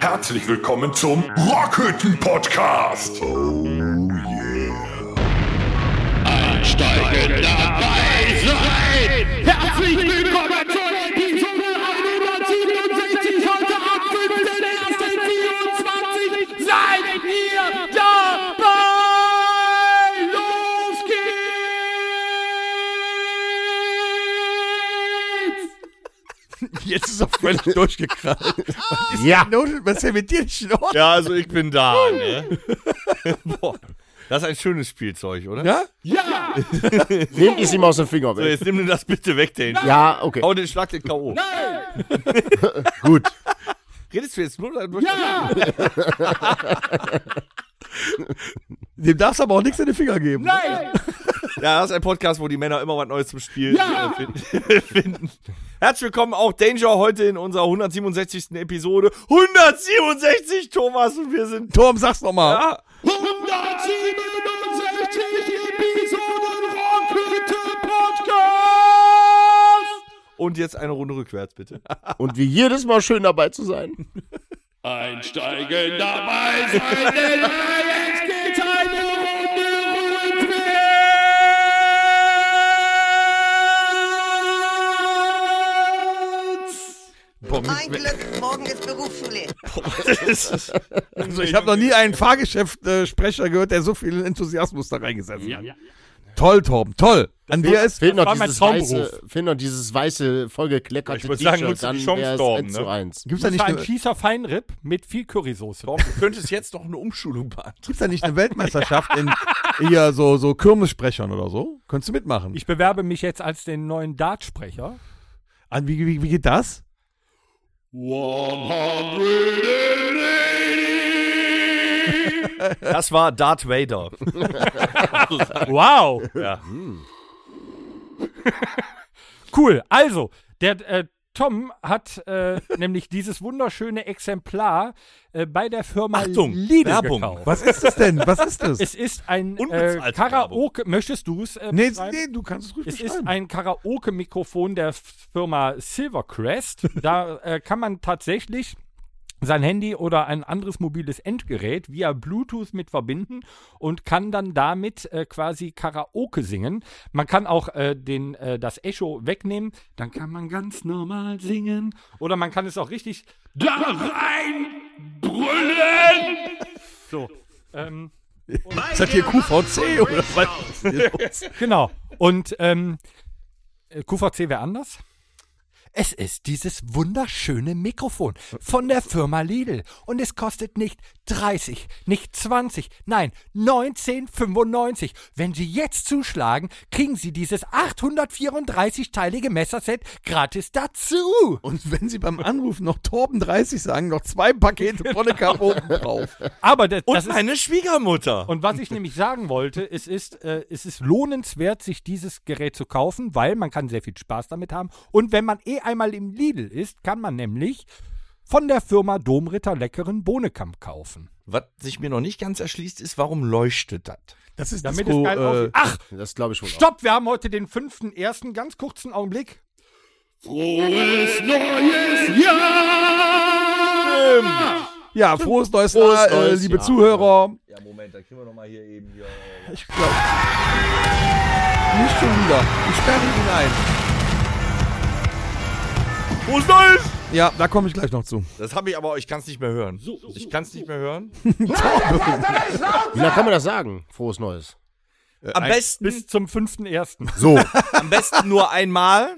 Herzlich willkommen zum Rockhütten Podcast. Oh yeah. Einsteigen dabei sein. Herzlich willkommen zur Episode 167 heute am 5.1.24. Seid ihr dabei? Los geht's! Jetzt ist er völlig durchgekrallt. Ja. Nun, was ist denn mit dir nicht in Ordnung? Ja, also ich bin da, ne? Boah, das ist ein schönes Spielzeug, oder? Ja? Ja! Nehmt es ihm aus dem Finger So, weg. jetzt nimm dir das bitte weg, den. Ja, okay. Hau den Schlag den K.O. Gut. Redest du jetzt nur? Oder? Ja! Dem darfst du aber auch nichts in den Finger geben. ne? Nein! Ja, das ist ein Podcast, wo die Männer immer was Neues zum Spiel äh, finden- finden. Herzlich willkommen auch Danger heute in unserer 167. Episode. 167, Thomas, und wir sind Tom, sag's nochmal. da. 167 Episoden Rockhütte Podcast! Und jetzt eine Runde rückwärts, bitte. Und wie jedes Mal schön dabei zu sein. Einsteigen dabei sein, denn jetzt geht eine Runde rückwärts! Mein Glück, morgen ist Berufsschule. Also, ich habe noch nie einen Fahrgeschäftssprecher gehört, der so viel Enthusiasmus da reingesetzt hat. Toll, Torben, toll. An dir ist. Fehlt noch, war mein dieses Traumberuf. weiße, fehlt noch dieses weiße, vollgekleckerte Ich würd sagen, T-Shirt, nutzt die dann Chance, wäre es Torben, 1 zu ne? 1. Gibt's da, Das nicht war ein eine, Schießer Feinripp mit viel Currysoße. Doch, du könntest jetzt noch eine Umschulung beantragen. gibt's da nicht eine Weltmeisterschaft in hier so, so Kirmessprechern oder so? Könntest du mitmachen? Ich bewerbe mich jetzt als den neuen Dartsprecher. an, wie, wie, wie geht das? 180! Das war Darth Vader. Wow! Ja. Cool. Also, der äh, Tom hat äh, nämlich dieses wunderschöne Exemplar äh, bei der Firma Achtung, Lidl Werbung. gekauft. Was ist das denn? Was ist das? Es ist ein äh, Unbezahlte Karaoke. Möchtest du es? Äh, nee, beschreiben? nee, du kannst es ruhig Es ist beschreiben. ein Karaoke-Mikrofon der F- Firma Silvercrest. Da äh, kann man tatsächlich sein Handy oder ein anderes mobiles Endgerät via Bluetooth mit verbinden und kann dann damit äh, quasi Karaoke singen. Man kann auch äh, den, äh, das Echo wegnehmen, dann kann man ganz normal singen. Oder man kann es auch richtig Da rein brüllen! so. Ähm, Ist das hier QVC oder was? Genau. Und ähm, äh, QVC wäre anders. Es ist dieses wunderschöne Mikrofon von der Firma Lidl. Und es kostet nicht 30, nicht 20, nein, 19,95. Wenn Sie jetzt zuschlagen, kriegen Sie dieses 834-teilige Messerset gratis dazu. Und wenn sie beim Anruf noch Torben 30 sagen, noch zwei Pakete Ponnekar oben drauf. Aber das, Und das ist meine Schwiegermutter. Und was ich nämlich sagen wollte, es ist, äh, es ist lohnenswert, sich dieses Gerät zu kaufen, weil man kann sehr viel Spaß damit haben. Und wenn man eh einmal im Lidl ist, kann man nämlich von der Firma Domritter leckeren Bohnekamp kaufen. Was sich mir noch nicht ganz erschließt, ist, warum leuchtet das? Das ist Damit Disco, es geil äh, aussieht. Ach, Das glaube ich schon. stopp, wir haben heute den fünften ersten, ganz kurzen Augenblick. Frohes neues Jahr! Ja, frohes neues Frohes Jahr, äh, neues liebe Jahr. Zuhörer. Ja, Moment, da kriegen wir nochmal hier eben hier. Ich glaube. Nicht schon wieder. Ich sperre ihn ein. Wo ist das? Ja, da komme ich gleich noch zu. Das habe ich aber, ich kann es nicht mehr hören. ich kann es nicht mehr hören. Wie lange kann man das sagen? Frohes Neues. Äh, am, besten, Bis zum fünften ersten. So. am besten nur einmal.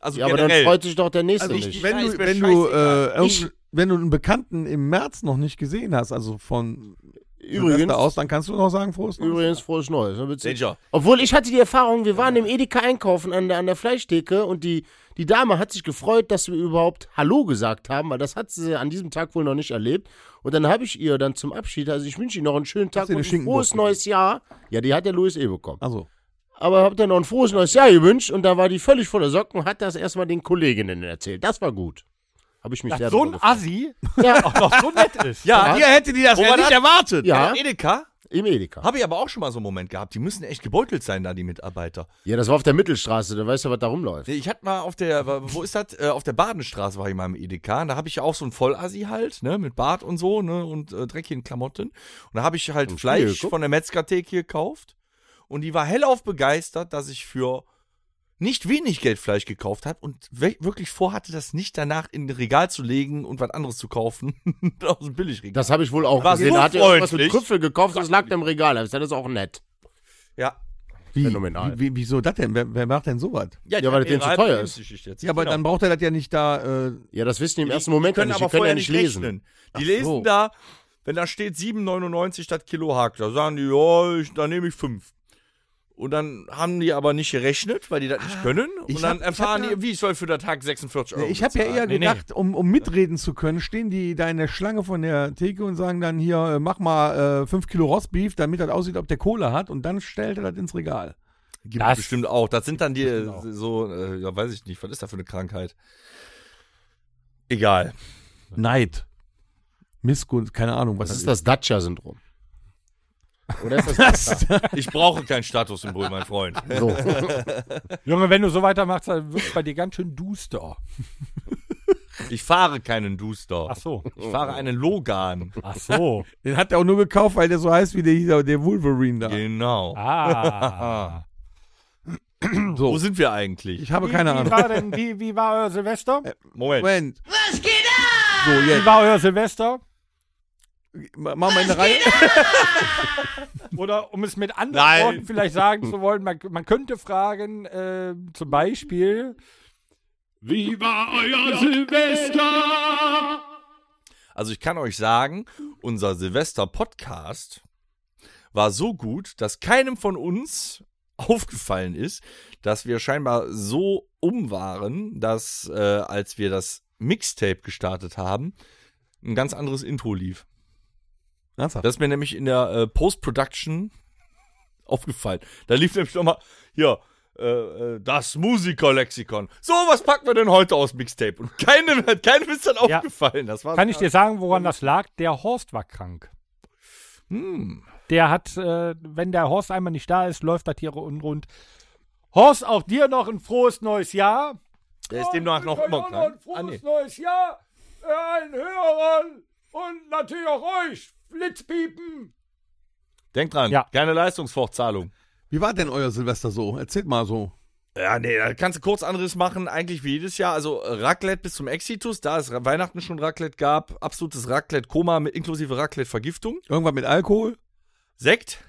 Also ja, aber dann generell. freut sich doch der Nächste Also ich- nicht. Wenn Ja, du, ist mir wenn du, scheißegal. äh, irgend- wenn du einen Bekannten im März noch nicht gesehen hast, also von Übrigens, Silvester aus, dann kannst du noch sagen, frohes Neues. übrigens frohes Neues. ne, witzig. Danger. Obwohl, ich hatte die Erfahrung, wir waren im Edeka einkaufen an der, an der Fleischtheke und die, die Dame hat sich gefreut, dass wir überhaupt Hallo gesagt haben, weil das hat sie an diesem Tag wohl noch nicht erlebt. Und dann habe ich ihr dann zum Abschied, also ich wünsche Ihnen noch einen schönen Tag du ihr und eine ein frohes Schinkenwurst neues Jahr. Ja, die hat der Louis eh bekommen. Also, Aber habt ihr noch ein frohes neues Jahr gewünscht und da war die völlig voller Socken und hat das erstmal den Kolleginnen erzählt. Das war gut. Habe ich mich sehr So drüber ein gefreut. Assi Ja. auch noch so nett ist. Ja, hätte die das ja nicht erwartet. Ja. Äh, Edeka? Im Edeka. Habe ich aber auch schon mal so einen Moment gehabt. Die müssen echt gebeutelt sein, da die Mitarbeiter. Ja, das war auf der Mittelstraße, da weißt du, was da rumläuft. Nee, Ich hatte mal auf der, wo ist das? Äh, Auf der Badenstraße war ich mal im Edeka. Und da habe ich ja auch so einen Vollasi halt, ne, mit Bart und so, ne, und äh, dreckigen Klamotten. Und da habe ich halt Spiel Fleisch geguckt? von der Metzgertheke gekauft. Und die war hellauf begeistert, dass ich für nicht wenig Geld Fleisch gekauft habe und we- wirklich vorhatte, das nicht danach in ein Regal zu legen und was anderes zu kaufen. Aus dem Billigregal. Das habe ich wohl auch War gesehen. so Da hat er irgendwas mit freundlich. Trüffel gekauft, das lag da im Regal. Das ist auch nett. ja. Wie? Phänomenal. Wie, wieso das denn? Wer, wer macht denn sowas? Genau. Ja, weil das denen zu teuer ist. Ja, aber dann braucht er das ja nicht da. Äh, Ja, das wissen die im ersten Moment die ja können nicht. Die aber können vorher ja nicht nicht lesen. lesen. Die lesen so. da, wenn da steht 7,99 statt Kilo Hack, da sagen die, ja, ich, da nehme ich 5. Und dann haben die aber nicht gerechnet, weil die das nicht können. ich Und dann hab- ich erfahren hab die, wie ich soll für den Tag 46 Euro. ich habe ja bezahlen. eher nee. gedacht, Um, um mitreden zu können, stehen die da in der Schlange von der Theke und sagen dann hier, äh, mach mal 5 Kilo Rostbeef, damit das aussieht, ob der Kohle hat. Und dann stellt er das ins Regal. Gibt es bestimmt auch. Das sind dann die äh, so, äh, ja, weiß ich nicht, was ist da für eine Krankheit? Egal. Neid. Missgunst, keine Ahnung, was Das ist das? das Dacia-Syndrom. Oder ist das Ich brauche keinen Statussymbol, mein Freund. so? Junge, wenn du so weitermachst, dann wird bei dir ganz schön duster. Ich fahre keinen Duster. Ach so. Ich fahre einen Logan. Ach so. Den hat er auch nur gekauft, weil der so heißt wie der, hier, der Wolverine da. Genau. Ah. Wo sind wir eigentlich? Ich habe keine wie, wie Ahnung. War denn, wie, wie war euer Silvester? Moment. Moment. Was geht ab? So, Wie jetzt. war euer Silvester? Ma- Machen wir in der Reihe. Oder um es mit anderen Nein. Worten vielleicht sagen zu wollen, man, man könnte fragen, äh, zum Beispiel, Also ich kann euch sagen, unser Silvester-Podcast war so gut, dass keinem von uns aufgefallen ist, dass wir scheinbar so um waren, dass äh, als wir das Mixtape gestartet haben, ein ganz anderes Intro lief. Ernsthaft? Das ist mir nämlich in der äh, Post-Production aufgefallen. Da lief nämlich nochmal, hier, äh, äh, das Musikerlexikon. So, was packen wir denn heute aus Mixtape? Und keinem, keinem ist dann Ja. aufgefallen. Das war kann ich dir sagen, woran das lag? Der Horst war krank. Hm. Der hat, äh, wenn der Horst einmal nicht da ist, läuft das hier unrund. Horst, auch dir noch ein frohes neues Jahr. Der ist demnach noch immer krank. Frohes Ah, nee. neues Jahr äh, allen Hörern und natürlich auch euch. Flitzpiepen. Denk dran, Ja. keine Leistungsfortzahlung. Wie war denn euer Silvester so? Erzählt mal so. Ja, nee, da kannst du kurz anderes machen, eigentlich wie jedes Jahr. Also äh, Raclette bis zum Exitus, da es Ra- Weihnachten schon Raclette gab, absolutes Raclette-Koma mit inklusive Raclette-Vergiftung. Irgendwas mit Alkohol? Sekt.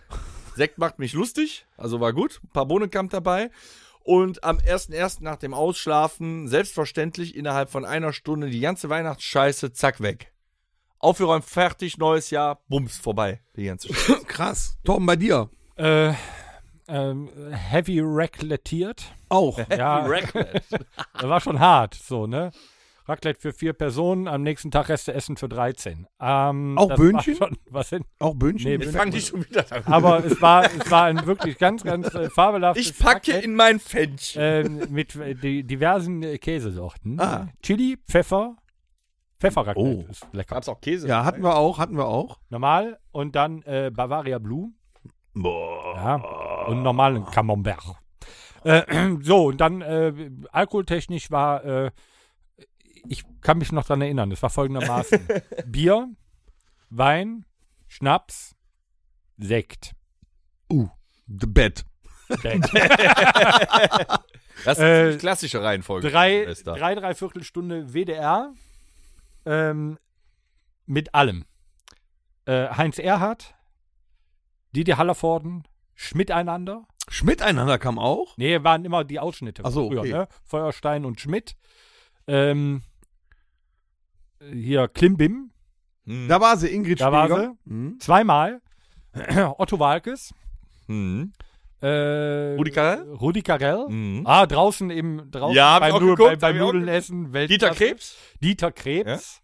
Sekt macht mich lustig, also war gut. Ein paar Bohnenkamp dabei. Und am 1.1. nach dem Ausschlafen, selbstverständlich innerhalb von einer Stunde die ganze Weihnachtsscheiße, zack, weg. Aufgeräumt, fertig, neues Jahr, bums, vorbei. Die ganze Scheiße. Krass. Torben, bei dir? Äh, ähm, heavy raclettiert. Auch. Ja, Raclette. das war schon hart, so, ne? Raclette für vier Personen, am nächsten Tag Reste essen für 13. Ähm, das Auch war Böhnchen? Schon, was denn? Auch Böhnchen? Nee, Jetzt fangen die schon wieder an. Aber es war, es war ein wirklich ganz, ganz äh, fabelhaftes Ich packe Raclette, in mein Fännchen. ähm, mit äh, die, diversen äh, Käsesorten. Ah. Chili, Pfeffer, Pfefferraclette Oh. ist lecker. Gab's auch Käse? ja, hatten wir auch, hatten wir auch. Normal und dann äh, Bavaria Blue. Boah. Ja, und normalen Camembert. Äh, so, und dann äh, alkoholtechnisch war, äh, ich kann mich noch dran erinnern, es war folgendermaßen: Bier, Wein, Schnaps, Sekt. The Bett. Sekt. Das ist Äh, die klassische Reihenfolge. drei, Silvester. drei, drei Viertelstunde WDR ähm, mit allem. Äh, Heinz Erhardt, Didi Hallervorden, Schmidt einander. Schmiteinander kam auch. Nee, waren immer die Ausschnitte Ach so, früher, okay. ne? Feuerstein und Schmidt. Ähm, hier Klimbim, Hm. Da war sie, Ingrid Da war Steger. Mhm. zweimal. Otto Walkes. Hm. Äh, Rudi Carrell? Rudi Carrell. Mhm. Ah, draußen im draußen Ja, hab ich beim, auch Nu- geguckt, bei, beim hab ich auch Nudeln geguckt. essen. Weltklasse. Dieter Krebs? Dieter Krebs.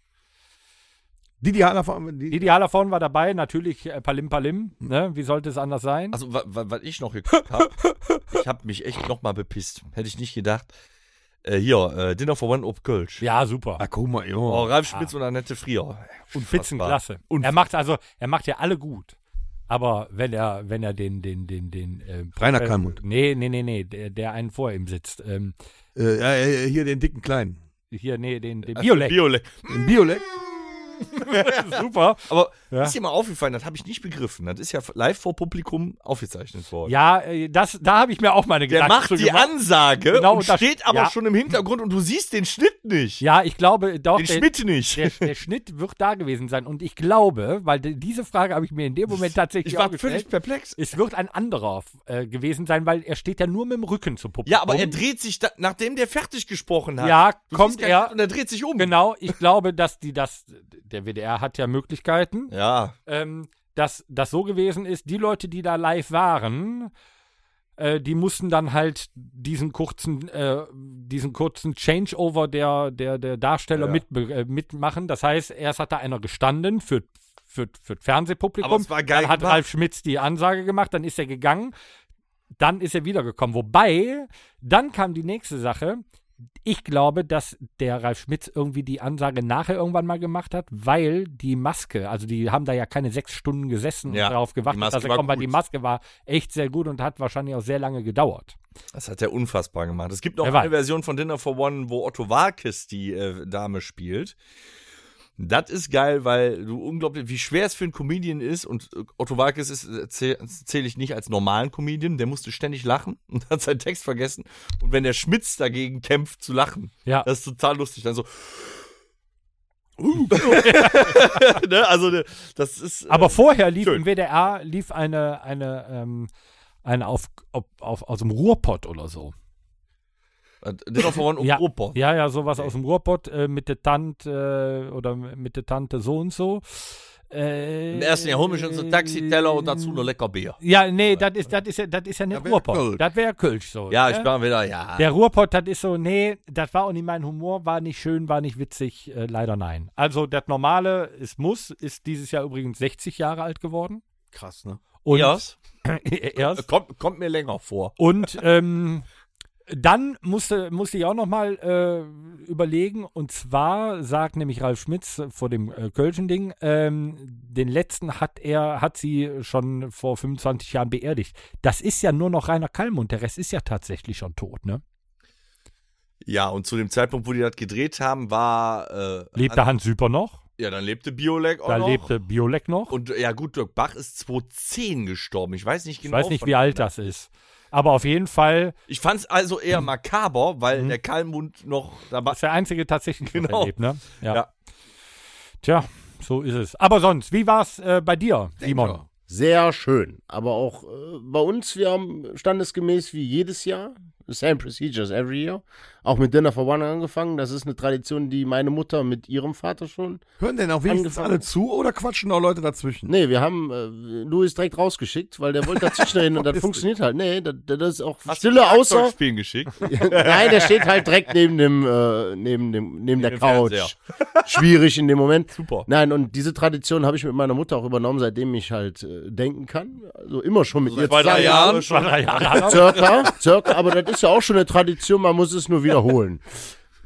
Didi Hallerform. Die, Idealer vorn war dabei, natürlich äh, Palim Palim. Hm. Ne? Wie sollte es anders sein? Also, wa- wa- was ich noch geguckt habe, ich habe mich echt nochmal bepisst. Hätte ich nicht gedacht. Äh, hier, äh, Dinner for One ob Kölsch. ja, Ah. super. ah, guck mal, Oh, jo. Ralf Spitz und Annette Frier. Spitzenklasse. Er macht also, er macht ja alle gut. Aber wenn er, wenn er den, den, den, den. ähm, Rainer äh, Kalmund. Nee, nee, nee, nee, der, der einen vor ihm sitzt. Ähm, Äh, ja, ja, hier den dicken Kleinen. hier, nee, den, den Biolek. Biolek. Den Biolek. Super. Aber Ja. ist dir mal aufgefallen, das habe ich nicht begriffen. Das ist ja live vor Publikum aufgezeichnet worden. Ja, äh, das, da habe ich mir auch meine Der Gedanken macht zu die gemacht. Ansage Genau, und das- steht aber ja. schon im Hintergrund und du siehst den Schnitt nicht. Ja, ich glaube, doch. den der- Schnitt nicht. der, der Schnitt wird da gewesen sein. Und ich glaube, weil die- diese Frage habe ich mir in dem Moment tatsächlich ich war auch gestellt, völlig perplex. Es wird ein anderer äh, gewesen sein, weil er steht ja nur mit dem Rücken zum Publikum. Ja, aber er dreht sich, da, nachdem der fertig gesprochen hat. Ja, Du kommt siehst gar nicht, er. Und er dreht sich um. Genau, ich glaube, dass die das, der WDR hat ja Möglichkeiten, Ja. ähm, dass das so gewesen ist, die Leute, die da live waren, äh, die mussten dann halt diesen kurzen, äh, diesen kurzen Changeover der, der, der Darsteller Ja, ja. Mit, äh, mitmachen. Das heißt, erst hat da einer gestanden für, für, für das Fernsehpublikum. Aber es war geil Dann hat gemacht. Ralf Schmitz die Ansage gemacht, dann ist er gegangen, dann ist er wiedergekommen. Wobei, dann kam die nächste Sache. Ich glaube, dass der Ralf Schmitz irgendwie die Ansage nachher irgendwann mal gemacht hat, weil die Maske, also die haben da ja keine sechs Stunden gesessen Ja, und darauf gewartet, die Maske dass er war kommt, weil gut. die Maske war echt sehr gut und hat wahrscheinlich auch sehr lange gedauert. Das hat er unfassbar gemacht. Es gibt noch Wer eine weiß. Version von Dinner for One, wo Otto Warkes die äh, Dame spielt. Das ist geil, weil du unglaublich, wie schwer es für einen Comedian ist und äh, Otto Warkes ist, äh, zäh- zähle ich nicht als normalen Comedian, der musste ständig lachen und hat seinen Text vergessen. Und wenn der Schmitz dagegen kämpft, zu lachen. Ja. Das ist total lustig. Dann so. Uh. ne? Also, ne, das ist. Aber vorher lief schön. im WDR lief eine, eine, ähm, eine auf, auf, auf, aus dem Ruhrpott oder so. äh, Dinner for One und ja, Opa. Ja, ja, sowas aus dem Ruhrpott äh, mit der Tante äh, oder mit der Tante so und so. Äh, Im ersten Jahr hol schon so einen Taxiteller und dazu noch lecker Bier. Ja, nee, das ist, das ist, ja- das ist ja nicht wär Kölsch. Ruhrpott. Das wäre Kölsch so. Ja, ne? ich war wieder, ja. Der Ruhrpott, das ist so, nee, das war auch nicht mein Humor, war nicht schön, war nicht witzig, äh, leider nein. Also das normale, es muss, ist dieses Jahr übrigens 60 Jahre alt geworden. Krass, ne? Und Erst? erst. Kommt, kommt mir länger vor. Und ähm, dann musste, musste ich auch nochmal äh, überlegen, und zwar sagt nämlich Ralf Schmitz äh, vor dem äh, Kölschen-Ding, ähm, den letzten hat er, hat sie schon vor 25 Jahren beerdigt. Das ist ja nur noch Rainer Kallmund, der Rest ist ja tatsächlich schon tot, ne? Ja, und zu dem Zeitpunkt, wo die das gedreht haben, war. Äh, Lebte Hans Süper noch, Ja, dann lebte Biolek auch da noch. lebte Biolek noch. Und ja, gut, Dirk Bach ist 2010 gestorben. Ich weiß nicht ich genau. weiß nicht, wann- wie alt das ist. Aber auf jeden Fall Ich fand es also eher Mhm. makaber, weil der Kalmund noch dabei. ist der einzige tatsächlich der Genau. lebt, ne? Ja. Tja, so ist es. Aber sonst, wie war es äh, bei dir, Simon? ja. Sehr schön. Aber auch äh, bei uns, wir haben standesgemäß wie jedes Jahr, same procedures every year, auch mit Dinner for One angefangen. Das ist eine Tradition, die meine Mutter mit ihrem Vater schon. Hören denn auch wenigstens Angefangen. alle zu oder quatschen auch Leute dazwischen? Nee, wir haben äh, Louis direkt rausgeschickt, weil der wollte dazwischen reden und das funktioniert halt. Nee, das, das ist auch Stille außer. Spielen geschickt. Nein, der steht halt direkt neben dem, äh, neben dem, neben der dem Couch. Schwierig in dem Moment. Super. Nein, und diese Tradition habe ich mit meiner Mutter auch übernommen, seitdem ich halt äh, denken kann. Also immer schon mit ihr Zwei, drei zusammen. Jahre schon. drei Jahre alt. Circa, circa, aber das ist ja auch schon eine Tradition, man muss es nur wiederholen.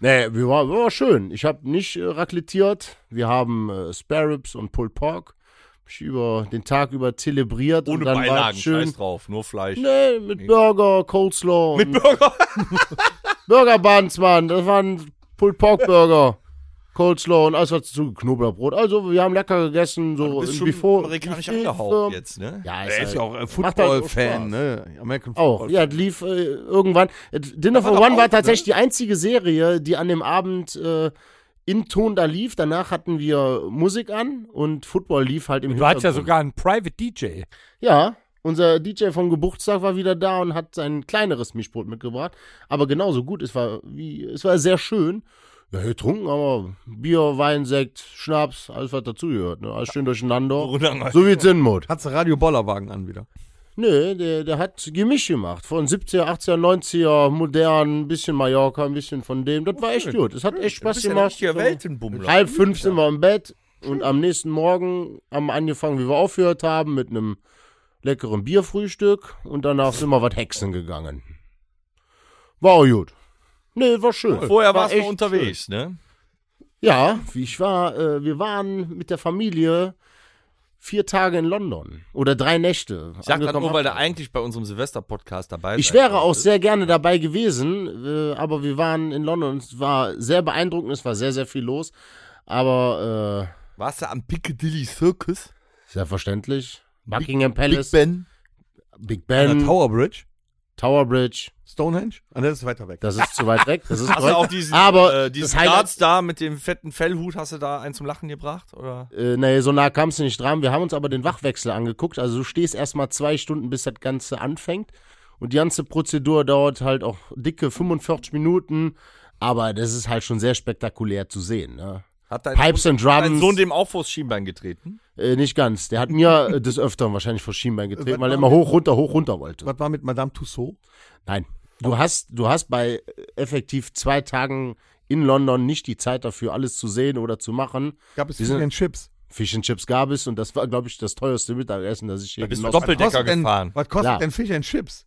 Nee, wir war, war schön. Ich habe nicht äh, raclettiert. Wir haben äh, Spare Ribs und Pulled Pork. Hab Ich über den Tag über zelebriert. und Ohne dann war Beilagen, es schön. scheiß drauf, nur Fleisch. Nee, mit Burger, Coleslaw. Mit Burger. Burger Buns, Mann. Das waren Pulled Pork Burger. Coleslaw und alles was dazu, Knoblauchbrot. Also, wir haben lecker gegessen, so Bist in schon Before. amerikanisch Before- angehaucht jetzt, ne? Ja, halt Er ist ja auch äh, Football-Fan, ne? American Auch, Football. ja, das lief äh, irgendwann. Äh, Dinner for war doch One auch, war ne? tatsächlich die einzige Serie, die an dem Abend äh, in Ton da lief. Danach hatten wir Musik an und Football lief halt im Du hattest ja Hintergrund. sogar einen Private DJ. Ja, unser DJ vom Geburtstag war wieder da und hat sein kleineres Mischbrot mitgebracht. Aber genauso gut, es war, wie, es war sehr schön. Ja, getrunken, aber Bier, Wein, Sekt, Schnaps, alles was dazugehört. Ne? Alles schön durcheinander. Bruder, So wie es Sinn macht. Hat's Radio Bollerwagen an wieder. Nö, der, der hat Gemisch gemacht. Von 70er, 80er, 90er, modern, ein bisschen Mallorca, ein bisschen von dem. Das war echt gut. Es hat echt du Spaß bist ja ein gemacht. richtiger So Weltenbummler. Halb fünf sind wir im Bett und am nächsten Morgen haben wir angefangen, wie wir aufgehört haben, mit einem leckeren Bierfrühstück und danach sind wir was Hexen gegangen. War auch gut. Nee, war schön. Vorher warst du echt unterwegs, ne? ja, wie ich war, äh, wir waren mit der Familie vier Tage in London oder drei Nächte. Ich sag das Angekommen nur, weil hab- der eigentlich bei unserem Silvester-Podcast dabei ich sein wäre auch sollte. sehr gerne dabei gewesen, äh, aber wir waren in London und es war sehr beeindruckend, es war sehr, sehr viel los. Aber äh, Warst du am Piccadilly Circus? selbstverständlich. Buckingham Big Palace, Ben? Big An Ben, der Tower Bridge? Tower Bridge. Stonehenge? Ah, das ist weiter weg. Das ist zu weit weg. Das ist Hast du korrekt. auch diesen, aber äh, diesen das Highlight, Starz da mit dem fetten Fellhut, hast du da einen zum Lachen gebracht? Oder? äh, nee, so nah kamst du nicht dran. Wir haben uns aber den Wachwechsel angeguckt. Also du stehst erstmal zwei Stunden, bis das Ganze anfängt. Und die ganze Prozedur dauert halt auch dicke 45 Minuten. Aber das ist halt schon sehr spektakulär zu sehen. Ne? Hat dein, Pipes and hat dein Drums. Sohn dem auch vors Schienbein getreten? äh, nicht ganz. Der hat mir äh, des Öfteren wahrscheinlich vor Schienbein getreten, weil er immer hoch, runter, hoch, runter wollte. Was war mit Madame Tussaud? Nein. Du hast, du hast bei äh, effektiv zwei Tagen in London nicht die Zeit dafür, alles zu sehen oder zu machen. Gab es Wir sind- Fish and Chips? Fish and Chips gab es und das war, glaube ich, das teuerste Mittagessen, das ich je bist du genossen Doppeldecker kostet denn, gefahren. Was kostet Ja. denn Fish and Chips?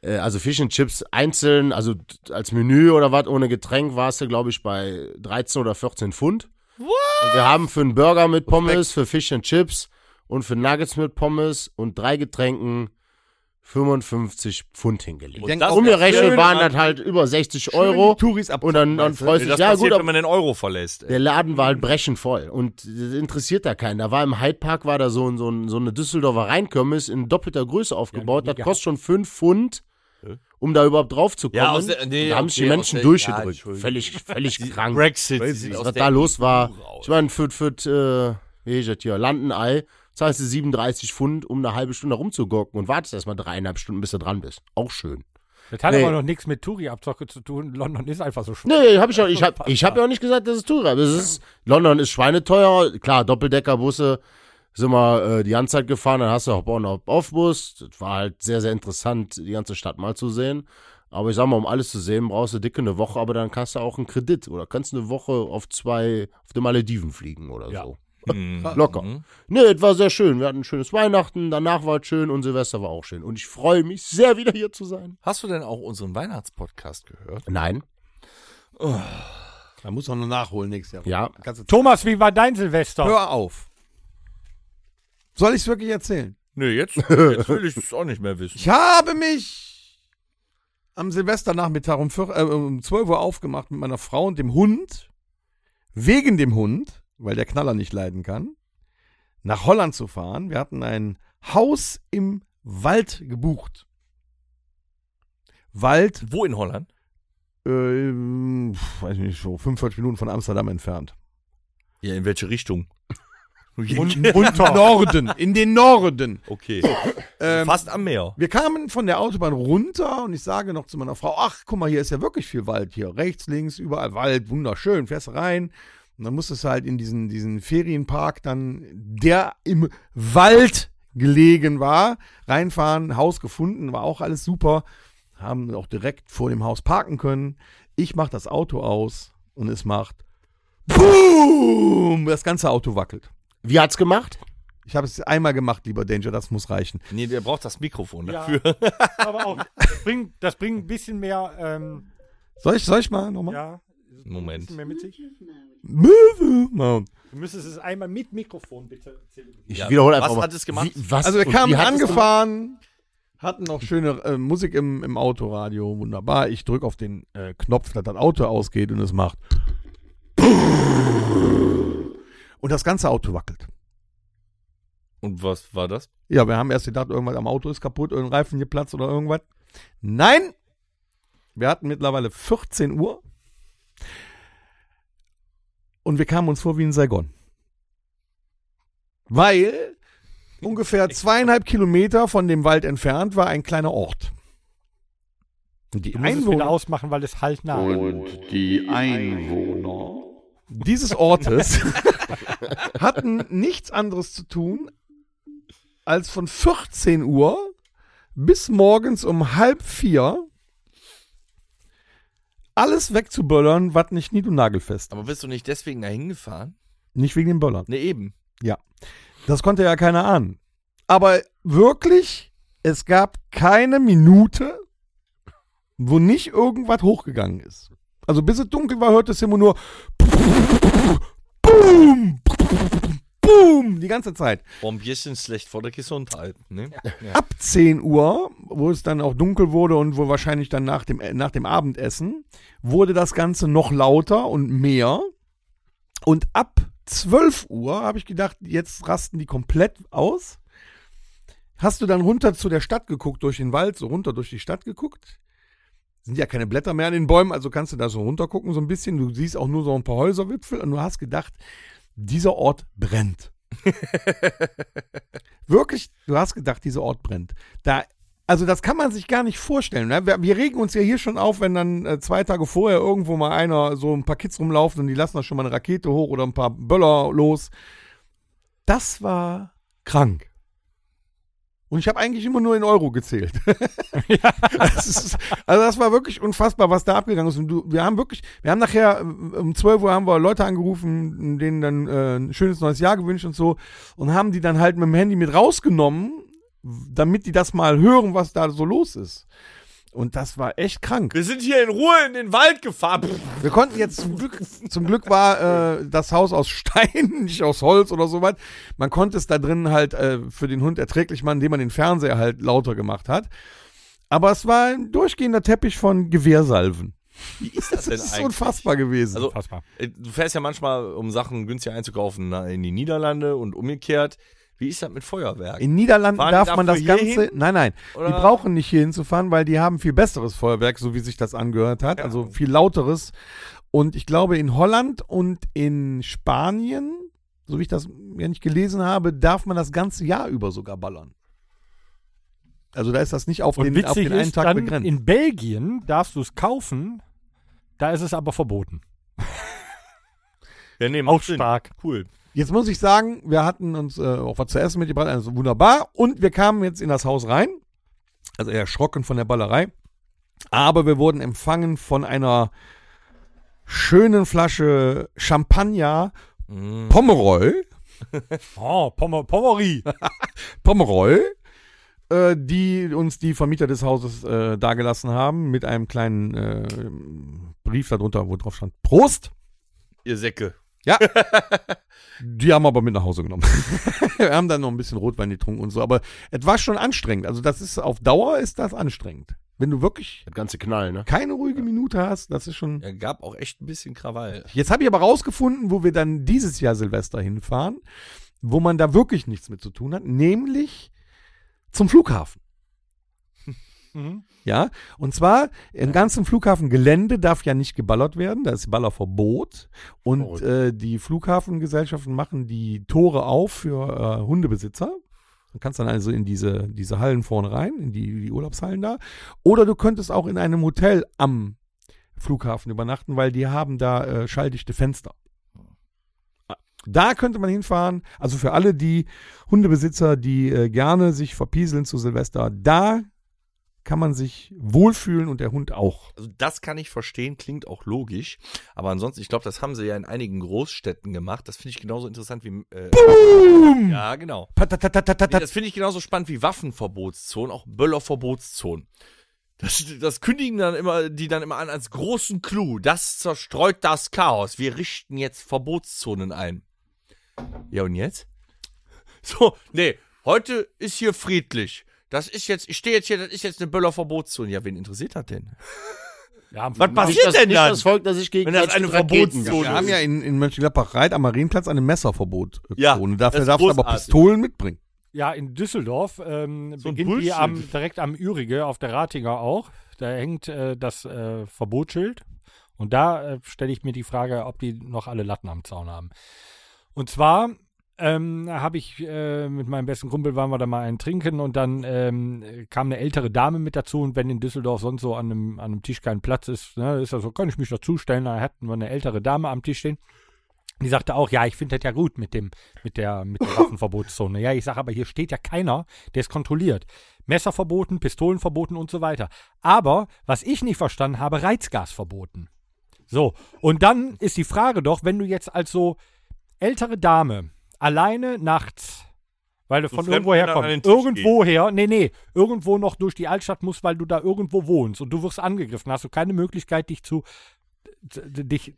Äh, also Fish and Chips einzeln, also t- als Menü oder was, ohne Getränk warst du, glaube ich, bei 13 oder 14 Pfund. What? Und wir haben für einen Burger mit Pommes, für Fish and Chips und für Nuggets mit Pommes und drei Getränken 55 Pund hingelegt. denk Und auch, Umgerechnet schön waren an- das halt über 60 Euro. Touris ab. Und dann, dann freust du dich. das Ja, passiert, gut, wenn aber man den Euro verlässt. Ey. der Laden war halt brechend voll. Und das interessiert da keinen. Da war im Hyde Park, war da so, ein- so, ein- so eine Düsseldorfer Rheinkirmes in doppelter Größe aufgebaut. das kostet schon 5 Pfund, um da überhaupt drauf zu kommen. Ja, aus der- nee, da haben okay, sich die Menschen aus der- ja, durchgedrückt. Entschuldigung. völlig, völlig krank. Brexit. Was da los war. Ich meine, für, für, äh, wie hieß das hier, Landenei zahlst du 37 Pfund, um eine halbe Stunde rumzugucken und wartest erstmal dreieinhalb Stunden, bis du dran bist. Auch schön. Das hat Nee. aber noch nichts mit Touri-Abzocke zu tun. London ist einfach so schön. Nee, hab ich auch. Ich hab, ich hab ja auch nicht gesagt, dass es teurer ist. Es ist. London ist schweineteuer. Klar, Doppeldeckerbusse sind wir äh, die ganze Zeit gefahren. Dann hast du auch einen Aufbus. Das war halt sehr, sehr interessant, die ganze Stadt mal zu sehen. Aber ich sag mal, um alles zu sehen, brauchst du dicke eine Woche, aber dann kannst du auch einen Kredit oder kannst eine Woche auf zwei, auf den Malediven fliegen oder so. Locker. Nee, es war sehr schön. Wir hatten ein schönes Weihnachten, danach war es schön und Silvester war auch schön. Und ich freue mich sehr, wieder hier zu sein. Hast du denn auch unseren Weihnachtspodcast gehört? Nein. Da muss man noch nachholen nächstes Jahr. Ja. Kannst du- Thomas, wie war dein Silvester? Hör auf. Soll ich es wirklich erzählen? Nö, jetzt, jetzt will ich es auch nicht mehr wissen. Ich habe mich am Silvesternachmittag um, vier, äh, um 12 Uhr aufgemacht mit meiner Frau und dem Hund. Wegen dem Hund, weil der Knaller nicht leiden kann, nach Holland zu fahren. Wir hatten ein Haus im Wald gebucht. Wald, Wo in Holland? ähm, pf, weiß nicht, so 45 Minuten von Amsterdam entfernt. Ja, in welche Richtung? Norden, in den Norden. Okay. Ähm, Fast am Meer. Wir kamen von der Autobahn runter und ich sage noch zu meiner Frau, ach, guck mal, hier ist ja wirklich viel Wald hier. Rechts, links, überall Wald, wunderschön, fährst rein. Und dann musstest du halt in diesen, diesen Ferienpark dann, der im Wald gelegen war, reinfahren, Haus gefunden, war auch alles super. Haben auch direkt vor dem Haus parken können. Ich mach das Auto aus und es macht BOOM! Das ganze Auto wackelt. Wie hat's gemacht? Ich habe es einmal gemacht, lieber Danger, das muss reichen. Nee, der braucht das Mikrofon Ja, dafür. aber auch. Das bringt, das bringt ein bisschen mehr, ähm, Soll ich, soll ich mal nochmal? ja, ein Moment. bisschen mehr mit sich. Möwe Mound. Du müsstest es einmal mit Mikrofon bitte erzählen. Ich Ja, wiederhole was einfach mal. hat es gemacht? Wie, was Also wir und kamen wie hat es angefahren, hatten noch schöne äh, Musik im, im Autoradio, wunderbar. Ich drücke auf den äh, Knopf, dass das Auto ausgeht und es macht. Und das ganze Auto wackelt. Und was war das? Ja, wir haben erst gedacht, irgendwas am Auto ist kaputt, irgendein Reifen geplatzt oder irgendwas. Nein! Wir hatten mittlerweile 14 Uhr. Und wir kamen uns vor wie in Saigon. Weil ungefähr zweieinhalb Kilometer von dem Wald entfernt war ein kleiner Ort. Und die Du musst es wieder Einwohner ausmachen, weil es halt nah. Und die Einwohner. dieses Ortes hatten nichts anderes zu tun, als von 14 Uhr bis morgens um halb vier alles wegzuböllern, was nicht nied- und nagelfest. Aber bist du nicht deswegen dahin gefahren? Nicht wegen dem Böllern. Ne, eben. Das konnte ja keiner ahnen. Aber wirklich, es gab keine Minute, wo nicht irgendwas hochgegangen ist. Also bis es dunkel war, hörte es immer nur Boom! boom, die ganze Zeit. Bombierchen schlecht vor der Gesundheit, ne? Ab 10 Uhr, wo es dann auch dunkel wurde und wo wahrscheinlich dann nach dem, nach dem Abendessen, wurde das Ganze noch lauter und mehr. Und ab 12 Uhr habe ich gedacht, jetzt rasten die komplett aus. Hast du dann runter zu der Stadt geguckt, durch den Wald, so runter durch die Stadt geguckt? Sind ja keine Blätter mehr an den Bäumen, also kannst du da so runter gucken, so ein bisschen. Du siehst auch nur so ein paar Häuserwipfel und du hast gedacht, dieser Ort brennt. Wirklich, du hast gedacht, dieser Ort brennt. Da, also das kann man sich gar nicht vorstellen. Ne? Wir, wir regen uns ja hier schon auf, wenn dann äh, zwei Tage vorher irgendwo mal einer so ein paar Kids rumlaufen und die lassen da schon mal eine Rakete hoch oder ein paar Böller los. Das war krank. Und ich habe eigentlich immer nur in Euro gezählt. das ist, also das war wirklich unfassbar, was da abgegangen ist. Und du, wir haben wirklich, wir haben nachher ähm, um 12 Uhr haben wir Leute angerufen, denen dann äh, ein schönes neues Jahr gewünscht und so und haben die dann halt mit dem Handy mit rausgenommen, damit die das mal hören, was da so los ist. Und das war echt krank. Wir sind hier in Ruhe in den Wald gefahren. Pff, Wir konnten jetzt zum Glück, zum Glück war äh, das Haus aus Stein, nicht aus Holz oder so was. Man konnte es da drin halt äh, für den Hund erträglich machen, indem man den Fernseher halt lauter gemacht hat. Aber es war ein durchgehender Teppich von Gewehrsalven. Wie ist das, denn Das ist eigentlich? unfassbar gewesen. Also, Fassbar. äh, du fährst ja manchmal, um Sachen günstiger einzukaufen, na, in die Niederlande und umgekehrt. Wie ist das mit Feuerwerk? in Niederlanden Fahren die darf man das dafür hier Ganze. hin? Nein, nein. Die Oder- brauchen nicht hier hinzufahren, weil die haben viel besseres Feuerwerk, so wie sich das angehört hat. Also viel lauteres. Und ich glaube, in Holland und in Spanien, so wie ich das ja nicht gelesen habe, darf man das ganze Jahr über sogar ballern. Also da ist das nicht auf, Und den, auf witzig den einen ist, Tag dann begrenzt. in Belgien darfst du es kaufen, da ist es aber verboten. Ja, nee, macht Auch Sinn. stark. Cool. Jetzt muss ich sagen, wir hatten uns äh, auch was zu essen mitgebracht, also wunderbar. Und wir kamen jetzt in das Haus rein, also eher erschrocken von der Ballerei. Aber wir wurden empfangen von einer schönen Flasche Champagner Pomeroy. Oh, Pommer, Pommery. Pomeroy, äh, die uns die Vermieter des Hauses äh, dagelassen haben, mit einem kleinen äh, Brief darunter, wo drauf stand: Prost! Ihr Säcke. Die haben wir aber mit nach Hause genommen. wir haben dann noch ein bisschen Rotwein getrunken und so, aber es war schon anstrengend. Also das ist auf Dauer ist das anstrengend. Wenn du wirklich Das ganze Knall, ne? keine ruhige Minute hast, das ist schon. Ja, gab auch echt ein bisschen Krawall. Jetzt habe ich aber rausgefunden, wo wir dann dieses Jahr Silvester hinfahren, wo man da wirklich nichts mit zu tun hat, nämlich zum Flughafen. Mhm. Ja, und zwar im ganzen Flughafengelände darf ja nicht geballert werden, da ist Ballerverbot. Und Verrückt. äh, die Flughafengesellschaften machen die Tore auf für äh, Hundebesitzer. Du kannst dann also in diese, diese Hallen vorne rein, in die, die Urlaubshallen da. Oder du könntest auch in einem Hotel am Flughafen übernachten, weil die haben da äh, schalldichte Fenster. Da könnte man hinfahren. Also für alle die Hundebesitzer, die äh, gerne sich verpieseln zu Silvester, da kann man sich wohlfühlen und der Hund auch. Also das kann ich verstehen, klingt auch logisch. Aber ansonsten, ich glaube, das haben sie ja in einigen Großstädten gemacht. Das finde ich genauso interessant wie. Äh, Boom! Ja, genau. Nee, das finde ich genauso spannend wie Waffenverbotszonen, auch Böllerverbotszonen. Das, das kündigen dann immer, die dann immer an als großen Clou. Das zerstreut das Chaos. Wir richten jetzt Verbotszonen ein. Ja, und jetzt? So, nee, heute ist hier friedlich. Das ist jetzt, ich stehe jetzt hier, das ist jetzt eine Böllerverbotszone. Ja, wen interessiert das denn? Ja, Was Nicht passiert das, denn nicht dann? das Volk, das sich gegen Wenn das eine Verbotszone Wir haben ja in, in Mönchengladbach-Reit am Marienplatz eine Messerverbotzone. Ja, das Dafür ist darfst du aber großartig. Pistolen mitbringen. ja, in Düsseldorf ähm, So ein beginnt die Bullshit. am, direkt am Ürige, auf der Ratinger auch. Da hängt äh, das äh, Verbotsschild. Und da äh, stelle ich mir die Frage, ob die noch alle Latten am Zaun haben. Und zwar ähm, habe ich äh, mit meinem besten Kumpel waren wir da mal einen trinken und dann ähm, kam eine ältere Dame mit dazu und wenn in Düsseldorf sonst so an einem, an einem Tisch kein Platz ist, ne, ist das so, kann ich mich dazustellen. Da hatten wir eine ältere Dame am Tisch stehen. Die sagte auch, ja, ich finde das ja gut mit dem, mit der, mit der Waffenverbotszone. Ja, ich sage aber, hier steht ja keiner, der es kontrolliert. Messer verboten, Pistolen verboten und so weiter. Aber, was ich nicht verstanden habe, Reizgas verboten. So, und dann ist die Frage doch, wenn du jetzt als so ältere Dame alleine nachts, weil du So von fremd irgendwo dann an den herkommst, Tisch irgendwoher, nee, nee, irgendwo noch durch die Altstadt musst, weil du da irgendwo wohnst und du wirst angegriffen, hast du keine Möglichkeit, dich zu, d- dich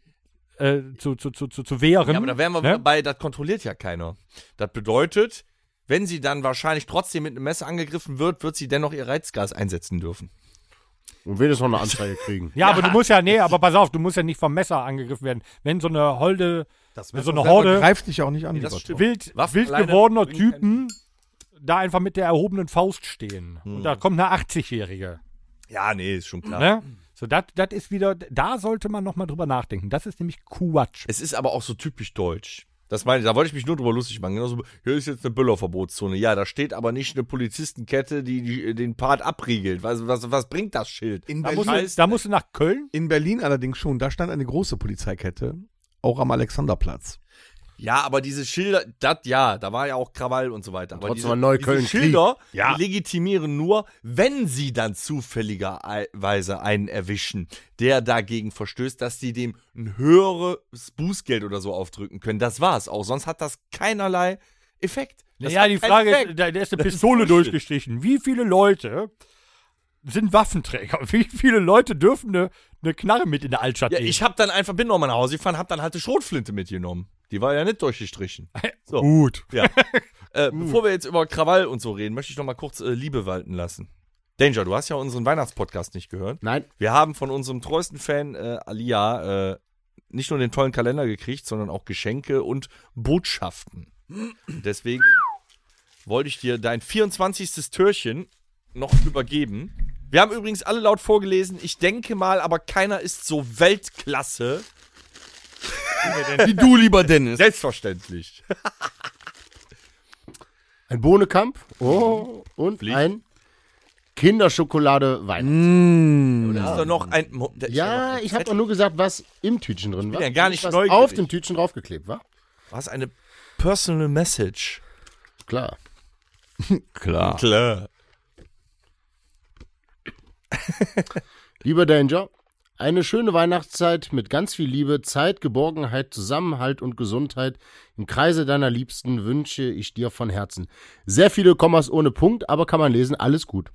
äh, zu, zu, zu, zu, zu wehren. Ja, aber da wären wir ne? bei, das kontrolliert ja keiner. Das bedeutet, wenn sie dann wahrscheinlich trotzdem mit einem Messer angegriffen wird, wird sie dennoch ihr Reizgas einsetzen dürfen. Und wenigstens noch eine Anzeige kriegen. Ja, aber du musst ja, nee, aber pass auf, du musst ja nicht vom Messer angegriffen werden. Wenn so eine holde, so eine selber Horde greift dich auch nicht an. das lieber stimmt. wild, Waffen wild alleine gewordener bringen Typen da einfach mit der erhobenen Faust stehen. Und da kommt eine 80-Jährige. Ja, nee, ist schon klar. Ne? So, das das ist wieder, da sollte man nochmal drüber nachdenken. Das ist nämlich Quatsch. Es ist aber auch so typisch deutsch. Das meine ich, da wollte ich mich nur drüber lustig machen. Genauso, hier ist jetzt eine Böllerverbotszone. Ja, da steht aber nicht eine Polizistenkette, die, die den Part abriegelt. Was, was, was bringt das Schild? In Da Berlin- musst, du, da musst du nach Köln. In Berlin allerdings schon, da stand eine große Polizeikette, auch am Alexanderplatz. Ja, aber diese Schilder, das ja, da war ja auch Krawall und so weiter. Aber trotzdem diese, war Neukölln diese Schilder Krieg. Ja. die legitimieren nur, wenn sie dann zufälligerweise einen erwischen, der dagegen verstößt, dass sie dem ein höheres Bußgeld oder so aufdrücken können. Das war's auch. Sonst hat das keinerlei Effekt. Das ja, hat die keinen Frage Effekt. ist, da, da ist eine Das ist Pistole Bullshit. durchgestrichen. Wie viele Leute sind Waffenträger? Wie viele Leute dürfen eine, eine Knarre mit in der Altstadt Ja, nehmen? ich hab dann einfach, bin nochmal nach Hause gefahren, hab dann halt eine Schrotflinte mitgenommen. Die war ja nicht durchgestrichen. So. Gut. Ja. äh, Hm. Bevor wir jetzt über Krawall und so reden, möchte ich nochmal kurz äh, Liebe walten lassen. Danger, du hast ja unseren Weihnachtspodcast nicht gehört. Nein. Wir haben von unserem treuesten Fan äh, Alia äh, nicht nur den tollen Kalender gekriegt, sondern auch Geschenke und Botschaften. Und Deswegen wollte ich dir dein 24. Türchen noch übergeben. Wir haben übrigens alle laut vorgelesen. Ich denke mal, aber keiner ist so Weltklasse Wie du, lieber Dennis. Selbstverständlich. Ein Bohnenkamp oh, und ein Kinderschokolade Hm. Wein. Da ist doch noch ein. Mo- da ist doch Ja, noch ein ich habe doch nur gesagt, was im Tütchen drin war. ja gar nicht was neugierig. auf dem Tütchen draufgeklebt war. Was eine personal message. Klar. Klar. Klar. Lieber Danger, eine schöne Weihnachtszeit mit ganz viel Liebe, Zeit, Geborgenheit, Zusammenhalt und Gesundheit. Im Kreise deiner Liebsten wünsche ich dir von Herzen. Sehr viele Kommas ohne Punkt, aber kann man lesen, alles gut.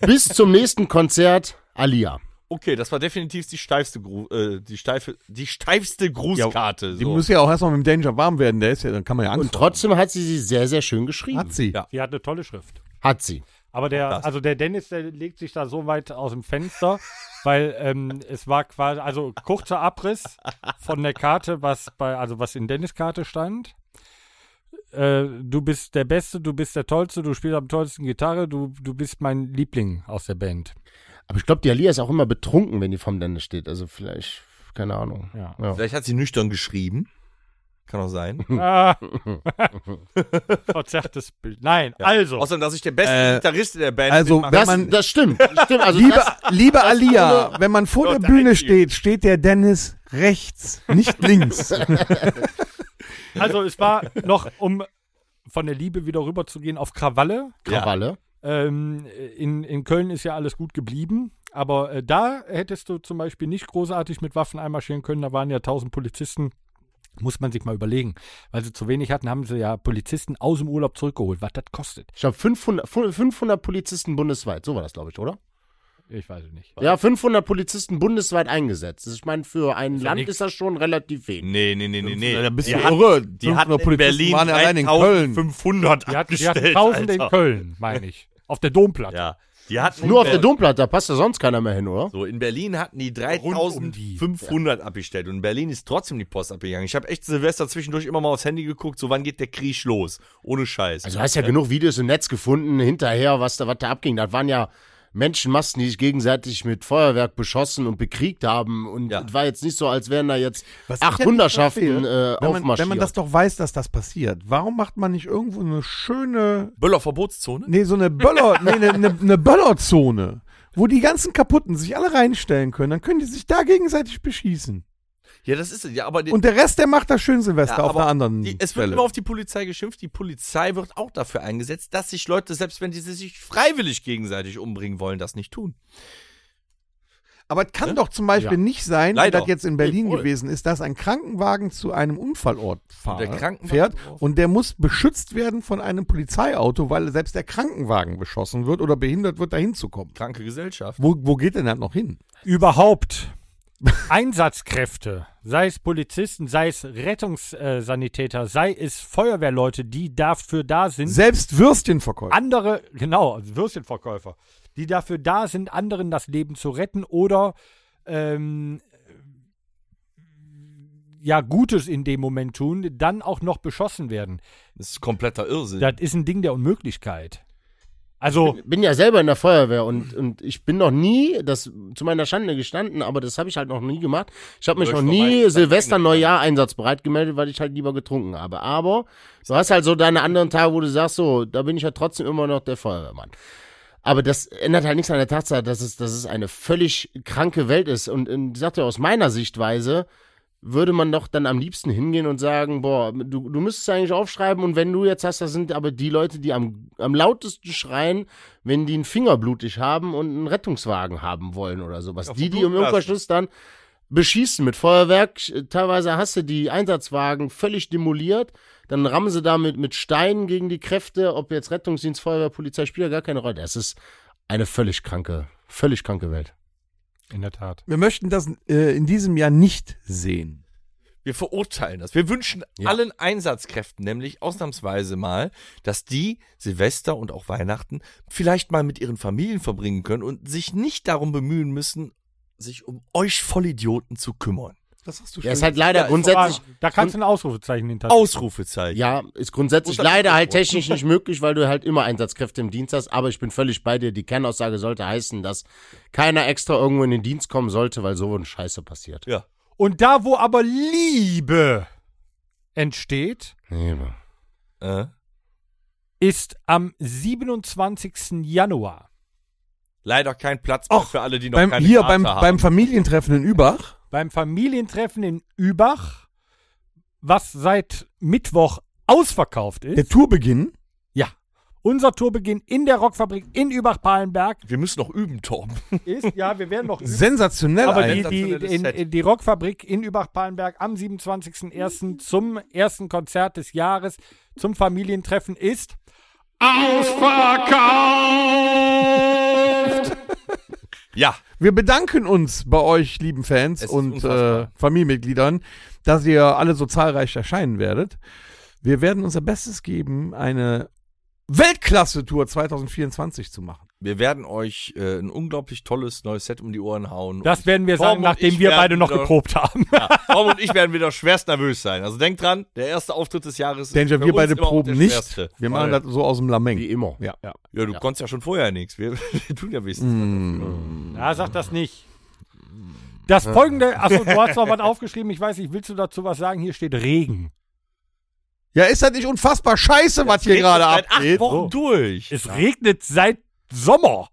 Bis zum nächsten Konzert, Alia. Okay, das war definitiv die steifste, Gru äh, die steife, die steifste Grußkarte. Die so. muss ja auch erstmal mit dem Danger warm werden, der ist ja, dann kann man ja Und Angst trotzdem hat sie sie sehr, sehr schön geschrieben. Hat sie. Ja. Die hat eine tolle Schrift. Hat sie. Aber der, also der Dennis, der legt sich da so weit aus dem Fenster, weil ähm, es war quasi, also kurzer Abriss von der Karte, was bei, also was in Dennis Karte stand. Äh, du bist der Beste, du bist der Tollste, du spielst am tollsten Gitarre, du, du bist mein Liebling aus der Band. Aber ich glaube, die Alia ist auch immer betrunken, wenn die vom Dennis steht. Also vielleicht, keine Ahnung. Ja. Vielleicht hat sie nüchtern geschrieben. Kann auch sein. Ah. Verzerrtes Bild. Nein, also. Außerdem, dass ich der beste Gitarrist in der Band Also, bin. wenn Das, man, das stimmt. Das stimmt. Also liebe, das, liebe Alia, wenn man vor der Gott, Bühne ein Typ. steht, steht der Dennis rechts, nicht links. Also es war noch, um von der Liebe wieder rüberzugehen auf Krawalle. Krawalle. Ähm, in, in Köln ist ja alles gut geblieben, aber äh, da hättest du zum Beispiel nicht großartig mit Waffen einmarschieren können. Da waren ja tausend Polizisten. Muss man sich mal überlegen. Weil sie zu wenig hatten, haben sie ja Polizisten aus dem Urlaub zurückgeholt. Was das kostet? Ich glaube, 500, 500 Polizisten bundesweit. So war das, glaube ich, oder? Ich weiß es nicht. Ja, 500 Polizisten bundesweit eingesetzt. Ich meine, für ein Land nix. ist das schon relativ wenig. Nee, nee, nee, nee, nee. Da bist die du hatten- irre. Die hatten 500 in Berlin waren allein in Köln. 500 Die hatten, die angestellt, hatten tausende in Alter. Köln, meine ich. Auf der Domplatte. Ja. Die hatten Nur auf in der Berlin- Domplatte, da passt ja sonst keiner mehr hin, oder? So, in Berlin hatten die um die. 3500 abgestellt und in Berlin ist trotzdem die Post abgegangen. Ich habe echt Silvester zwischendurch immer mal aufs Handy geguckt, so wann geht der Krieg los? Ohne Scheiß. Also du hast ja genug Videos im Netz gefunden, hinterher, was da, was da abging. Das waren ja Menschenmassen, die sich gegenseitig mit Feuerwerk beschossen und bekriegt haben. Und Ja. es war jetzt nicht so, als wären da jetzt Was ich acht ja nicht Hunderschaften äh, verstehe, wenn man, aufmarschiert. wenn man das doch weiß, dass das passiert, warum macht man nicht irgendwo eine schöne, Böller Verbotszone? nee, so eine Böller, nee, eine, eine, eine Böllerzone, wo die ganzen Kaputten sich alle reinstellen können, dann können die sich da gegenseitig beschießen. Ja, das ist es. ja, aber die, Und der Rest, der macht das schön Silvester ja, auf aber einer anderen die, Es wird Stelle. immer auf die Polizei geschimpft. Die Polizei wird auch dafür eingesetzt, dass sich Leute, selbst wenn sie sich freiwillig gegenseitig umbringen wollen, das nicht tun. Aber es kann doch zum Beispiel Ja. nicht sein, wie Ne? Leider. das jetzt in Berlin voll. gewesen ist, dass ein Krankenwagen zu einem Unfallort fahr, Der Krankenwagen fährt drauf. und der muss beschützt werden von einem Polizeiauto, weil selbst der Krankenwagen beschossen wird oder behindert wird, da hinzukommen. Kranke Gesellschaft. Wo, wo geht denn das noch hin? Überhaupt Einsatzkräfte, sei es Polizisten, sei es Rettungssanitäter, sei es Feuerwehrleute, die dafür da sind, Selbst Würstchenverkäufer. andere, genau, also Würstchenverkäufer, die dafür da sind, anderen das Leben zu retten oder ähm, ja, Gutes in dem Moment tun, dann auch noch beschossen werden. Das ist kompletter Irrsinn. Das ist ein Ding der Unmöglichkeit. Also, bin ja selber in der Feuerwehr und, und ich bin noch nie, das zu meiner Schande gestanden, aber das habe ich halt noch nie gemacht. Ich habe mich Du hast noch noch nie meinen- Silvester, Neujahr einsatzbereit gemeldet, weil ich halt lieber getrunken habe. Aber du hast halt so deine anderen Tage, wo du sagst, so, da bin ich ja trotzdem immer noch der Feuerwehrmann. Aber das ändert halt nichts an der Tatsache, dass es, dass es eine völlig kranke Welt ist. Und, und ich sagte, aus meiner Sichtweise würde man doch dann am liebsten hingehen und sagen, boah, du, du müsstest eigentlich aufschreiben und wenn du jetzt hast, das sind aber die Leute, die am, am lautesten schreien, wenn die einen Finger blutig haben und einen Rettungswagen haben wollen oder sowas. die, die im verbluten lassen. Umkehrschluss dann beschießen mit Feuerwerk. Teilweise hast du die Einsatzwagen völlig demoliert. Dann rammen sie damit mit Steinen gegen die Kräfte, ob jetzt Rettungsdienst, Feuerwehr, Polizei, spielt ja gar keine Rolle. Das ist eine völlig kranke, völlig kranke Welt. in der Tat. Wir möchten das äh, in diesem Jahr nicht sehen. Wir verurteilen das. Wir wünschen Ja. allen Einsatzkräften nämlich ausnahmsweise mal, dass die Silvester und auch Weihnachten vielleicht mal mit ihren Familien verbringen können und sich nicht darum bemühen müssen, sich um euch Vollidioten zu kümmern. Das hast du Ja, ist halt leider grundsätzlich. da kannst du ein Ausrufezeichen hinter. Ausrufezeichen. Ja, ist grundsätzlich Unter- leider halt technisch nicht möglich, weil du halt immer Einsatzkräfte im Dienst hast. Aber ich bin völlig bei dir. Die Kernaussage sollte heißen, dass keiner extra irgendwo in den Dienst kommen sollte, weil so ein Scheiße passiert. Ja. Und da, wo aber Liebe entsteht, Nee, Äh, ist am 27. Januar. leider kein Platz mehr für alle, die noch Beim, keine hier Karte beim, haben. beim Familientreffen in Übach. beim Familientreffen in Übach, was seit Mittwoch ausverkauft Der Mhm. ist. Tourbeginn. Ja. Unser Tourbeginn in der Rockfabrik in Übach-Palenberg wir müssen noch üben, Torben. ist, ja, wir werden noch üben, Sensationell. aber ein- die, die, sensationelles in, Set. in die Rockfabrik in Übach-Palenberg am Mhm. 27.01. zum ersten Konzert des Jahres, zum Familientreffen ist Ja. Wir bedanken uns bei euch, lieben Fans Es ist und äh, unfassbar. Familienmitgliedern, dass ihr alle so zahlreich erscheinen werdet. Wir werden unser Bestes geben, eine Weltklasse-Tour 2024 zu machen. Wir werden euch äh, ein unglaublich tolles neues Set um die Ohren hauen. Das werden wir Torben sagen, und nachdem ich wir werden beide noch wieder- geprobt haben. Tom und ich werden wieder schwerst nervös sein. Also denkt dran, der erste Auftritt des Jahres ist Danger, für wir uns beide immer auch proben der nicht. schwerste. Wir machen das so aus dem Lameng. wie immer. Ja, ja. Ja, du konntest ja schon vorher nichts. Wir, wir tun ja wenigstens. Mm. Ja, sag das nicht. Das folgende, achso, du hast noch was aufgeschrieben, ich weiß nicht, willst du dazu was sagen? Hier steht Regen. Ja, ist das nicht unfassbar scheiße, was hier gerade seit abgeht? acht Wochen durch. Es regnet seit Sommer.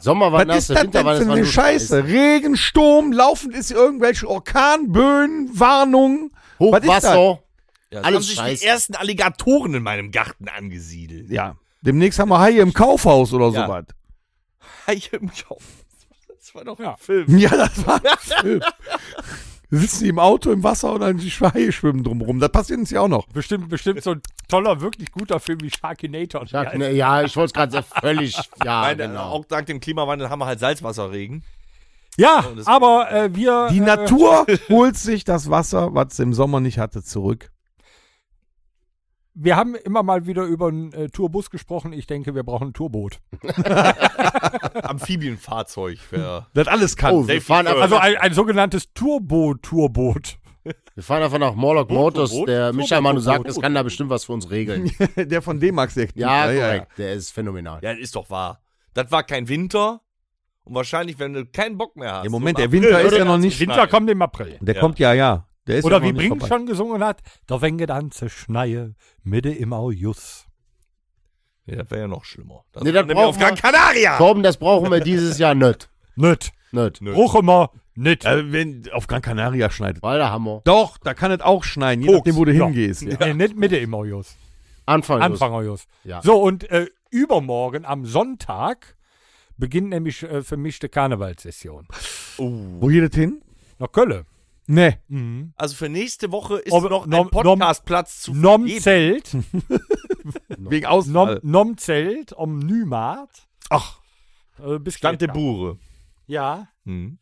Sommer war Was nass, ist der das Winter denn war nass. für war eine nur Scheiße? Regen, Sturm, laufend ist irgendwelche Orkanböen, Warnung. Was ist das? Hochwasser. Ja, es alles haben sich scheiße. die ersten Alligatoren in meinem Garten angesiedelt. Ja, demnächst haben wir Haie im Kaufhaus oder Ja. sowas. Ich hab mich auf- Das war doch Ja. ein Film. Ja, das war ein Film. Sitzen die im Auto im Wasser und dann die Haie schwimmen drumherum. Das passiert uns ja auch noch. Bestimmt, bestimmt so ein toller, wirklich guter Film wie Sharkinator. Ja, ne, ja, ich wollte es gerade sagen, völlig. Ja, Nein, genau. äh, Auch dank dem Klimawandel haben wir halt Salzwasserregen. Oh, Ja, aber äh, wir. Die äh, Natur holt sich das Wasser, was sie im Sommer nicht hatte, zurück. Wir haben immer mal wieder über einen äh, Tourbus gesprochen. Ich denke, wir brauchen ein Tourboot. Amphibienfahrzeug. Wer Das alles kann. Oh, wir fahren, einfach, Also ein, ein sogenanntes Turbo-Tourboot. wir fahren einfach nach Morlock Motors. Boot, Der Boot, Michael Boot, Manu Boot, sagt, Boot. das kann da bestimmt was für uns regeln. Der von D-Max ja, Ja, korrekt. Der ist phänomenal. ja, das ist doch wahr. Das war kein Winter. Und wahrscheinlich, wenn du keinen Bock mehr hast. Im Moment, so der Winter ist ja noch Der nicht. Winter kommt im April. Der Ja. kommt ja, ja. Der ist ja Oder noch wie nicht Brink vorbei. schon gesungen hat, da wenn ganze Schneie, Mitte im August. Ja, das wäre ja noch schlimmer. Das Nee, das nämlich auf brauchen wir- Gran Canaria. Torben, das brauchen wir dieses Jahr nicht. Nüt. Nicht. Nö. Bruch immer, nüt. Äh, wenn auf Gran Canaria schneit. Weil da haben wir. Doch, da kann es auch schneien, je Koks. nachdem, wo du Ja. hingehst. Ja. Nee, nicht Mitte im August. Anfang. Anfang August. Ja. So, und äh, übermorgen am Sonntag beginnt nämlich äh, für mich die Karnevalssession. Wo geht das hin? Nach Mhm. Köln. Nee. Also für nächste Woche ist Ob- noch nom- ein Podcastplatz zu Nom vergeben. Zelt, Wegen nom, Ausfall. nom Zelt, om Nymat. Ach. Äh, bis Stand der Kletta. Bure. Ja.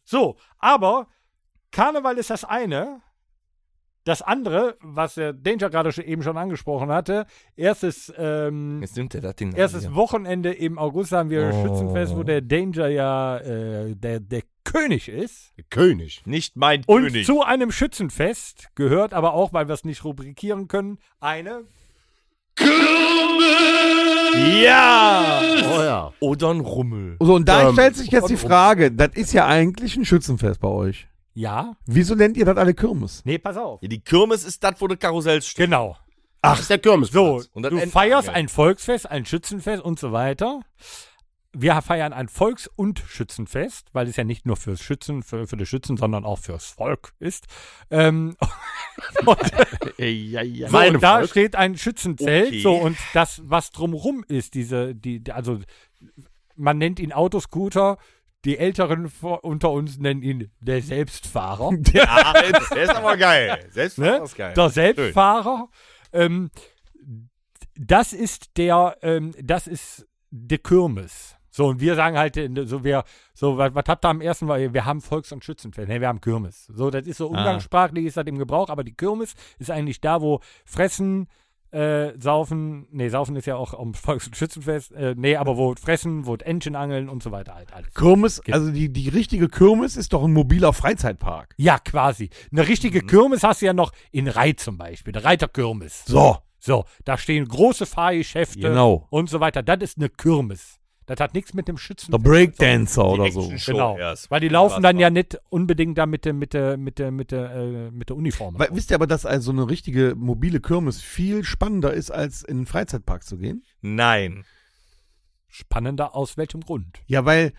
So, aber Karneval ist das eine. Das andere, was der Danger gerade schon, eben schon angesprochen hatte, erstes, ähm, Jetzt nimmt er das Ding. erstes Ja. Wochenende im August haben wir Oh. Schützenfest, wo der Danger ja äh, der, der König ist. König. Nicht mein Und König. zu einem Schützenfest gehört aber auch, weil wir es nicht rubrikieren können, eine ja! Oh ja. Odon Rummel. So, und da Ähm, stellt sich jetzt die Frage, das ist ja eigentlich ein Schützenfest bei euch. Ja. Wieso nennt ihr das alle Kirmes? Nee, pass auf. Ja, die Kirmes ist das, wo du Karussell steht. Genau. Ach, ist der Kirmes. So, Und dann du enden- feierst Ja. ein Volksfest, ein Schützenfest und so weiter. Wir feiern ein Volks- und Schützenfest, weil es ja nicht nur fürs Schützen, für, für die Schützen, sondern auch fürs Volk ist. Ähm, und so, Mein da Volk. steht ein Schützenzelt. Okay. So, und das, was drumherum ist, diese, die, die- also man nennt ihn Autoscooter, die Älteren vor, unter uns nennen ihn der Selbstfahrer. Ja, der ist aber geil. Selbst ne? ist geil. Der Selbstfahrer. Ähm, das ist der, ähm, das ist der Kirmes. So, und wir sagen halt, äh, so, wir, so, was, was habt ihr am ersten Mal? Wir haben Volks- und Schützenfest. Ne, wir haben Kirmes. So, das ist so umgangssprachlich, ist das im Gebrauch, aber die Kirmes ist eigentlich da, wo Fressen, äh, Saufen, nee, Saufen ist ja auch am Volks- und Schützenfest, äh, nee, aber wo Fressen, wo Entchen angeln und so weiter halt alles. Kirmes, also die, die richtige Kirmes ist doch ein mobiler Freizeitpark. Ja, quasi. Eine richtige Kirmes hast du ja noch in Reit zum Beispiel, der Reiterkirmes. So. So, da stehen große Fahrgeschäfte Genau. und so weiter. Das ist eine Kirmes. Das hat nichts mit dem Schützen. Der Breakdancer oder so. Genau. Weil die laufen dann ja nicht unbedingt da mit der, mit der, mit der, mit der, äh, mit der Uniform. Weil, wisst ihr aber, dass also eine richtige mobile Kirmes viel spannender ist, als in einen Freizeitpark zu gehen? Nein. Spannender aus welchem Grund? Ja, weil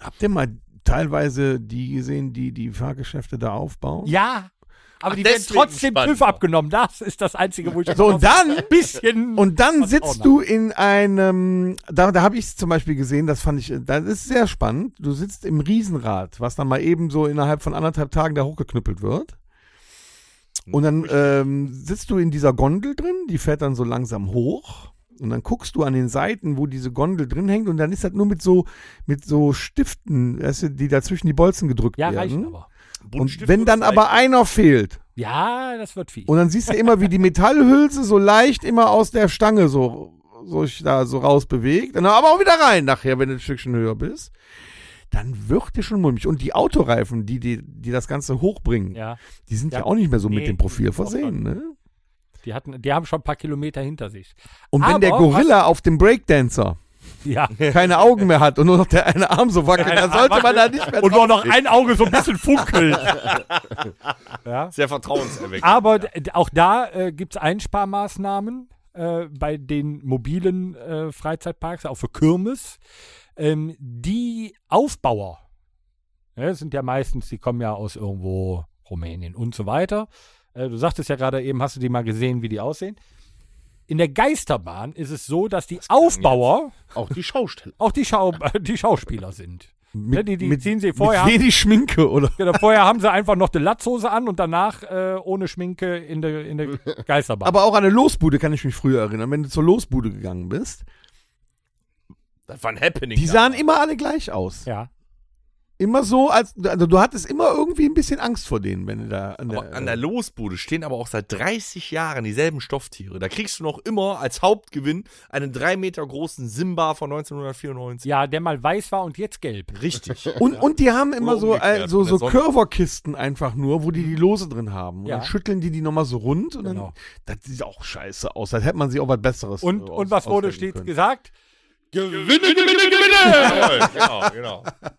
habt ihr mal teilweise die gesehen, die die Fahrgeschäfte da aufbauen? Ja. Aber Ach, die werden deswegen trotzdem spannender. TÜV abgenommen. Das ist das Einzige, wo ich So, und dann- ein bisschen. Und dann Was Hm. auch sitzt noch. du in einem, da, da habe ich es zum Beispiel gesehen, das fand ich, das ist sehr spannend. Du sitzt im Riesenrad, was dann mal eben so innerhalb von anderthalb Tagen da hochgeknüppelt wird. Und dann Hm, ähm, sitzt du in dieser Gondel drin, die fährt dann so langsam hoch. Und dann guckst du an den Seiten, wo diese Gondel drin hängt, und dann ist das nur mit so, mit so Stiften, weißt du, die dazwischen die Bolzen gedrückt ja, werden. reichen aber. Und wenn dann aber einer fehlt, Ja, das wird viel. und dann siehst du immer, wie die Metallhülse so leicht immer aus der Stange so, so sich da so rausbewegt. Und dann aber auch wieder rein nachher, wenn du ein Stückchen höher bist. Dann wird dir schon mulmig. Und die Autoreifen, die, die, die das Ganze hochbringen, ja, die sind ja, Ja. auch nicht mehr so Nee, mit dem Profil die sind auch versehen. schon- Ne? die, hatten, die haben schon ein paar Kilometer hinter sich. Und wenn Aber der Gorilla auf dem Breakdancer Ja. keine Augen mehr hat und nur noch der eine Arm so wackelt, Keine dann sollte Ahnung. man da nicht mehr Und nur noch ein Auge so ein bisschen funkelt. ja. Sehr vertrauenserweckend. Aber d- auch da äh, gibt es Einsparmaßnahmen äh, bei den mobilen äh, Freizeitparks, auch für Kirmes. Ähm, die Aufbauer, ne, das sind ja meistens, die kommen ja aus irgendwo Rumänien und so weiter. Äh, du sagtest ja gerade eben, hast du die mal gesehen, wie die aussehen? In der Geisterbahn ist es so, dass die Aufbauer Auch die Schausteller. auch die, Schau die Schauspieler sind. Ne, die, die ziehen sie vorher mit wenig Schminke, oder? Genau, vorher haben sie einfach noch die Latzhose an und danach äh, ohne Schminke in der in der Geisterbahn. Aber auch an eine Losbude kann ich mich früher erinnern, wenn du zur Losbude gegangen bist. Das war ein Happening. Die sahen immer alle gleich aus. ja. immer so, als also du hattest immer irgendwie ein bisschen Angst vor denen, wenn du da an der, äh, Aber an der Losbude stehen aber auch seit 30 Jahren dieselben Stofftiere. Da kriegst du noch immer als Hauptgewinn einen 3 Meter großen Simba von 1994. ja, der mal weiß war und jetzt gelb. Richtig. und, und die haben immer Oder so, umgekehrt, äh, so, von der so Sonne. Curverkisten einfach nur, wo die die Lose drin haben. Und Mhm. Ja. dann schütteln die die nochmal so rund und Genau. dann, das sieht auch scheiße aus. Als hätte man sich auch was Besseres Und äh, und aus- was wurde ausdenken stets können. gesagt? Jawohl, genau, genau.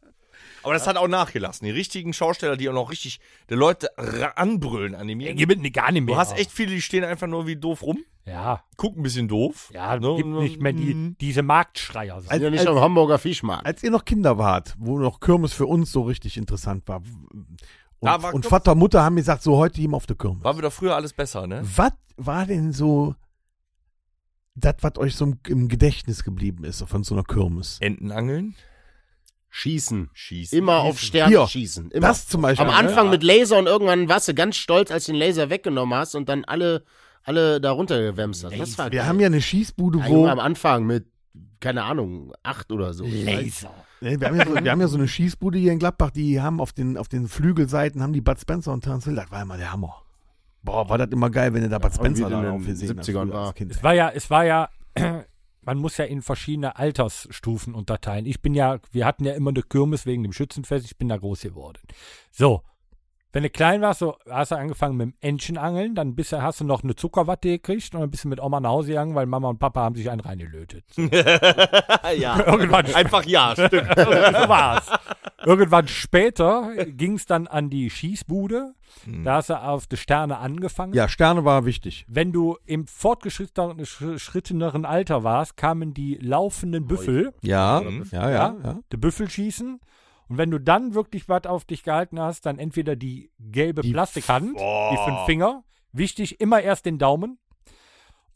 Aber das hat auch nachgelassen. Die richtigen Schausteller, die auch noch richtig die Leute ra- anbrüllen, animieren. Gibt es gar nicht mehr. Du hast echt viele, die stehen einfach nur wie doof rum, Ja, gucken ein bisschen doof. ja, Ne? gibt nicht mehr mm. die diese Marktschreier. Als, Sind. Ja, nicht als, am Hamburger Fischmarkt. als ihr noch Kinder wart, wo noch Kirmes für uns so richtig interessant war. Und, Da war und Kirmes- Vater und Mutter haben gesagt, so heute gehen wir auf der Kirmes. War wieder früher alles besser, ne? Was war denn so das, was euch so im, im Gedächtnis geblieben ist von so einer Kirmes? Entenangeln, Schießen. schießen. Immer auf Sterne Hier. schießen. Immer. Das zum Beispiel, Am ne? Anfang mit Laser und irgendwann warst du ganz stolz, als du den Laser weggenommen hast und dann alle, alle da runtergewämst hast. Das war Wir geil. haben ja eine Schießbude, Ja, wo Junge, am Anfang mit keine Ahnung, acht oder so. Ich weiß- Ne, Wir haben, ja so, wir haben ja so eine Schießbude hier in Gladbach, die haben auf den, auf den Flügelseiten haben die Bud Spencer und Terence Hill. Das war immer der Hammer. Boah, war das immer geil, wenn du da Bud Spencer irgendwie in da den auf gesehen hast, 70ern früher als war. Kind. Es war ja, es war ja, man muss ja in verschiedene Altersstufen unterteilen. Ich bin ja, wir hatten ja immer eine Kirmes wegen dem Schützenfest, ich bin da groß geworden. So. Wenn du klein warst, so hast du angefangen mit dem Entchenangeln, dann bist du, hast du noch eine Zuckerwatte gekriegt und dann bist du mit Oma nach Hause gegangen, weil Mama und Papa haben sich einen reingelötet. ja. Irgendwann Einfach ja, stimmt. so war's. Irgendwann später ging es dann an die Schießbude. Hm. Da hast du auf die Sterne angefangen. Ja, Sterne war wichtig. Wenn du im fortgeschritteneren Alter warst, kamen die laufenden Büffel, Ja, ja, ja. ja. die Büffel schießen. Und wenn du dann wirklich was auf dich gehalten hast, dann entweder die gelbe Plastikhand, die fünf Finger. Wichtig, immer erst den Daumen.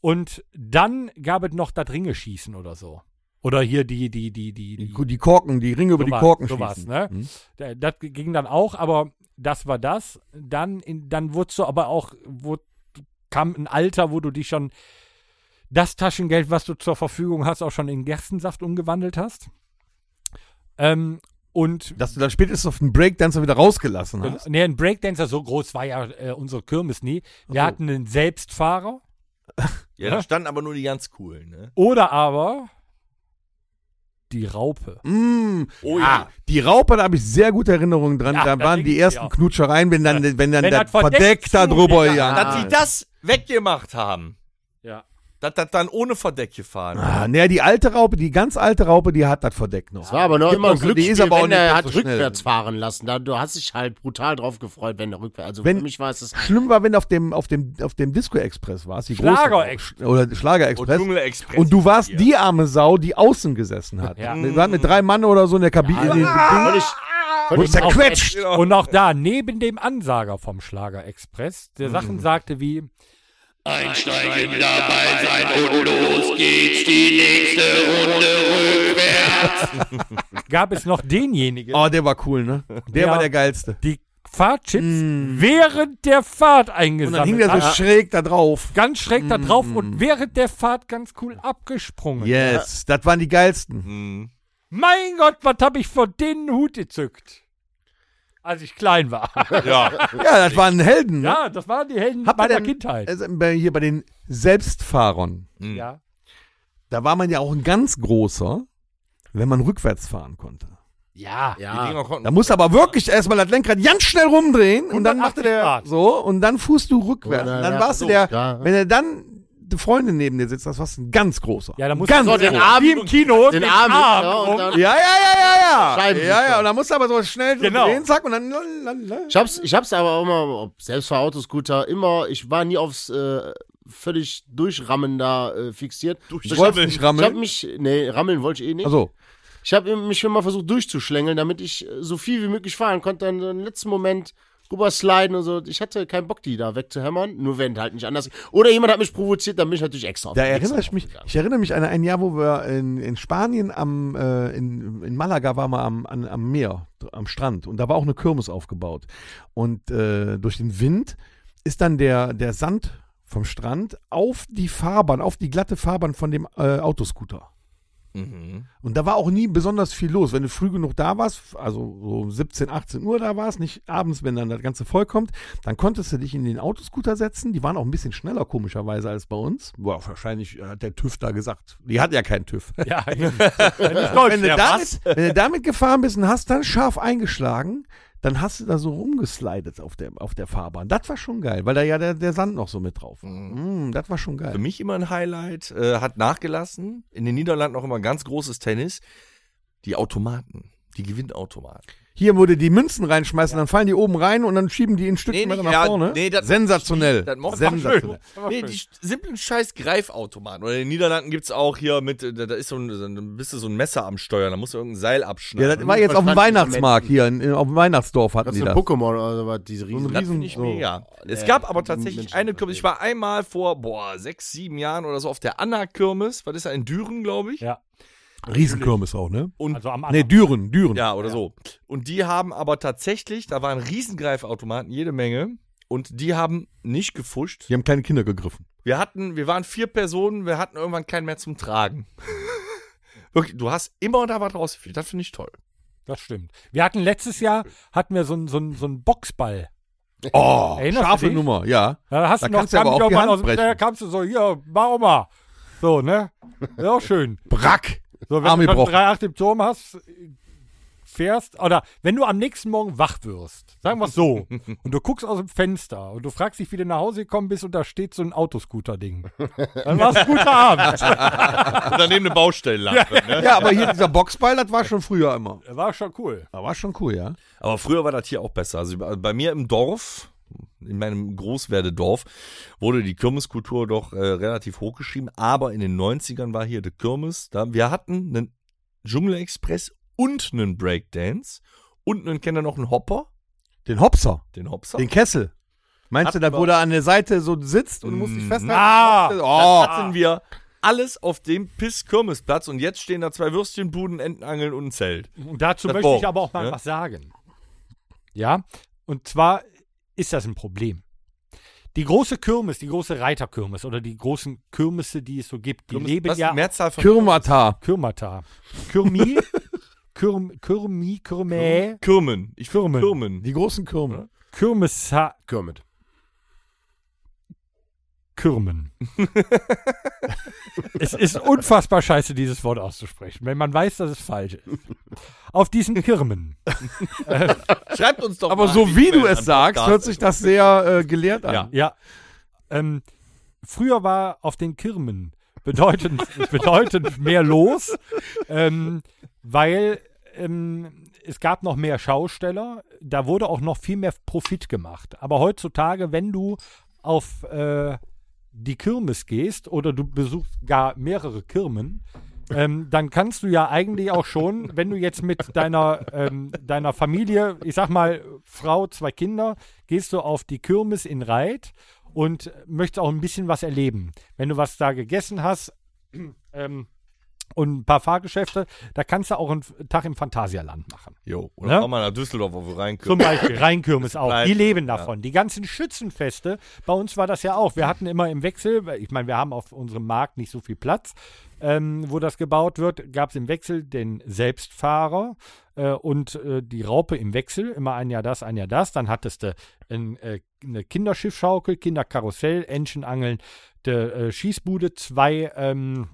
Und dann gab es noch das Ringeschießen oder so. Oder hier die, die, die, die, Die, die Korken, die Ringe über die Korken so war's, schießen. ne? Mhm. Da- Das ging dann auch, aber das war das. Dann, in, dann wurdest du aber auch, wo, kam ein Alter, wo du dich schon das Taschengeld, was du zur Verfügung hast, auch schon in Gerstensaft umgewandelt hast. Ähm, und äh, Dass du dann spätestens auf den Breakdancer wieder rausgelassen hast. nee, ein Breakdancer, so groß war ja äh, unsere Kirmes nie. Wir hatten einen Selbstfahrer Ja, da standen aber nur die ganz coolen, ne? oder aber die Raupe. Mm, Oh ah, die Raupe, da habe ich sehr gute Erinnerungen dran. Ja, da da waren denk die ich ersten auch. Knutschereien, wenn dann, wenn dann Wenn der das verdeckt Verdeck da drüber zugegangen ja. Dass sie das weggemacht haben. Ja. Dass das dann ohne Verdeck gefahren Ah, naja, die alte Raupe, die ganz alte Raupe, die hat das Verdeckt noch. Das war aber noch Gibt immer ein noch so, die Glücksspiel, ist aber auch wenn er nicht hat so schnell. rückwärts fahren lassen. Da, du hast dich halt brutal drauf gefreut, wenn er rückwärts. Also Wenn- für mich war es das. Schlimm war, wenn auf dem, auf dem, auf dem Disco Express war es. die Schlager-Ex- große- Oder Oh, Schlager-Express. Und Dschungel-Express. Und du warst Ja. die arme Sau, die außen gesessen hat. Ja. Wir waren mit drei Mann oder so in der Kabine. Völlig, Wurde völlig zerquetscht. Ja. Und auch da, neben dem Ansager vom Schlager Express, der Mhm. Sachen sagte wie, Einsteigen, dabei sein und los geht's die nächste Runde rückwärts. gab es noch denjenigen, Oh, der war cool, ne? Der Ja. war der geilste. die Fahrtchips während der Fahrt Mhm. Und dann hing eingesammelt der so hat. schräg da drauf. ganz schräg da drauf und während der Fahrt ganz cool abgesprungen. Yes, das waren die geilsten. Mhm. Hm. Mein Gott, was habe ich vor denen Hut gezückt, als ich klein war. Ja. Ja, das waren Helden. Ne? ja, das waren die Helden Habt ihr meiner denn- Kindheit. Also bei, hier bei den Selbstfahrern. ja. Da war man ja auch ein ganz großer, wenn man rückwärts fahren konnte. Ja. Die Dinger Ja, konnten. Da musst du aber wirklich erstmal das Lenkrad ganz schnell rumdrehen und dann 180 machte der Grad. so und dann fuhrst du rückwärts. Oder, Und dann ja, warst du so, der, ja. wenn er dann die Freundin neben dir sitzt, das warst du ein ganz großer. Ja, da musst ganz du so den großer. Arm- wie im Kino den Arm, ja, und dann- um Ja, ja, ja, ja, ja. Scheiben- Ja, ja, und dann musst du aber so schnell so Genau. drehen, zack, und dann. dann- dann- Ich hab's, ich hab's aber auch immer, ob selbst für Autoscooter, immer, ich war nie aufs äh, völlig Durchrammen da äh, fixiert. Du wolltest nicht Ich hab rammeln. mich, nee, rammeln wollte ich eh nicht. Also, Ich habe mich immer versucht durchzuschlängeln, damit ich äh, so viel wie möglich fahren konnte. Dann im letzten Moment rübersliden und so. Ich hatte keinen Bock, die da wegzuhämmern, nur wenn halt nicht anders. Oder jemand hat mich provoziert, dann bin ich natürlich extra auf da den erinnere Wichser ich mich, draufgegangen. ich erinnere mich an ein Jahr, wo wir in, in Spanien am, äh, in, in Malaga waren wir am, an, am Meer, am Strand und da war auch eine Kirmes aufgebaut. Und äh, durch den Wind ist dann der, der Sand vom Strand auf die Fahrbahn, auf die glatte Fahrbahn von dem äh, Autoscooter. Mhm. Und da war auch nie besonders viel los. Wenn du früh genug da warst, also so 17, 18 Uhr da warst, nicht abends, wenn dann das Ganze vollkommt, dann konntest du dich in den Autoscooter setzen. Die waren auch ein bisschen schneller, komischerweise, als bei uns. Boah, wahrscheinlich hat der TÜV da gesagt. Die hat ja keinen TÜV. Ja, eben. Deutsch, wenn, du der damit, wenn du damit gefahren bist und hast dann scharf eingeschlagen, dann hast du da so rumgeslidet auf der, auf der Fahrbahn. Das war schon geil, weil da ja der, der Sand noch so mit drauf war. Mhm. Mm, das war schon Für geil. mich immer ein Highlight, äh, hat nachgelassen. In den Niederlanden auch immer ein ganz großes Tennis. Die Automaten. Die Gewinnautomaten. Hier wurde die Münzen reinschmeißen, dann fallen die oben rein und dann schieben die in Stück Nee, weiter nicht- nach ja, vorne. nee, das- Sensationell. Das mochte Sensationell. man schön. Nee, die simplen scheiß Greifautomaten. Oder in den Niederlanden gibt's auch hier mit, äh, da da ist so ein, so ein- bist du so ein Messer am Steuer, da musst du irgendein Seil abschneiden. Ja, das war jetzt auf dem verstanden, Weihnachtsmarkt hier, in, in, auf dem Weihnachtsdorf hatten Das die ist ein das. Pokémon oder so was, diese riesen. ein Oh. Das finde ich so. mega. Es gab aber ich kann tatsächlich Menschen eine Kirmes. Ich war einmal vor, boah, sechs, sieben Jahren oder so auf der Anna-Kirmes. Was ist da in Düren, glaube ich? Ja. Riesenkirmes auch, ne? Und Also am Ne, anderen. Düren, Düren. Ja, oder so. Und die haben aber tatsächlich, da waren Riesengreifautomaten, jede Menge. Und die haben nicht gefuscht. Die haben kleine Kinder gegriffen. Wir hatten, wir waren vier Personen, wir hatten irgendwann keinen mehr zum Tragen. Wirklich, du hast immer da was rausgefiltert. Das finde ich toll. Das stimmt. Wir hatten letztes Jahr hatten wir so einen so einen- so einen Boxball. Oh, Erinnerst scharfe du dich? Nummer, ja. Da, hast Da du noch, kannst du kam aber ich auch die mal Hand aus, brechen. da kamst du so, hier, mach auch mal. So, ne? Ja, schön. Brack. So, wenn Arm du schon gebrochen. 3,8 im Turm hast, fährst, oder wenn du am nächsten Morgen wach wirst, sagen wir es so, und du guckst aus dem Fenster und du fragst dich, wie du nach Hause gekommen bist, und da steht so ein Autoscooter-Ding. Dann war's ein guter Abend. Und daneben eine Baustellenlampe. ne? Ja, aber hier dieser Boxball, das war schon früher immer. War schon cool. Das war schon cool, ja. Aber früher war das hier auch besser. Also bei bei mir im Dorf, in meinem Großwerdedorf, wurde die Kirmeskultur doch äh, relativ hochgeschrieben. Aber in den 90ern war hier die Kirmes. Da, wir hatten einen Dschungelexpress und einen Breakdance. Und einen kennt ihr noch einen Hopper, Den Hopser, den Hopser. den Kessel. Meinst du, Hatten da wir- wo du an der Seite so sitzt und musst dich Mm. festhalten? Ah. oh. hatten wir alles auf dem Piss-Kirmesplatz. Und jetzt stehen da zwei Würstchenbuden, Entenangeln und ein Zelt. Und dazu Das möchte ich Bohr, aber auch mal ne? was sagen. Ja, und zwar ist das ein Problem. Die große Kirmes, die große Reiterkirmes oder die großen Kirmesse, die es so gibt, die Kirmes- leben was, ja Mehrzahl von Kürmata. Kürmata. Kürmi, Kürm, Kürmi, Kürmä, Kirmen. Ich Kirmen. Kirmen. Die großen Kürme. Kürmessa, Kermit. Kürmen. es ist unfassbar scheiße, dieses Wort auszusprechen, wenn man weiß, dass es falsch ist. Auf diesen Kirmen. Schreibt uns doch Aber mal so eine wie du E-Mail es an sagst, Podcast. hört sich das sehr äh, gelehrt an. Ja. Ja. Ähm, früher war auf den Kirmen bedeutend, bedeutend mehr los, ähm, weil ähm, es gab noch mehr Schausteller. Da wurde auch noch viel mehr Profit gemacht. Aber heutzutage, wenn du auf äh, die Kirmes gehst oder du besuchst gar mehrere Kirmen, ähm, dann kannst du ja eigentlich auch schon, wenn du jetzt mit deiner, ähm, deiner Familie, ich sag mal, Frau, zwei Kinder, gehst du auf die Kirmes in Reit und möchtest auch ein bisschen was erleben. Wenn du was da gegessen hast ähm, und ein paar Fahrgeschäfte, da kannst du auch einen Tag im Phantasialand machen. Jo, oder Ne? fahr mal nach Düsseldorf, wo wir reinkommen. Zum Beispiel Rheinkirmes auch. bleibt, Die leben davon. Die ganzen Schützenfeste, bei uns war das ja auch. Wir hatten immer im Wechsel, weil ich meine, wir haben auf unserem Markt nicht so viel Platz, ähm, wo das gebaut wird, gab es im Wechsel den Selbstfahrer äh, und äh, die Raupe im Wechsel. Immer ein Jahr das, ein Jahr das. Dann hattest du ein, äh, eine Kinderschiffschaukel, Kinderkarussell, Entchenangeln, de, äh, Schießbude, zwei ähm,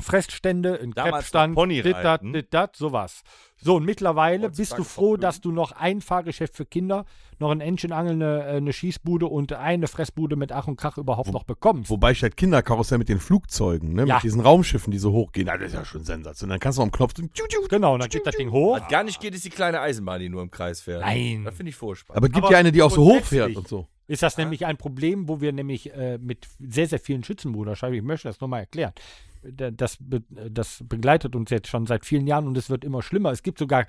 Fressstände, ein Damals noch Kreppstand, Ponyreiten. dit, dat, dit, dat, sowas. So, und mittlerweile bist du froh, dass du noch ein Fahrgeschäft für Kinder, noch ein Entchenangel, eine, äh, eine Schießbude und eine Fressbude mit Ach und Krach überhaupt noch bekommst. Wobei ich halt Kinderkarussell mit den Flugzeugen, ne, Ja. mit diesen Raumschiffen, die so hochgehen, ah, das ist ja schon sensationell. Dann kannst du am Knopf drücken. tschu, tschu. Genau, und dann geht das Ding hoch. Was gar nicht geht, ist die kleine Eisenbahn, die nur im Kreis fährt. Nein. Das finde ich furchtbar. Aber es gibt Aber ja eine, die auch so hoch fährt grundsätzlich- und so. Ist das nämlich ein Problem, wo wir nämlich äh, mit sehr, sehr vielen Schützenbruderscheiben, ich möchte das nochmal erklären, Da- das, be das begleitet uns jetzt schon seit vielen Jahren und es wird immer schlimmer. Es gibt sogar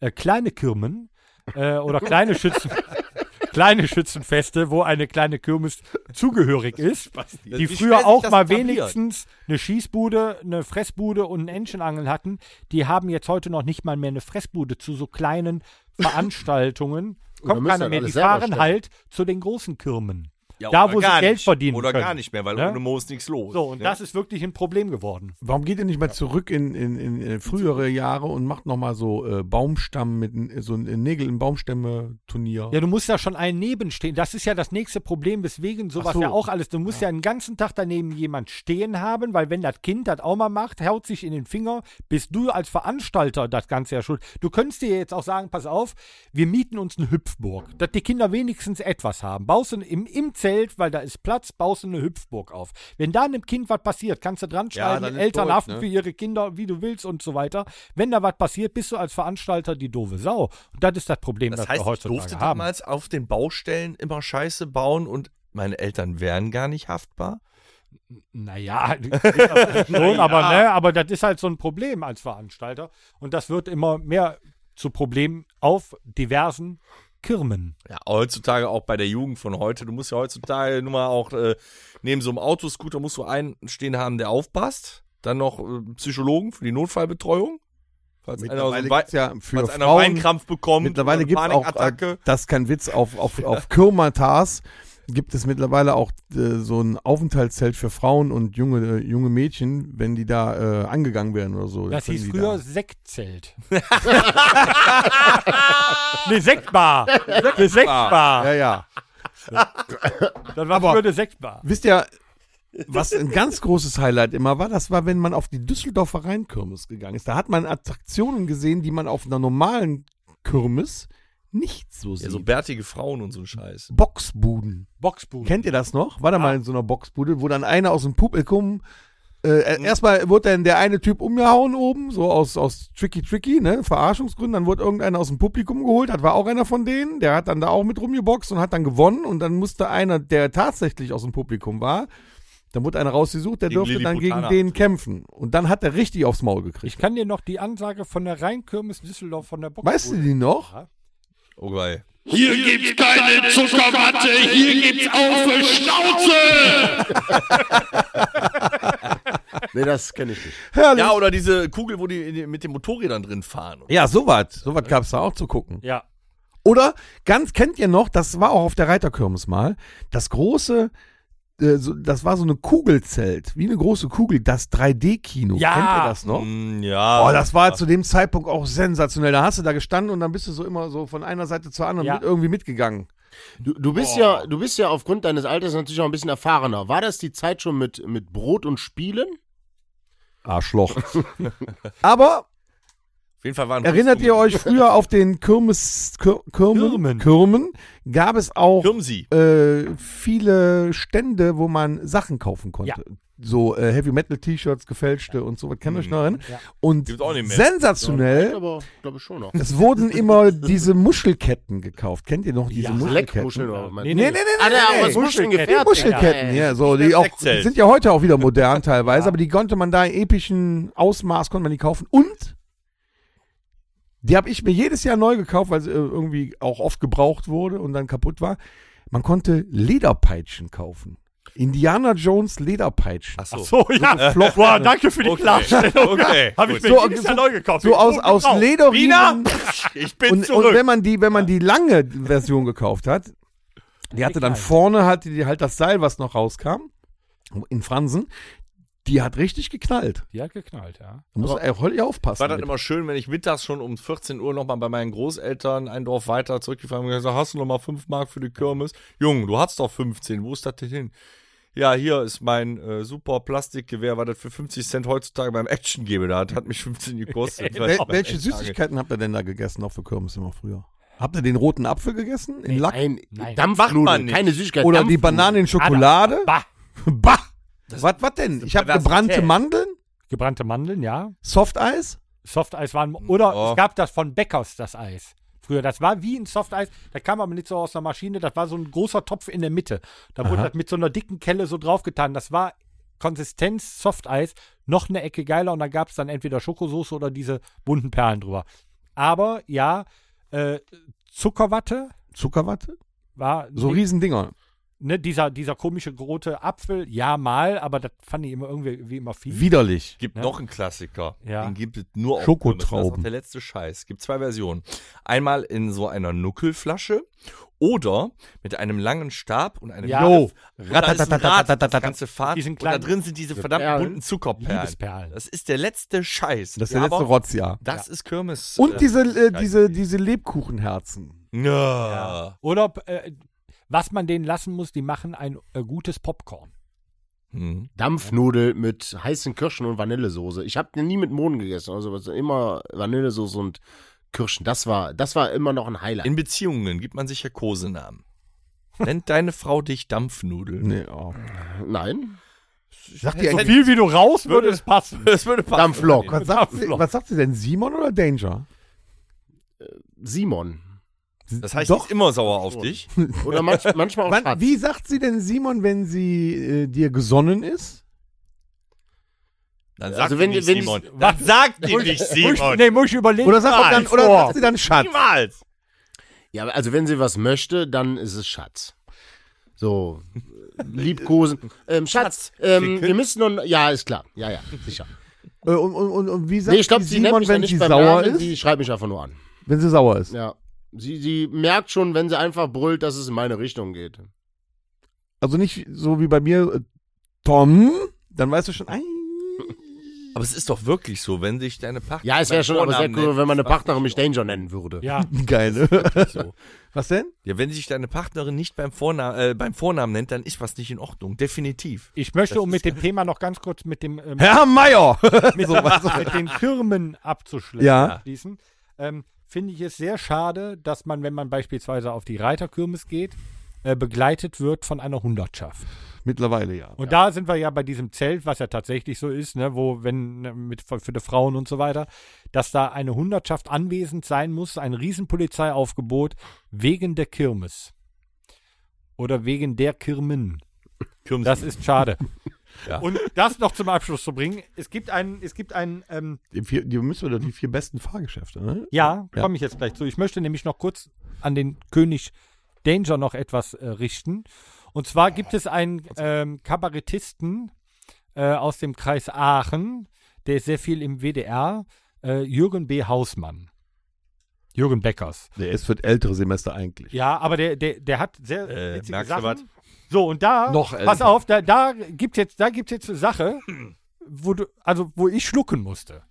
äh, kleine Kirmen äh, oder kleine Schützen. Kleine Schützenfeste, wo eine kleine Kirmes zugehörig ist, die Wie schwer früher sich auch das mal etabliert. wenigstens eine Schießbude, eine Fressbude und einen Entchenangel hatten, die haben jetzt heute noch nicht mal mehr eine Fressbude zu so kleinen Veranstaltungen. Da Kommt müssen keiner dann mehr, alle die selber fahren stellen. halt zu den großen Kirmen. Ja, da, oder wo sie gar Geld nicht. verdienen Oder können. gar nicht mehr, weil Ne? ohne Moos nichts los. So, und ne? das ist wirklich ein Problem geworden. Warum geht ihr nicht mal zurück in, in, in, äh, frühere Jahre und macht nochmal so äh, Baumstamm mit n- so ein äh, Nägel in Baumstämme-Turnier? Ja, du musst da schon einen nebenstehen. Das ist ja das nächste Problem, weswegen sowas Ach so. ja auch alles. Du musst ja. einen ganzen Tag daneben jemand stehen haben, weil wenn das Kind das auch mal macht, haut sich in den Finger, bist du als Veranstalter das Ganze ja schuld. Du könntest dir jetzt auch sagen, pass auf, wir mieten uns eine Hüpfburg, dass die Kinder wenigstens etwas haben. Baust du im, im Zelt, weil da ist Platz, baust du eine Hüpfburg auf. Wenn da einem Kind was passiert, kannst du dran schreiben, dann ist Eltern durch, haften ne? für ihre Kinder, wie du willst und so weiter. Wenn da was passiert, bist du als Veranstalter die doofe Sau. Und das ist das Problem, das das, heißt, wir ich durfte heutzutage haben. damals auf den Baustellen immer Scheiße bauen und meine Eltern wären gar nicht haftbar. Naja, schon, aber, ne, aber das ist halt so ein Problem als Veranstalter. Und das wird immer mehr zu Problemen auf diversen Kirmen. Ja, heutzutage auch bei der Jugend von heute. Du musst ja heutzutage nun mal auch äh, neben so einem Autoscooter musst du einen stehen haben, der aufpasst. Dann noch äh, Psychologen für die Notfallbetreuung. Falls einer aus Mittlerweile dem gibt's Wei- ja für falls einer Frauen, Weinkrampf bekommt, mittlerweile äh, eine gibt es auch, äh, Panikattacke. das ist kein Witz, auf, auf, auf Kürmatas gibt es mittlerweile auch äh, so ein Aufenthaltszelt für Frauen und junge, äh, junge Mädchen, wenn die da äh, angegangen werden oder so. Das Dann hieß können die früher Sektzelt. nee, Sektbar. Eine Da. Sektbar. Ja, ja. Das war früher eine Sektbar. Wisst ihr, was ein ganz großes Highlight immer war, das war, wenn man auf die Düsseldorfer Rheinkirmes gegangen ist. Da hat man Attraktionen gesehen, die man auf einer normalen Kirmes nicht so sieht. Ja, so bärtige Frauen und so ein Scheiß. Boxbuden. Boxbude. Kennt ihr das noch? War da mal in so einer Boxbude, wo dann einer aus dem Publikum. Äh, Erstmal wurde dann der eine Typ umgehauen oben, so aus, aus Tricky Tricky, ne, Verarschungsgründen. Dann wurde irgendeiner aus dem Publikum geholt, das war auch einer von denen, der hat dann da auch mit rumgeboxt und hat dann gewonnen. Und dann musste einer, der tatsächlich aus dem Publikum war, dann wurde einer rausgesucht, der Gegen durfte dann gegen Lilliputana. den kämpfen. Und dann hat er richtig aufs Maul Ich gekriegt. kann dir noch die Ansage von der Rheinkirmes Düsseldorf von der Boxbude. Weißt du die noch? Oh geil. Hier gibt's keine Zuckerwatte, hier gibt's auf die Schnauze! Nee, das kenne ich nicht. Herrlich. Ja, oder diese Kugel, wo die in die mit den Motorrädern drin fahren. Ja, sowas. Sowas gab's da auch zu gucken. Ja. Oder ganz kennt ihr noch, das war auch auf der Reiterkirmes mal, das große, äh, so, das war so eine Kugelzelt, wie eine große Kugel, das 3D-Kino. Ja. Mhm. Kennt ihr das noch? Mm, ja. Oh, das war zu dem Zeitpunkt auch sensationell. Da hast du da gestanden und dann bist du so immer so von einer Seite zur anderen Ja. mit, irgendwie mitgegangen. Du, du, bist ja, du bist ja aufgrund deines Alters natürlich auch ein bisschen erfahrener. War das die Zeit schon mit, mit Brot und Spielen? Arschloch. Aber Auf jeden Fall waren erinnert ihr euch früher auf den Kirmes, Kir Kirmen, Kirmen. Kirmen gab es auch Hirmsi. äh, viele Stände, wo man Sachen kaufen konnte. So äh, Heavy Metal T-Shirts, gefälschte und so, was kennt ihr euch noch erinnern? Und Gibt's auch nicht mehr. sensationell, Aber glaube ich schon noch. es wurden immer diese Muschelketten gekauft. Kennt ihr noch diese Muschelketten? Leckmuscheln oder was meinst Nee, du? nee. Nee, nee, nee, Ah, nee. da haben nee. wir's Muscheln Muschelketten. gefährdet. Muschelketten, ja, so, die auch, die Sexzelt. sind ja heute auch wieder modern teilweise, aber die konnte man da in epischen Ausmaß, konnte man die kaufen. Und die habe ich mir jedes Jahr neu gekauft, weil sie äh, irgendwie auch oft gebraucht wurde und dann kaputt war. Man konnte Lederpeitschen kaufen. Indiana Jones Lederpeitschen. Achso. So, ja. Boah, danke für die Klarstellung. Okay. Habe ich Gut. mir So, jedes so- Jahr neu gekauft. So aus, aus Lederriemen. ich bin Und, und wenn man die, wenn man die lange Version gekauft hat, die hatte dann vorne hatte die halt das Seil, was noch rauskam, in Fransen, die hat richtig geknallt. Die hat geknallt, ja. Da muss man auch höllisch aufpassen. war dann mit. immer schön, wenn ich mittags schon um 14 Uhr nochmal bei meinen Großeltern ein Dorf weiter zurückgefahren bin und gesagt, hast du nochmal 5 Mark für die Kirmes? Junge, du hast doch 15, wo ist das denn hin? Ja, hier ist mein äh, super Plastikgewehr, was das für 50 Cent heutzutage beim Action gebe. Da hat, hat mich 15 gekostet. Ich weiß Wel nicht, welche ey, Tage. Süßigkeiten habt ihr denn da gegessen, auch für Kürbis immer früher? Habt ihr den roten Apfel gegessen? In Lack? Nein, Nein. Macht man Dampfnudeln, nicht. keine Süßigkeit. Oder die Dampfnudeln. Banane Ah, in Schokolade? Bah. Bah! Was, was denn? Ich habe Perversität. gebrannte Mandeln, Gebrannte Mandeln, ja. Softeis. Softeis waren. Oder Ja. es gab das von Beckers, das Eis. Früher, das war wie ein Softeis, da kam aber nicht so aus einer Maschine, das war so ein großer Topf in der Mitte. Da wurde das mit so einer dicken Kelle so draufgetan. Das war Konsistenz Softeis, noch eine Ecke geiler und da gab es dann entweder Schokosoße oder diese bunten Perlen drüber. Aber ja, äh, Zuckerwatte Zuckerwatte? war So nicht- Riesendinger. ne, dieser, dieser komische rote Apfel, ja mal, aber das fand ich immer irgendwie wie immer viel. Widerlich. Gibt noch einen Klassiker. Ja. Den gibt es nur auf Schokotrauben. Kirmes. Das ist auch der letzte Scheiß. Gibt zwei Versionen. Einmal in so einer Nuckelflasche oder mit einem langen Stab und einem Ja. Jo. Jo. Und da ist ein Rad, das ganze Fahrrad. Diesen Und da kleinen- drin sind diese verdammt Perlen. bunten Zuckerperlen. Liebesperlen. Das ist der letzte Scheiß. Das ist der Ja, letzte aber Rotzjahr. Das ist Kirmes. Und diese, äh, ja, diese, diese Lebkuchenherzen. Ja. Oder äh, was man denen lassen muss, die machen ein äh, gutes Popcorn. Hm. Dampfnudel mit heißen Kirschen und Vanillesoße. Ich habe nie mit Mohn gegessen, also was- immer Vanillesoße und Kirschen. Das war, das war immer noch ein Highlight. In Beziehungen gibt man sich ja Kosenamen. Nennt deine Frau dich Dampfnudel. Nee, oh. Nein, Sagt ihr eigentlich, viel wie du raus, würde es passen. Das würde passen. Dampflok. was, sagt sie, was sagt sie denn? Simon oder Danger? Simon. Das heißt, Doch. Doch. immer sauer auf dich. Oder manch, Oh, manchmal auch Wann, Schatz. wie sagt sie denn Simon, wenn sie äh, dir gesonnen ist? Dann Also wenn die nicht die- wenn die- Simon. Dann sagt die nicht Simon. Nee, muss ich überlegen. Oder sagt, dann, oder sagt vor. sie dann Schatz? Niemals. Ja, also wenn sie was möchte, dann ist es Schatz. So, äh, Liebkosen. Ähm, Schatz, ähm, wir müssen nun, ja, ist klar. Ja, ja, sicher. Äh, Und, und, und, und wie sagt Nee, ich glaube, sie sie nennt Simon, mich dann wenn sie nicht beim sauer Namen, ist? die schreibt mich einfach nur an. wenn sie sauer ist. Ja. Sie, sie merkt schon, wenn sie einfach brüllt, dass es in meine Richtung geht. Also nicht so wie bei mir, äh, Tom, dann weißt du schon, ei, Aber es ist doch wirklich so, wenn sich deine Partnerin. Ja, es wäre schon aber sehr Vornamen cool, nennt. wenn meine Partnerin mich Danger nennen würde. Ja, geil. ne? So. Was denn? Ja, wenn sich deine Partnerin nicht beim Vornamen, äh, beim Vornamen nennt, dann ist was nicht in Ordnung. Definitiv. ich möchte, um mit dem Thema noch ganz kurz mit dem ähm, Herr Meier! mit, mit den Firmen abzuschließen. Ja. Ähm, Finde ich es sehr schade, dass man, wenn man beispielsweise auf die Reiterkirmes geht, äh, begleitet wird von einer Hundertschaft. Mittlerweile ja. Und da sind wir ja bei diesem Zelt, was ja tatsächlich so ist, ne, wo, wenn, ne, mit, für für die Frauen und so weiter, dass da eine Hundertschaft anwesend sein muss, ein Riesenpolizeiaufgebot wegen der Kirmes. Oder wegen der Kirmen. Kirmes- Das ist schade. Und das noch zum Abschluss zu bringen. Es gibt einen, es gibt einen, ähm, Die, vier, die müssen wir doch die vier besten Fahrgeschäfte, ne? ja, Ja. komme ich jetzt gleich zu. Ich möchte nämlich noch kurz an den König Danger noch etwas äh, richten. Und zwar gibt es einen ähm, Kabarettisten äh, aus dem Kreis Aachen, der ist sehr viel im WDR, äh, Jürgen B. Hausmann. Jürgen Beckers. Der ist für das ältere Semester eigentlich. Ja, aber der, der, der hat sehr Äh, witzige merkst du Sachen. was? So, und da, Noch äh, pass älter. auf, da, da gibt jetzt, da gibt's jetzt eine Sache, wo du, also wo ich schlucken musste.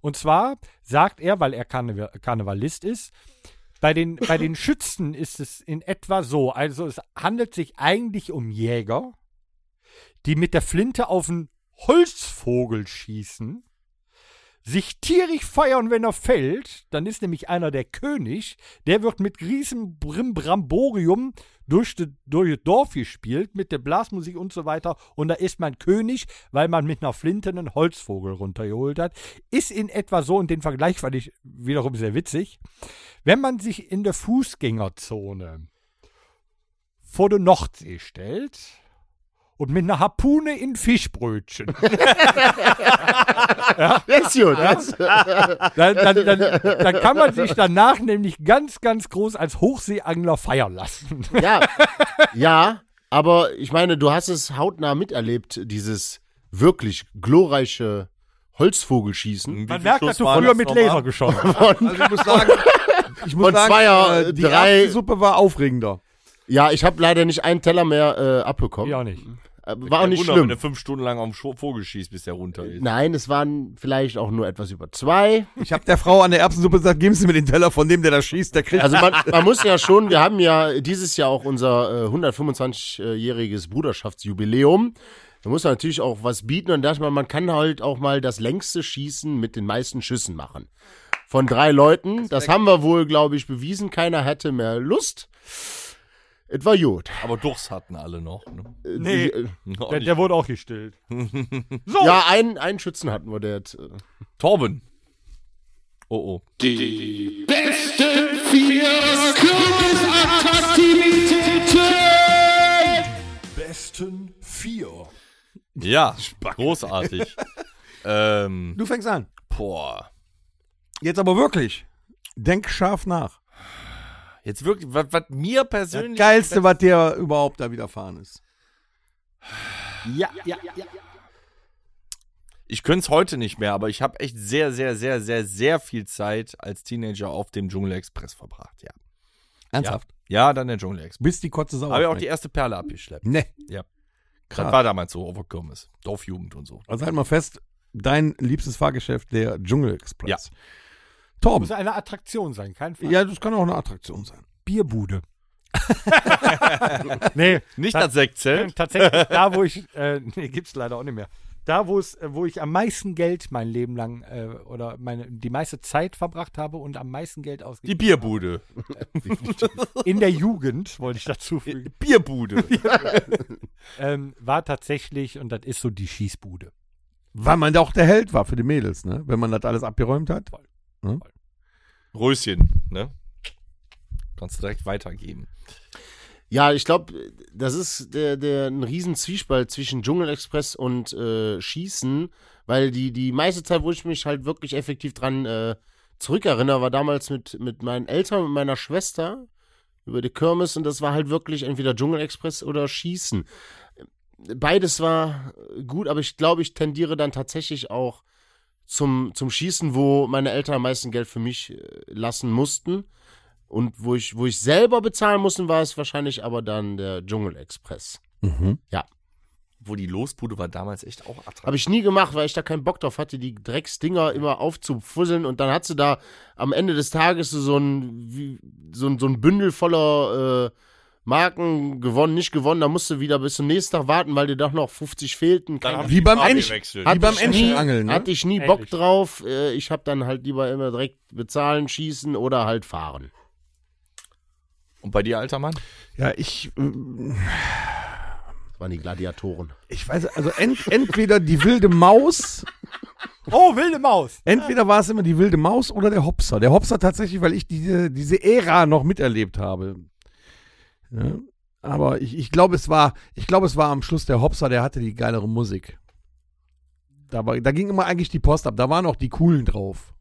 Und zwar sagt er, weil er Karne Karnevalist ist, bei den, bei den Schützen ist es in etwa so. Also es handelt sich eigentlich um Jäger, die mit der Flinte auf einen Holzvogel schießen, sich tierisch feiern, wenn er fällt. Dann ist nämlich einer der König, der wird mit riesen Brimbramborium durch, de, durch das Dorf gespielt, mit der Blasmusik und so weiter. Und da ist man König, weil man mit einer Flinte einen Holzvogel runtergeholt hat. Ist in etwa so, und den Vergleich fand ich wiederum sehr witzig. Wenn man sich in der Fußgängerzone vor der Nordsee stellt und mit einer Harpune in Fischbrötchen, Das ist gut. Das, dann, dann, dann, dann kann man sich danach nämlich ganz, ganz groß als Hochseeangler feiern lassen. ja. ja, aber ich meine, du hast es hautnah miterlebt, dieses wirklich glorreiche Holzvogelschießen. Man merkt, dass du früher mit Laser geschossen hast. Also ich muss sagen, ich muss Von sagen, äh, zweier, die drei- erste Suppe war aufregender. Ja, ich habe leider nicht einen Teller mehr äh, abbekommen. Ich auch nicht. Äh, War auch nicht Wunder, Wenn schlimm. du fünf Stunden lang auf den Scho- Vogel schießt, bis der runter ist. Nein, es waren vielleicht auch nur etwas über zwei. Ich habe der Frau an der Erbsensuppe gesagt, geben Sie mir den Teller von dem, der da schießt, der kriegt. Also man, man muss ja schon, wir haben ja dieses Jahr auch unser äh, 125-jähriges Bruderschaftsjubiläum. Da muss man natürlich auch was bieten und da dachte man, man kann halt auch mal das längste Schießen mit den meisten Schüssen machen. Von drei Leuten. Das haben wir wohl, glaube ich, bewiesen. Keiner hatte mehr Lust. Es war gut. Aber Durchs hatten alle noch. Ne? Äh, Nee. die- äh, Der, der wurde auch gestillt. Ja, einen, einen Schützen hatten wir, der hat, äh, Torben. Oh, oh. Die besten vier Kirmesattraktivitäten. Besten vier. Ja, großartig. ähm, du fängst an. boah. Jetzt aber wirklich. Denk scharf nach. Jetzt wirklich, was, was mir Das persönlich. Geilste, was dir überhaupt da widerfahren ist. Ja, ja, ja. Ich könnte es heute nicht mehr, aber ich habe echt sehr, sehr, sehr, sehr, sehr viel Zeit als Teenager auf dem Dschungelexpress verbracht. Ja, Ernsthaft. ja dann der Dschungelexpress. Bis die Kotze sauer Habe ich auch schmeckt. die erste Perle abgeschleppt. Nee. Ja. Krass. Das war damals so, auf Kirmes. Dorfjugend und so. Also halt mal fest, dein liebstes Fahrgeschäft, der Dschungelexpress. Ja. Torben. Muss eine Attraktion sein, kein Fall. Ja, das kann auch eine Attraktion sein. Bierbude. nee, Nicht das Sektzelt. tatsächlich da, wo ich, äh, nee, gibt's leider auch nicht mehr. Da, wo es, äh, wo ich am meisten Geld mein Leben lang äh, oder meine, die meiste Zeit verbracht habe und am meisten Geld Die ausgegeben Bierbude. in der Jugend, wollte ich dazu fügen, Bierbude. ähm, war tatsächlich, und das ist so die Schießbude. Weil man da auch der Held war für die Mädels, ne? Wenn man das alles abgeräumt hat. Röschen, ne? Kannst direkt weitergeben. Ja, ich glaube, das ist der, der ein riesen Zwiespalt zwischen Dschungelexpress und äh, Schießen, weil die, die meiste Zeit, wo ich mich halt wirklich effektiv dran äh, zurückerinnere, war damals mit, mit meinen Eltern und meiner Schwester über die Kirmes und das war halt wirklich entweder Dschungelexpress oder Schießen. Beides war gut, aber ich glaube, ich tendiere dann tatsächlich auch zum, zum Schießen, wo meine Eltern am meisten Geld für mich äh, lassen mussten Und wo ich, wo ich selber bezahlen musste, war es wahrscheinlich aber dann der Dschungelexpress. Wo die Losbude war damals echt auch attraktiv. Habe ich nie gemacht, weil ich da keinen Bock drauf hatte, die Drecksdinger immer aufzufusseln und dann hattest du da am Ende des Tages so ein, wie, so ein, so ein Bündel voller äh, Marken gewonnen, nicht gewonnen, da musst du wieder bis zum nächsten Tag warten, weil dir doch noch 50 fehlten. Keine Wie beim Einsch- Einstieg. Hatte beim ich Entenangeln, nie- ne? Hatte ich nie Bock drauf. Äh, Ich habe dann halt lieber immer direkt bezahlen, schießen oder halt fahren. Und bei dir, alter Mann? Ja, ich, ähm, Das waren die Gladiatoren. ich weiß, also ent, entweder die wilde Maus, Oh, wilde Maus. entweder war es immer die wilde Maus oder der Hopser. Der Hopser tatsächlich, weil ich diese, diese Ära noch miterlebt habe. Ja, aber ich, ich glaube, es war, ich glaube, es war am Schluss der Hopser, der hatte die geilere Musik. Da, war, da ging immer eigentlich die Post ab, da waren auch die coolen drauf.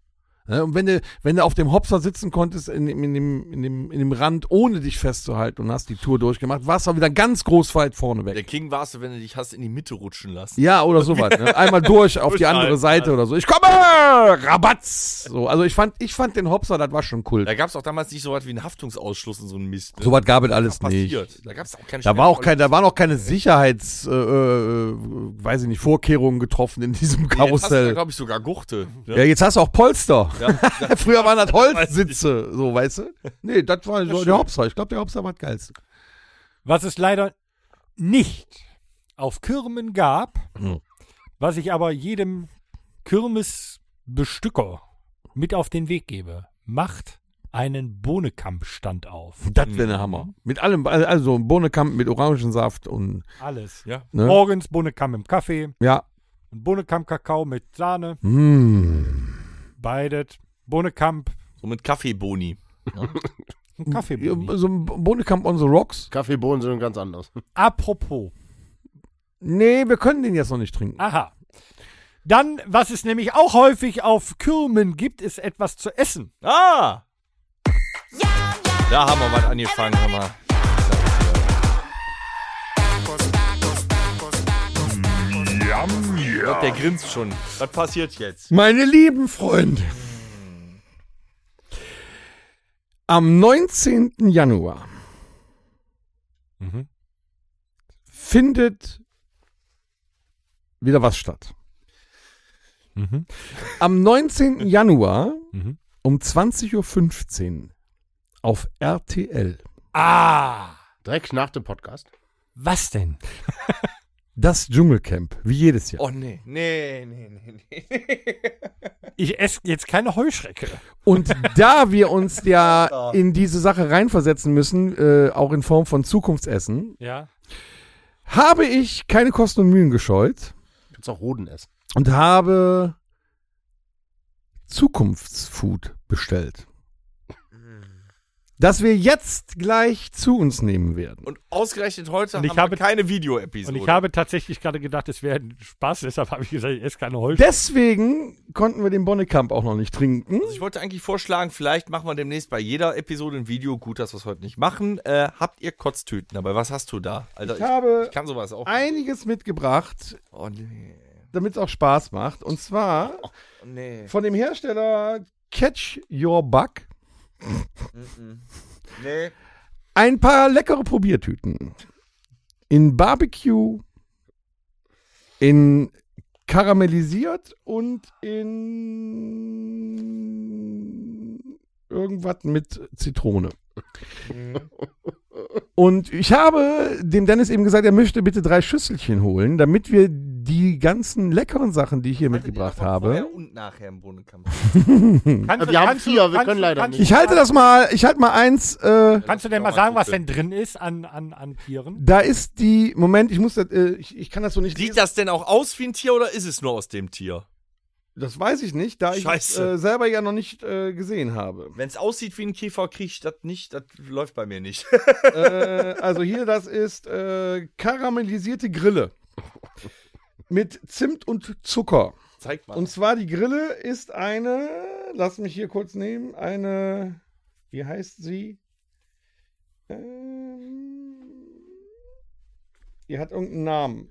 Ja, und wenn du, wenn du auf dem Hopser sitzen konntest, in, dem- in, dem, in, dem, in dem Rand, ohne dich festzuhalten und hast die Tour durchgemacht, warst du wieder ganz groß weit vorne weg. Der King warst du, wenn du dich hast in die Mitte rutschen lassen. Ja, oder sowas. Ne? Einmal durch auf die andere Durchhalten, Seite oder so. Ich komme! Rabatz! So, also ich fand, ich fand den Hopser, das war schon Da cool. gab es auch damals nicht so was wie einen Haftungsausschluss und so einen Mist. ne? Sowas gab es alles nicht. passiert. Da gab es auch keine Da war auch kein, da waren auch keine Sicherheits, äh, äh, weiß ich nicht, Vorkehrungen getroffen in diesem Da Karussell. glaube ich sogar Gurte. ne? Ja, jetzt hast du auch Polster. Ja. Früher waren das Holzsitze, so, weißt du? Nee, das war so der Hopser. Ich glaube, der Hopser war das geilste. Was es leider nicht auf Kirmen gab, was ich aber jedem Kirmesbestücker mit auf den Weg gebe, macht einen Bohnenkampfstand auf. Das Hm. wäre der Hammer. Mit allem, also ein Bohnenkamp mit Orangensaft und, Alles. Ja. Ne? Morgens Bohnenkamm im Kaffee, ja. ein Bohnenkamm-Kakao mit Sahne, Mm. beidet. Bohnenkamm, So mit Kaffeeboni. ein Kaffee. So ein Bohnenkamp on the rocks. Kaffeebohnen sind ganz anders. Apropos, Nee, wir können den jetzt noch nicht trinken. aha. Dann, was es nämlich auch häufig auf Kirmen gibt, ist etwas zu essen. Ah! Da haben wir was angefangen, haben wir. Yum, yum. Der grinst schon. Was passiert jetzt? Meine lieben Freunde, am 19. Januar Mhm. findet wieder was statt. Mhm. Am 19. Januar Mhm. um 20.15 Uhr auf RTL Ah, Direkt nach dem Podcast. was denn? das Dschungelcamp, wie jedes Jahr. Oh nee. Nee, nee, nee, nee. Ich esse jetzt keine Heuschrecke. Und da wir uns ja in diese Sache reinversetzen müssen, äh, auch in Form von Zukunftsessen, Ja. habe ich keine Kosten und Mühen gescheut Kannst auch Hoden essen. und habe Zukunftsfood bestellt. Das wir jetzt gleich zu uns nehmen werden. Und ausgerechnet heute Und ich haben wir habe- keine Videoepisode. Und ich habe tatsächlich gerade gedacht, es wäre ein Spaß, deshalb habe ich gesagt, ich esse keine Heuschrecke. Deswegen konnten wir den Bonnekamp auch noch nicht trinken. Also ich wollte eigentlich vorschlagen, vielleicht machen wir demnächst bei jeder Episode ein Video. Gut, dass wir es heute nicht machen. Äh, habt ihr Kotztüten dabei? Was hast du da? Alter, Ich habe ich kann sowas auch. einiges mitgebracht, Oh nee. damit es auch Spaß macht. Und zwar Oh, Nee. von dem Hersteller Catch Your Bug Nee. ein paar leckere Probiertüten. In Barbecue, in karamellisiert und in irgendwas mit Zitrone. Und ich habe dem Dennis eben gesagt, er möchte bitte drei Schüsselchen holen, damit wir die ganzen leckeren Sachen, die ich hier mitgebracht habe. Und nachher im Bohnenkampf. Kannst, Wir haben vier, wir können leider nicht. Ich halte das mal, ich halte mal eins. Äh, Kannst Also du denn mal sagen, was denn drin ist an, an, an Tieren? da ist die, Moment, ich muss das, äh, ich, ich kann das so nicht Sieht das denn auch aus wie ein Tier oder ist es nur aus dem Tier? Das weiß ich nicht, da ich es Scheiße. äh, selber ja noch nicht äh, gesehen habe. Wenn es aussieht wie ein Käfer, kriege ich das nicht. Das läuft bei mir nicht. äh, also hier, das ist äh, karamellisierte Grille. Mit Zimt und Zucker. Zeig mal. Und zwar die Grille ist eine, lass mich hier kurz nehmen, eine, wie heißt sie? Ähm, die hat irgendeinen Namen.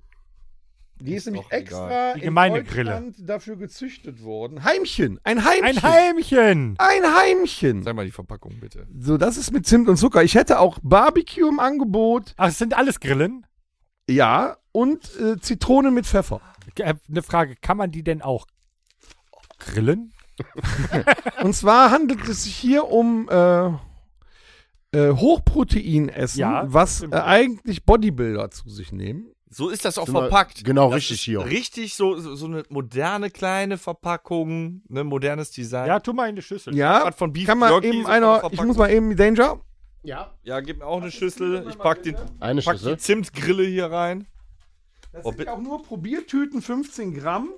Die ist, nämlich doch extra Die in gemeine Grille. Deutschland dafür gezüchtet worden. Heimchen, ein Heimchen. Ein Heimchen! Ein Heimchen. Sag mal die Verpackung bitte. So, das ist mit Zimt und Zucker. Ich hätte auch Barbecue im Angebot. Ach, es sind alles Grillen? Ja, und äh, Zitrone mit Pfeffer. Äh, Eine Frage, kann man die denn auch grillen? Und zwar handelt es sich hier um äh, äh, Hochproteinessen, Ja, was äh, stimmt. eigentlich Bodybuilder zu sich nehmen. So ist das auch Sind wir- verpackt. genau, das richtig ist hier. Richtig so, so so eine moderne kleine Verpackung, ne modernes Design. Ja, tu mal in die Schüssel. Ja, Grad von Beef kann man Jerky eben so einer, von der ich muss mal eben Danger. Ja. Ja, gib mir auch eine Schüssel. Ich pack, den, Eine pack die Schüssel. Zimtgrille hier rein. Das Oh, sind bitte. auch nur Probiertüten, 15 Gramm.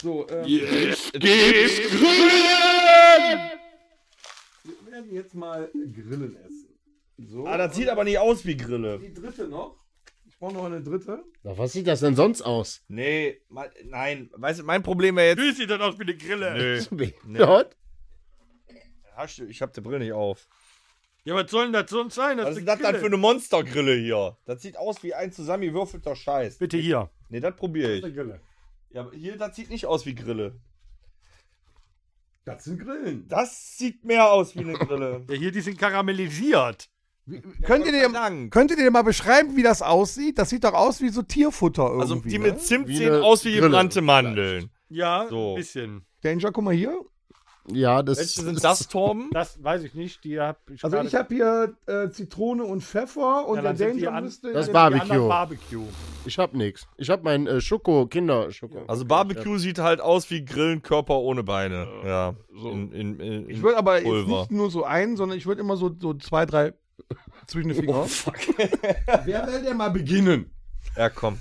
so, ähm, äh, Jetzt gibt's Grillen! wir werden jetzt mal Grillen essen. So, Ah, das sieht aber nicht aus wie Grille. die dritte noch. Ich brauche noch eine dritte. Na, was sieht das denn sonst aus? Nee, mein, nein. Weißt du, mein Problem wäre jetzt. Wie sieht das aus wie eine Grille? Nö. Ja. Hast du, ich hab die Brille nicht auf. Ja, was soll denn das sonst sein? Das Was ist das denn für eine Monstergrille hier? Das sieht aus wie ein zusammengewürfelter Scheiß. Bitte hier. Nee, das probiere ich. Grille. Ja, aber hier, das sieht nicht aus wie Grille. Das sind Grillen. Das sieht mehr aus wie eine Grille. Ja, hier, die sind karamellisiert. Könntet ihr, Dank. könntet ihr mal beschreiben, wie das aussieht? Das sieht doch aus wie so Tierfutter irgendwie. Also die ne? mit Zimt Wie sehen eine aus wie Grille gebrannte Mandeln. Ja, So. ein bisschen. Danger, guck mal hier. Ja, das Welche sind das, Torben? Das weiß ich nicht. Die hab ich Also gerade- ich habe hier äh, Zitrone und Pfeffer und Ja, der dann sind die Danger an- müsste... Das Die war- Barbecue. anderen Barbecue. Ich hab nix. Ich hab mein äh, Schoko, Kinder-Schoko. Also Barbecue sieht halt aus wie Grillen, Körper ohne Beine. Ja. In, in, in, ich würde aber jetzt Pulver. nicht nur so einen, sondern ich würde immer so, so zwei, drei zwischen den Fingern. Wer will denn mal beginnen? ja, komm.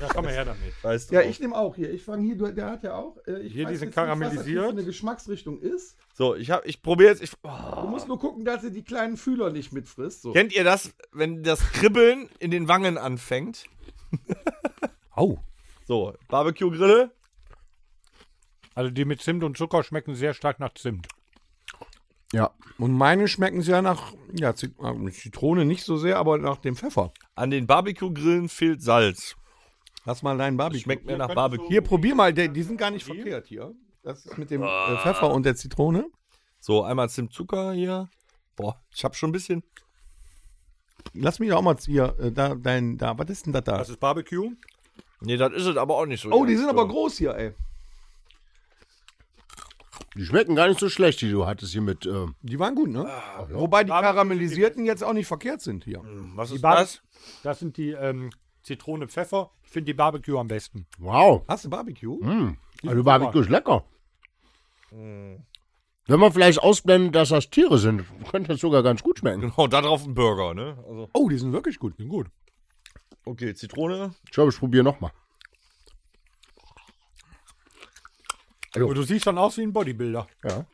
Ja, komm mal her damit. Weißt du. Ja, ich nehme auch hier. Ich fange hier, du- der hat ja auch. äh, Ich Hier, die weiß sind jetzt nicht, was das hier karamellisiert. für eine Geschmacksrichtung ist. So, ich, hab- ich probiere jetzt. Ich, Ah. Du musst nur gucken, dass er die kleinen Fühler nicht mitfrisst. So. Kennt ihr das, wenn das Kribbeln in den Wangen anfängt? Au. So, Barbecue-Grille. Also die mit Zimt und Zucker schmecken sehr stark nach Zimt. Ja. Und meine schmecken ja nach ja, Zit- äh, Zitrone nicht so sehr, aber nach dem Pfeffer. An den Barbecue-Grillen fehlt Salz. Lass mal deinen Barbecue. Schmeckt mir nach Barbecue. Hier, probier mal. Der, die sind gar nicht verkehrt hier. Das ist mit dem äh, Pfeffer und der Zitrone. So, einmal Zimtzucker hier. Boah, ich hab schon ein bisschen. Lass mich auch mal hier, äh, da, dein, da, was ist denn das da? Das ist Barbecue. Nee, das ist es aber auch nicht so. oh, die sind aber groß. groß hier, ey. Die schmecken gar nicht so schlecht, die du hattest hier mit. Äh, Die waren gut, ne? Ah, Wobei die karamellisierten jetzt auch nicht verkehrt sind hier. Was ist Bar- das? Das sind die ähm, Zitrone, Pfeffer. Ich finde die Barbecue am besten. wow. Hast du Barbecue? Mhm. Also Barbecue ist lecker. Mm. Wenn man vielleicht ausblendet, dass das Tiere sind, könnte das sogar ganz gut schmecken. Genau, da drauf ein Burger, ne? Also, Oh, die sind wirklich gut. Sind gut. okay, Zitrone. Ich glaube, ich probiere nochmal. Aber du siehst schon aus wie ein Bodybuilder. Ja.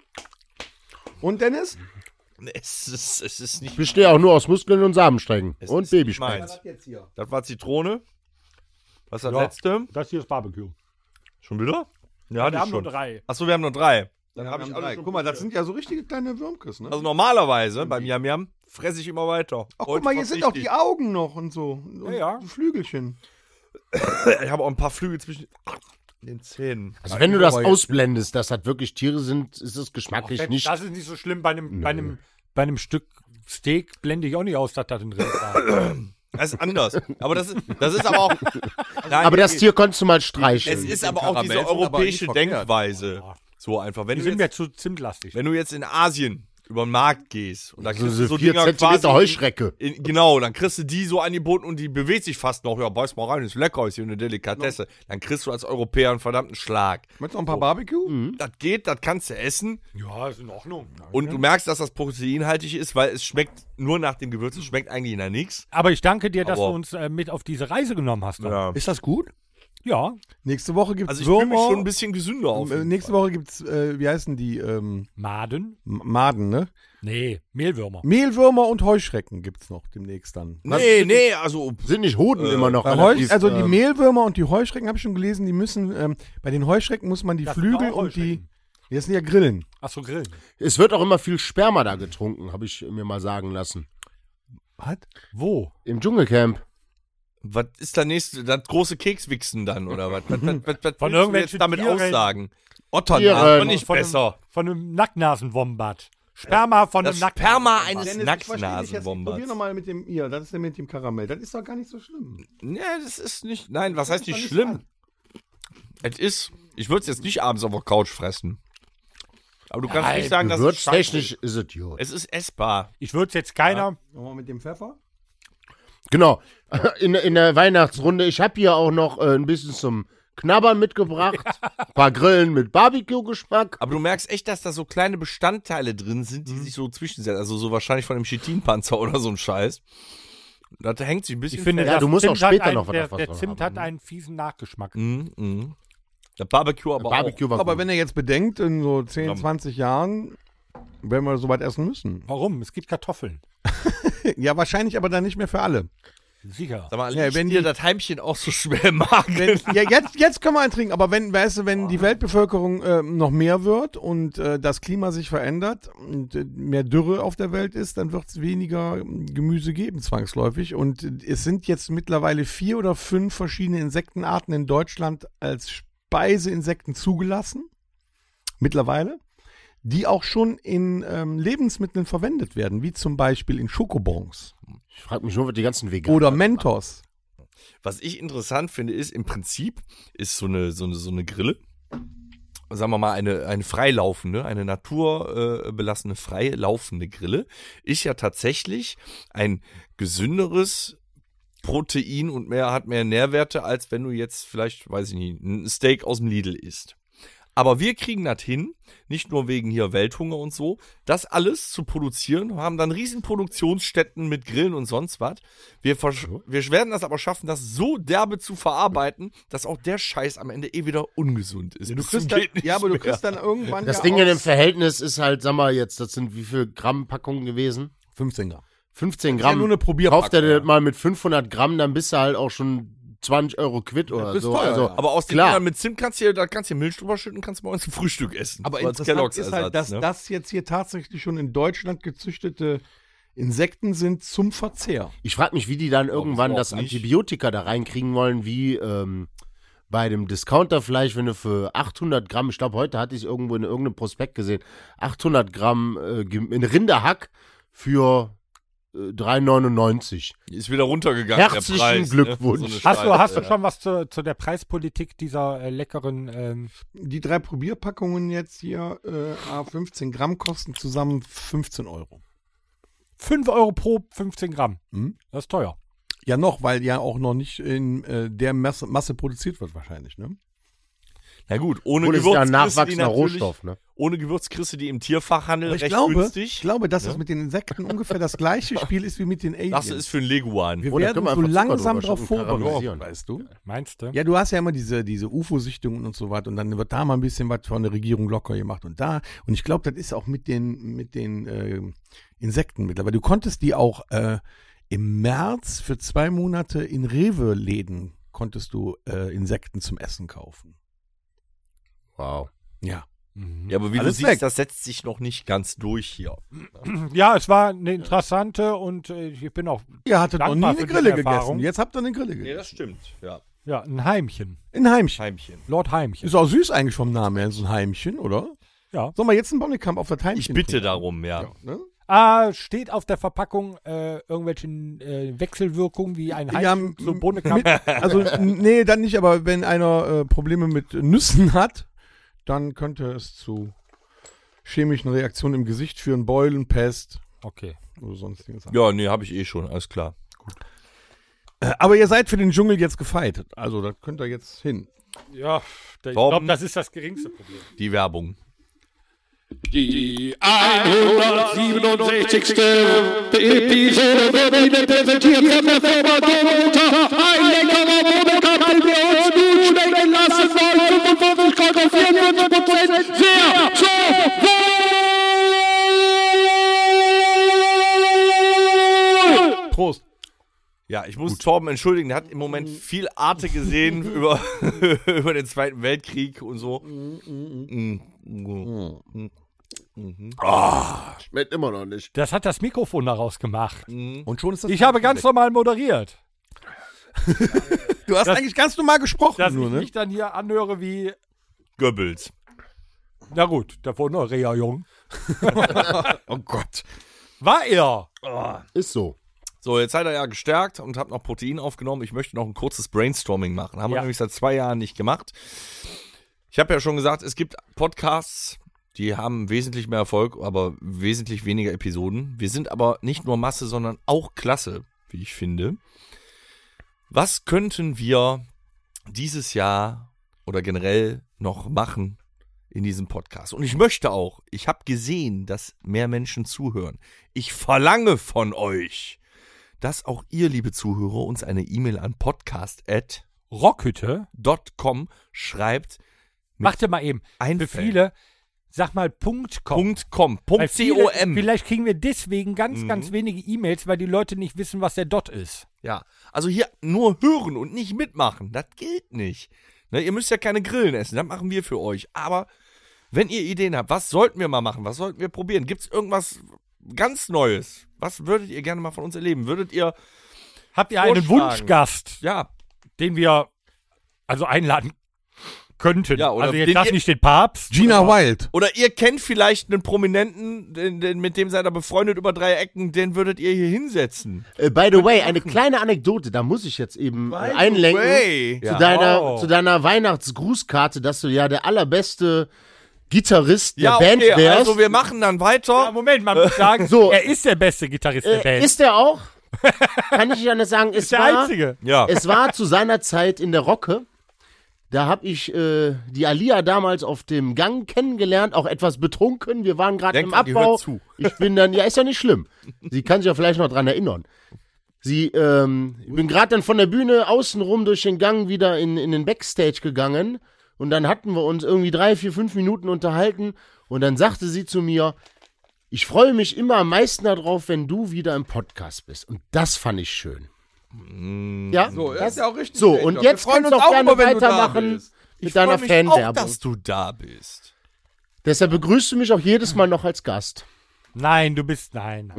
Und Dennis? Nee, Es ist, es ist nicht Ich bestehe auch nur aus Muskeln und Samensträngen es und ist nicht Babyspeck. meins. jetzt hier? Das war Zitrone. Was ist das Ja. letzte? Das hier ist Barbecue. Schon wieder? Ja, hatte Wir ich haben schon. nur drei. Achso, wir haben noch drei. Dann hab ich alle schon Guck mal, das sind ja so richtige kleine Würmkes, ne? Also normalerweise beim Yam Yam fresse ich immer weiter. Ach, guck mal, hier sind auch die Augen noch und so. Und Ja, ja. Flügelchen. Ich habe auch ein paar Flügel zwischen den Zähnen. Also wenn du das ausblendest, dass das wirklich Tiere sind, ist es geschmacklich nicht. Das ist nicht so schlimm. Bei einem, bei einem, bei einem Stück Steak blende ich auch nicht aus, dass da drin war. Das ist anders. Aber das, ist- das ist aber auch. Nein, Aber das Tier konntest du mal Es streicheln. Also ist aber auch diese Karamell sind aber europäische nicht verkehrt. Denkweise. So einfach. Wenn Die du, sind jetzt, mir zu zimtlastig. wenn du jetzt in Asien über den Markt gehst und da kriegst Also du so so 4 Dinger quasi. Zentimeter Heuschrecke. In, genau, dann kriegst du die so angeboten und die bewegt sich fast noch. Ja, beiß mal rein, ist lecker, ist hier eine Delikatesse. Genau. Dann kriegst du als Europäer einen verdammten Schlag. Möchtest du noch ein paar Oh. Barbecue? Das geht, das kannst du essen Ja, ist in Ordnung. und du merkst, dass das proteinhaltig ist, weil es schmeckt nur nach dem Gewürz, es schmeckt eigentlich nach nichts. Aber ich danke dir, dass Aber- du uns äh, mit auf diese Reise genommen hast. Ja. Ist das gut? ja. Nächste Woche gibt's Also ich fühle mich schon ein Würmer. bisschen gesünder auf. Äh, Nächste Woche gibt's, äh, wie heißen die, ähm, Maden? M- Maden, ne? Nee, Mehlwürmer. Mehlwürmer und Heuschrecken gibt's noch demnächst dann. Nee, nee, also Sind nicht Hoden immer noch Bei relativ, Heusch, also die ähm, äh, Mehlwürmer und die Heuschrecken habe ich schon gelesen, die müssen, ähm, bei den Heuschrecken muss man die Das sind Flügel auch und die, Heuschrecken. das sind ja Grillen. Achso, Grillen. Es wird auch immer viel Sperma da getrunken, habe ich mir mal sagen lassen. Was? Wo? Im Dschungelcamp. Was ist der nächste? Das große Kekswichsen dann, oder was? Was, was, was, was willst du irgendwelchen jetzt damit Tieren. aussagen? Ottern. Tiere. Aber Ähm, nicht von besser. Einem, von einem Nacknasenwombat. Sperma von Das einem Nacknasen. Sperma eines Probier Nacknasenbombers. nochmal mit dem ihr. Das ist ja mit dem Karamell. Das ist doch gar nicht so schlimm. Ja, das ist nicht. Nein, was heißt ist doch nicht nicht schlimm? Es ist. Ich würde es jetzt nicht abends auf der Couch fressen. Aber du kannst nicht sagen, dass es scheiße Gewürztechnisch ist es gut. Es ist essbar. Ich würde jetzt keiner. Nochmal mit dem Pfeffer. Genau. In, in der Weihnachtsrunde. Ich habe hier auch noch äh, ein bisschen zum Knabbern mitgebracht. Ein paar Grillen mit Barbecue-Geschmack. Aber du merkst echt, dass da so kleine Bestandteile drin sind, Mhm. die sich so zwischensetzen. Also so wahrscheinlich von einem Chitinpanzer oder so ein Scheiß. Da hängt sich ein bisschen. Ich finde, Ja, das du musst Zimt auch später hat ein, noch was ne? Der, davon der haben, Zimt hat einen fiesen Nachgeschmack. Mhm, mhm. Der Barbecue aber Barbecue war Aber gut. wenn ihr jetzt bedenkt, in so 10, 20 Jahren werden wir soweit essen müssen. Warum? Es gibt Kartoffeln. Ja, wahrscheinlich aber dann nicht mehr für alle. Sicher. auch. Sag mal, Ja, liegt wenn dir die- das Heimchen auch so schwer im Magen. Wenn, ja, jetzt, jetzt können wir einen trinken, aber wenn, weißt du, wenn die Weltbevölkerung äh, noch mehr wird und äh, das Klima sich verändert und äh, mehr Dürre auf der Welt ist, dann wird es weniger äh, Gemüse geben, zwangsläufig. Und äh, es sind jetzt mittlerweile vier oder fünf verschiedene Insektenarten in Deutschland als Speiseinsekten zugelassen. Mittlerweile. Die auch schon in ähm, Lebensmitteln verwendet werden, wie zum Beispiel in Schokobons Ich frage mich nur, was die ganzen Oh, Veganer. oder Mentos. Was ich interessant finde, ist im Prinzip ist so eine, so eine, so eine Grille, sagen wir mal eine, eine freilaufende, eine naturbelassene, freie laufende Grille, ist ja tatsächlich ein gesünderes Protein und mehr hat mehr Nährwerte, als wenn du jetzt vielleicht, weiß ich nicht, ein Steak aus dem Lidl isst. Aber wir kriegen das hin, nicht nur wegen hier Welthunger und so, das alles zu produzieren. Wir haben dann riesen Produktionsstätten mit Grillen und sonst was. Wir, versch- wir werden das aber schaffen, das so derbe zu verarbeiten, dass auch der Scheiß am Ende eh wieder ungesund ist. Du Bis kriegst zum dann, geht nicht ja, aber du mehr. kriegst dann irgendwann Das ja Ding in aus- dem Verhältnis ist halt, sag mal jetzt, das sind wie viel Gramm Packungen gewesen? 15 Gramm. 15 Gramm. ja nur eine Probierpackung, Kauft er ja. das mal mit 500 Gramm, dann bist du halt auch schon 20 Euro quitt oder bist so. teuer, also, ja. Aber aus den Klar. Kindern mit Zimt kannst du hier, da kannst du hier Milch drüber schütten, kannst du morgens zum Frühstück essen. Aber Als interessant ist Kelloggs-Ersatz, halt, dass ne? das jetzt hier tatsächlich schon in Deutschland gezüchtete Insekten sind zum Verzehr. Ich frage mich, wie die dann irgendwann auch das nicht. Antibiotika da reinkriegen wollen, wie ähm, bei dem Discounterfleisch, wenn du für 800 Gramm, ich glaube, heute hatte ich irgendwo in irgendeinem Prospekt gesehen, 800 Gramm äh, Gem- in Rinderhack für äh, 3,99. ist wieder runtergegangen. Herzlichen der Preis, Glückwunsch. Ne? So eine Hast du, Scheiße, hast du äh, ja. schon was zu, zu der Preispolitik dieser äh, leckeren ähm, Die drei Probierpackungen jetzt hier, äh, a 15 Gramm, kosten zusammen 15 Euro. 5 Euro pro 15 Gramm? Mhm. Das ist teuer. Ja, noch, weil ja auch noch nicht in äh, der Masse, Masse produziert wird, wahrscheinlich. Ne? Na gut, ohne Obwohl es ist Gewürz ja ein kriegst du die nachwachsender natürlich- Rohstoff, ne? Ohne Gewürz kriegst du die im Tierfachhandel Aber ich recht glaube, günstig. ne? ich glaube, dass das mit den Insekten ungefähr das gleiche Spiel ist wie mit den Aliens. das ist für einen Leguan. wir Oh, da werden können wir so einfach Zucker langsam drüber drauf schütten, vorbereitet, karamellisieren. weißt du? Meinst du? Ja, du hast ja immer diese, diese UFO-Sichtungen und so was und dann wird da mal ein bisschen was von der Regierung locker gemacht und da. Und ich glaube, das ist auch mit den, mit den äh, Insekten mittlerweile. Du konntest die auch äh, im März für zwei Monate in Rewe-Läden konntest du äh, Insekten zum Essen kaufen. Wow. Ja. Ja, aber wie Alles du siehst, weg. das setzt sich noch nicht ganz durch hier. Ja, es war eine interessante und äh, ich bin auch Ihr hattet noch nie Dankbar eine für die Grille Erfahrung. gegessen. Jetzt habt ihr eine Grille gegessen. stimmt. Ja. ja, ein Heimchen. Ein Heimchen. Heimchen. Lord Heimchen. Ist auch süß eigentlich vom Namen her, so ein Heimchen, oder? Ja. Sollen wir jetzt einen Bonnekamp auf das Ich Heimchen bitte trinken? darum, ja. Ne? Ah, steht auf der Verpackung äh, irgendwelche äh, Wechselwirkungen wie ein Ja, Heimchen m- zu Bohnenkamp. Also, n- nee, dann nicht, aber wenn einer äh, Probleme mit Nüssen hat, dann könnte es zu chemischen Reaktionen im Gesicht führen, Beulen, Pest Okay. oder sonstiges. Ja, nee, habe ich eh schon, alles klar. Äh, Aber ihr seid für den Dschungel jetzt gefeit. Also, da könnt ihr jetzt hin. Ja, ich glaub, das ist das geringste Problem. Die Werbung. Die 167. Episode wird Ihnen präsentiert von der Firma Domotor. Ein leckerer Bodenkampf, den wir uns gut schmecken lassen wollen. 55,44 Prozent. Sehr zum Wohl! Prost. Ja, ich muss Torben entschuldigen, der hat im Moment viel Arte gesehen über, über den Zweiten Weltkrieg und so. Mm. Schmeckt immer noch nicht. Das hat das Mikrofon daraus gemacht. Hm? Und schon ist das. Ich habe ganz normal moderiert. du hast eigentlich ganz normal gesprochen, Dass nur, ich ne? mich dann hier anhöre wie, Goebbels. na gut, da war nur Rea Jung. Oh Gott. War er. Ist so. So, jetzt seid ihr ja gestärkt und habt noch Protein aufgenommen. Ich möchte noch ein kurzes Brainstorming machen. Haben wir Ja. nämlich seit zwei Jahren nicht gemacht. Ich habe ja schon gesagt, es gibt Podcasts, die haben wesentlich mehr Erfolg, aber wesentlich weniger Episoden. Wir sind aber nicht nur Masse, sondern auch Klasse, wie ich finde. Was könnten wir dieses Jahr oder generell noch machen in diesem Podcast? Und ich möchte auch, ich habe gesehen, dass mehr Menschen zuhören. Ich verlange von euch, dass auch ihr, liebe Zuhörer, uns eine E-Mail an podcast.com Rockhütte. schreibt. Macht ihr mal eben. Für Einfällt. viele, sag mal Punkt .com. Punkt .com. Weil Punkt viele- .com. Vielleicht kriegen wir deswegen ganz, ganz wenige E-Mails, weil die Leute nicht wissen, was der Dot ist. Ja, also hier nur hören und nicht mitmachen, das gilt nicht. Ne, ihr müsst ja keine Grillen essen, das machen wir für euch. Aber wenn ihr Ideen habt, was sollten wir mal machen? Was sollten wir probieren? Gibt es irgendwas ganz Neues? Was würdet ihr gerne mal von uns erleben? Würdet ihr, Habt ihr einen Vorschlagen. Wunschgast, ja, den wir also einladen könnten? Ja, oder also den jetzt das ihr- nicht den Papst. Gina Wild. Oder ihr kennt vielleicht einen Prominenten, den, den, mit dem seid ihr befreundet über drei Ecken, den würdet ihr hier hinsetzen. Äh, by the way, eine kleine Anekdote, da muss ich jetzt eben äh, einlenken. Way. Zu, deiner, Oh. zu deiner Weihnachtsgrußkarte, dass du ja der allerbeste Gitarrist Ja, der Band okay, wärst. also wir machen dann Ja, weiter. Moment, man muss sagen, So. er ist der beste Gitarrist der äh, Band. ist er auch? Kann ich dir anders sagen. Es der war, Einzige. Ja. Es war zu seiner Zeit in der Rocke. Da habe ich äh, die Alia damals auf dem Gang kennengelernt, auch etwas betrunken. Wir waren gerade Denk im dran, die Abbau. hört zu. Ich bin dann, ja, ist ja nicht schlimm. Sie kann sich ja vielleicht noch dran erinnern. Sie, ähm, ich bin gerade dann von der Bühne außenrum durch den Gang wieder in, in den Backstage gegangen. Und dann hatten wir uns irgendwie drei, vier, fünf Minuten unterhalten. Und dann sagte sie zu mir, ich freue mich immer am meisten darauf, wenn du wieder im Podcast bist. Und das fand ich schön. Ja, so, das ja auch richtig, So, Daniel. und Wir jetzt freuen kannst du uns auch auch gerne immer, wenn du da weitermachen bist. mit Ich deiner freu mich auch, Fanwerbung. dass du da bist. Deshalb begrüßt du mich auch jedes Mal noch als Gast. Nein, du bist nein.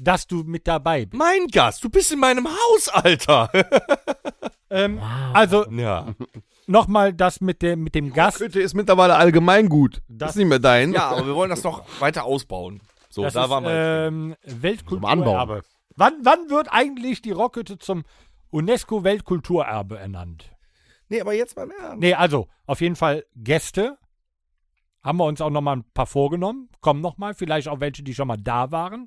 Dass du mit dabei bist. Mein Gast, du bist in meinem Haus, Alter. Ähm, Also Ja. nochmal das mit dem, mit dem Gast. Hütte ist mittlerweile allgemeingut. Das ist nicht mehr dein. Ja, aber wir wollen das noch weiter ausbauen. So, Das da ist, war mal. ähm, Anbau. Weltkulturerbe. Wann, wann wird eigentlich die Rockhütte zum UNESCO-Weltkulturerbe ernannt? nee, aber jetzt mal mehr. Nee, also auf jeden Fall Gäste. Haben wir uns auch noch mal ein paar vorgenommen. Kommen noch mal, vielleicht auch welche, die schon mal da waren.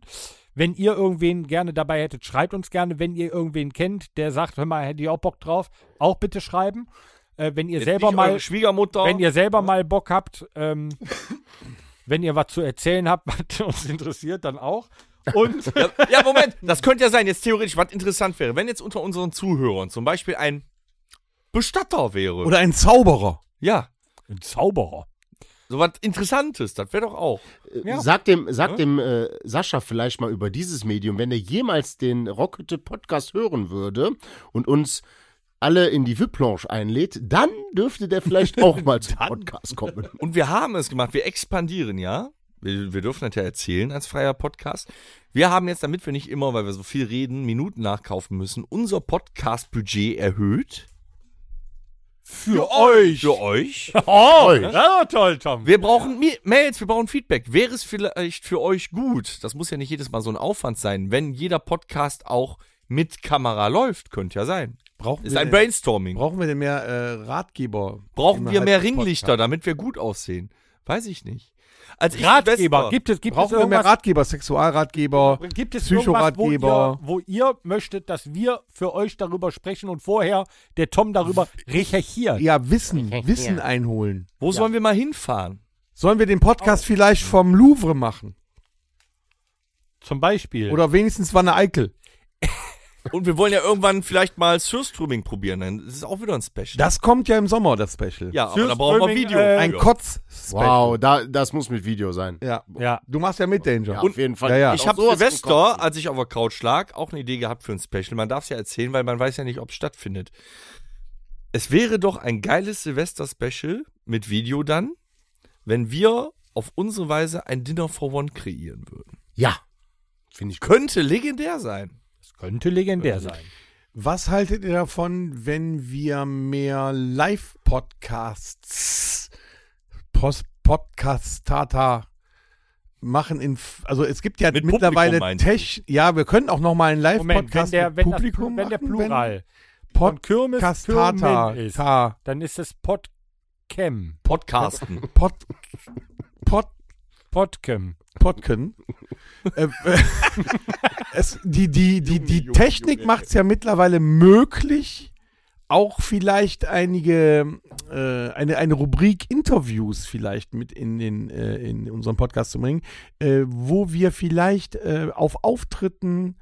Wenn ihr irgendwen gerne dabei hättet, schreibt uns gerne. Wenn ihr irgendwen kennt, der sagt, hör mal, hätte ich auch Bock drauf, auch bitte schreiben. Äh, wenn ihr Jetzt selber nicht mal eure Schwiegermutter. wenn ihr selber mal Bock habt, ähm, wenn ihr was zu erzählen habt, was uns interessiert, dann auch. Und ja, Moment, das könnte ja sein, jetzt theoretisch, was interessant wäre, wenn jetzt unter unseren Zuhörern zum Beispiel ein Bestatter wäre. Oder ein Zauberer. ja, ein Zauberer. so was Interessantes, das wäre doch auch. Ja. Äh, Sag dem, sag dem äh, Sascha vielleicht mal über dieses Medium, wenn er jemals den Rockhütte Podcast hören würde und uns alle in die VIP-Lounge einlädt, dann dürfte der vielleicht auch mal zum Podcast kommen. Und wir haben es gemacht, wir expandieren, ja. Wir, wir dürfen das ja erzählen als freier Podcast. Wir haben jetzt, damit wir nicht immer, weil wir so viel reden, Minuten nachkaufen müssen, unser Podcast-Budget erhöht. Für euch. Für euch. Oh, das war toll, Tom. Wir brauchen Mi- Mails, wir brauchen Feedback. Wäre es vielleicht für euch gut, das muss ja nicht jedes Mal so ein Aufwand sein, wenn jeder Podcast auch mit Kamera läuft, könnte ja sein. Brauchen Ist wir ein denn, Brainstorming. Brauchen wir denn mehr äh, Ratgeber? halt Brauchen wir halt innerhalb mehr des Ringlichter, damit wir gut aussehen? Weiß ich nicht. Als ich Ratgeber, Silvester- gibt es, gibt es Brauchen wir mehr irgendwas, Ratgeber? Sexualratgeber? gibt es irgendwas wo, ihr, Psychoratgeber? wo ihr möchtet, dass wir für euch darüber sprechen und vorher der Tom darüber recherchiert? Ja, Wissen. Wissen einholen. Wo sollen wir mal hinfahren? Sollen wir den Podcast vielleicht vom Louvre machen? Zum Beispiel. Oder wenigstens Wanne Eickel? Und wir wollen ja irgendwann vielleicht mal Surströming probieren. denn Das ist auch wieder ein Special. Das kommt ja im Sommer, das Special. ja, aber da brauchen wir ein Video. Surströming, äh, Ein für. Kotz-Special. Wow, da, das muss mit Video sein. Ja. Ja. Du machst ja mit, Danger. Ja, auf jeden Fall. Ja, ja. Ich Auch habe sowas im Kopf. Silvester, als ich auf der Couch lag, auch eine Idee gehabt für ein Special. Man darf es ja erzählen, weil man weiß ja nicht, ob es stattfindet. Es wäre doch ein geiles Silvester-Special mit Video dann, wenn wir auf unsere Weise ein Dinner for One kreieren würden. Ja. Finde ich Könnte legendär sein. Das könnte Äh, legendär sein. Was haltet ihr davon, wenn wir mehr Live-Podcasts, Post- Podcast-Tata machen? In, f- also es gibt ja Mit Publikum mittlerweile meinst du? Tech. Ja, wir können auch noch mal einen Moment, wenn Live-Podcast der, mit wenn, das, Publikum wenn der machen, Plural von Pod Kirmes Kastata, Kirmin ist, Ta, dann ist es Podcam. Podcasten. Pod, Pod, Podcam. Podken. äh, äh, es, die die, die, die Technik macht es ja mittlerweile möglich, auch vielleicht einige, äh, eine, eine Rubrik Interviews vielleicht mit in, den, äh, in unseren Podcast zu bringen, äh, wo wir vielleicht äh, auf Auftritten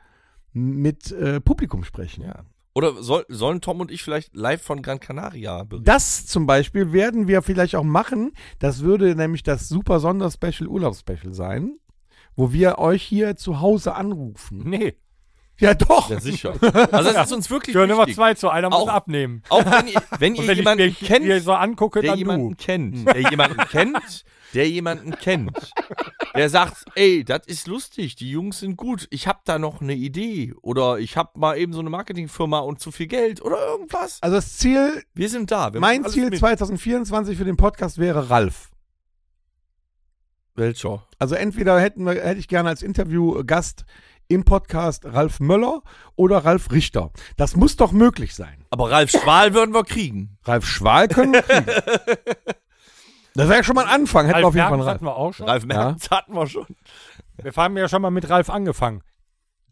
mit äh, Publikum sprechen. ja. Oder soll, sollen Tom und ich vielleicht live von Gran Canaria berichten? Das zum Beispiel werden wir vielleicht auch machen. Das würde nämlich das super Sonderspecial Urlaubsspecial sein, wo wir euch hier zu Hause anrufen. Nee, Ja, doch. Ja, sicher. Also das ist uns wirklich gehören immer wichtig. zwei zu, einer muss Auch- abnehmen. Auch wenn ihr, wenn Und ihr wenn ich jemanden mir hier kennt, so angucke, der dann jemanden du. Hm. kennt, der jemanden kennt, der jemanden kennt, der sagt, ey, das ist lustig, die Jungs sind gut, ich hab da noch eine Idee oder ich hab mal eben so eine Marketingfirma und zu viel Geld oder irgendwas. Also das Ziel, Wir sind da. Wir machen mein alles Ziel mit. 2024 für den Podcast wäre Ralf. Welcher? Also entweder hätten wir, hätte ich gerne als Interviewgast im Podcast Ralf Möller oder Ralf Richter. Das muss doch möglich sein. Aber Ralf Schwal würden wir kriegen. Ralf Schwal können wir kriegen. Das wäre schon mal ein Anfang, hätten wir Ralf auf jeden Fall Merkens einen hatten wir Ralf. auch schon. Ralf Merz hatten wir schon. Wir haben ja schon mal mit Ralf angefangen.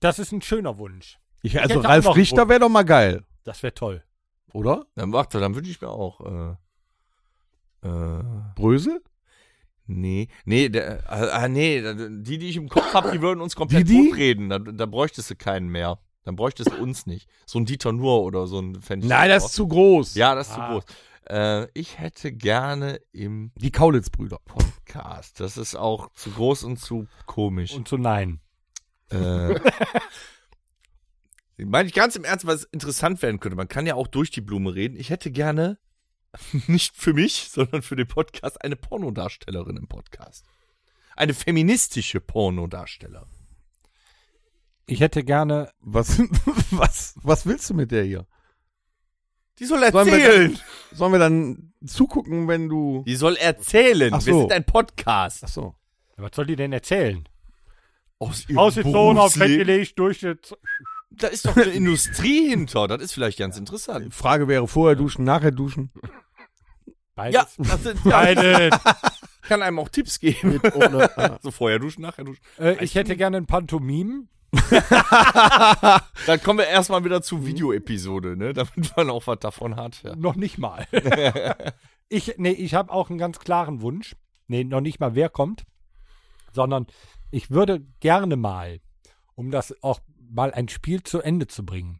Das ist ein schöner Wunsch. Ich, also hätte auch Ralf noch Richter Wunsch. wäre doch mal geil, Das wäre toll. oder? Dann warte, dann wünsche ich mir auch. Äh, äh, Brösel? Nee, nee, der, ah, ah, nee, da- die, die ich im Kopf habe, die würden uns komplett Die, die? totreden. Da, da bräuchtest du keinen mehr. Dann bräuchtest du uns nicht. So ein Dieter Nur oder so ein fänd ich Nein, das ist zu groß. Ja, das ist Ah. zu groß. Äh, ich hätte gerne im Die Kaulitz-Brüder. Cast. Das ist auch zu groß und zu komisch. Und so nein. äh, meine ich ganz im Ernst, weil es interessant werden könnte. Man kann ja auch durch die Blume reden. Ich hätte gerne nicht für mich, sondern für den Podcast eine Pornodarstellerin im Podcast. Eine feministische Pornodarstellerin. Ich hätte gerne. Was, was, was willst du mit der hier? Die soll Sollen wir- erzählen. Sollen wir dann zugucken, wenn du. Die soll erzählen. Ach Wir so. sind ein Podcast. Ach so. Was soll die denn erzählen? Aus Aus dem Sohn auf Fett gelegt, durch die Z- Da ist doch eine Industrie hinter. Das ist vielleicht ganz interessant. Frage wäre vorher duschen, nachher duschen. Ja, Beides. das sind, Beides. kann einem auch Tipps geben. so vorher duschen, nachher duschen. äh, ich hätte gerne ein Pantomim. Dann kommen wir erstmal wieder zur Videoepisode, ne? Damit man auch was davon hat. Ja. Noch nicht mal. ich, nee, ich habe auch einen ganz klaren Wunsch. Nee, noch nicht mal wer kommt, sondern ich würde gerne mal, um das auch mal ein Spiel zu Ende zu bringen,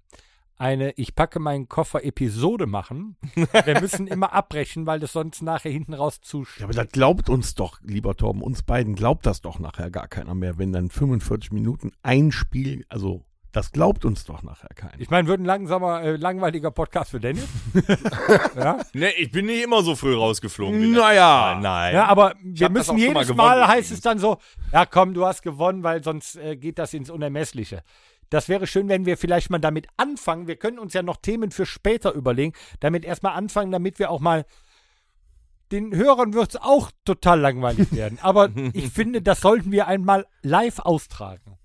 eine Ich packe meinen Koffer Episode machen. Wir müssen immer abbrechen, weil das sonst nachher hinten raus zu Ja, aber das glaubt uns doch, lieber Torben, uns beiden glaubt das doch nachher gar keiner mehr, wenn dann 45 Minuten ein Spiel, also das glaubt uns doch nachher keiner. Ich meine, wird ein langsamer, äh, langweiliger Podcast für Dennis. ja? Ne, ich bin nicht immer so früh rausgeflogen. wie Naja. letztes Mal. nein. ja, aber wir hab das müssen auch schon mal jedes gewonnen Mal, heißt übrigens. es dann so, ja komm, du hast gewonnen, weil sonst äh, geht das ins Unermessliche. Das wäre schön, wenn wir vielleicht mal damit anfangen. Wir können uns ja noch Themen für später überlegen, damit erstmal anfangen, damit wir auch mal den Hörern wird es auch total langweilig werden. Aber ich finde, das sollten wir einmal live austragen.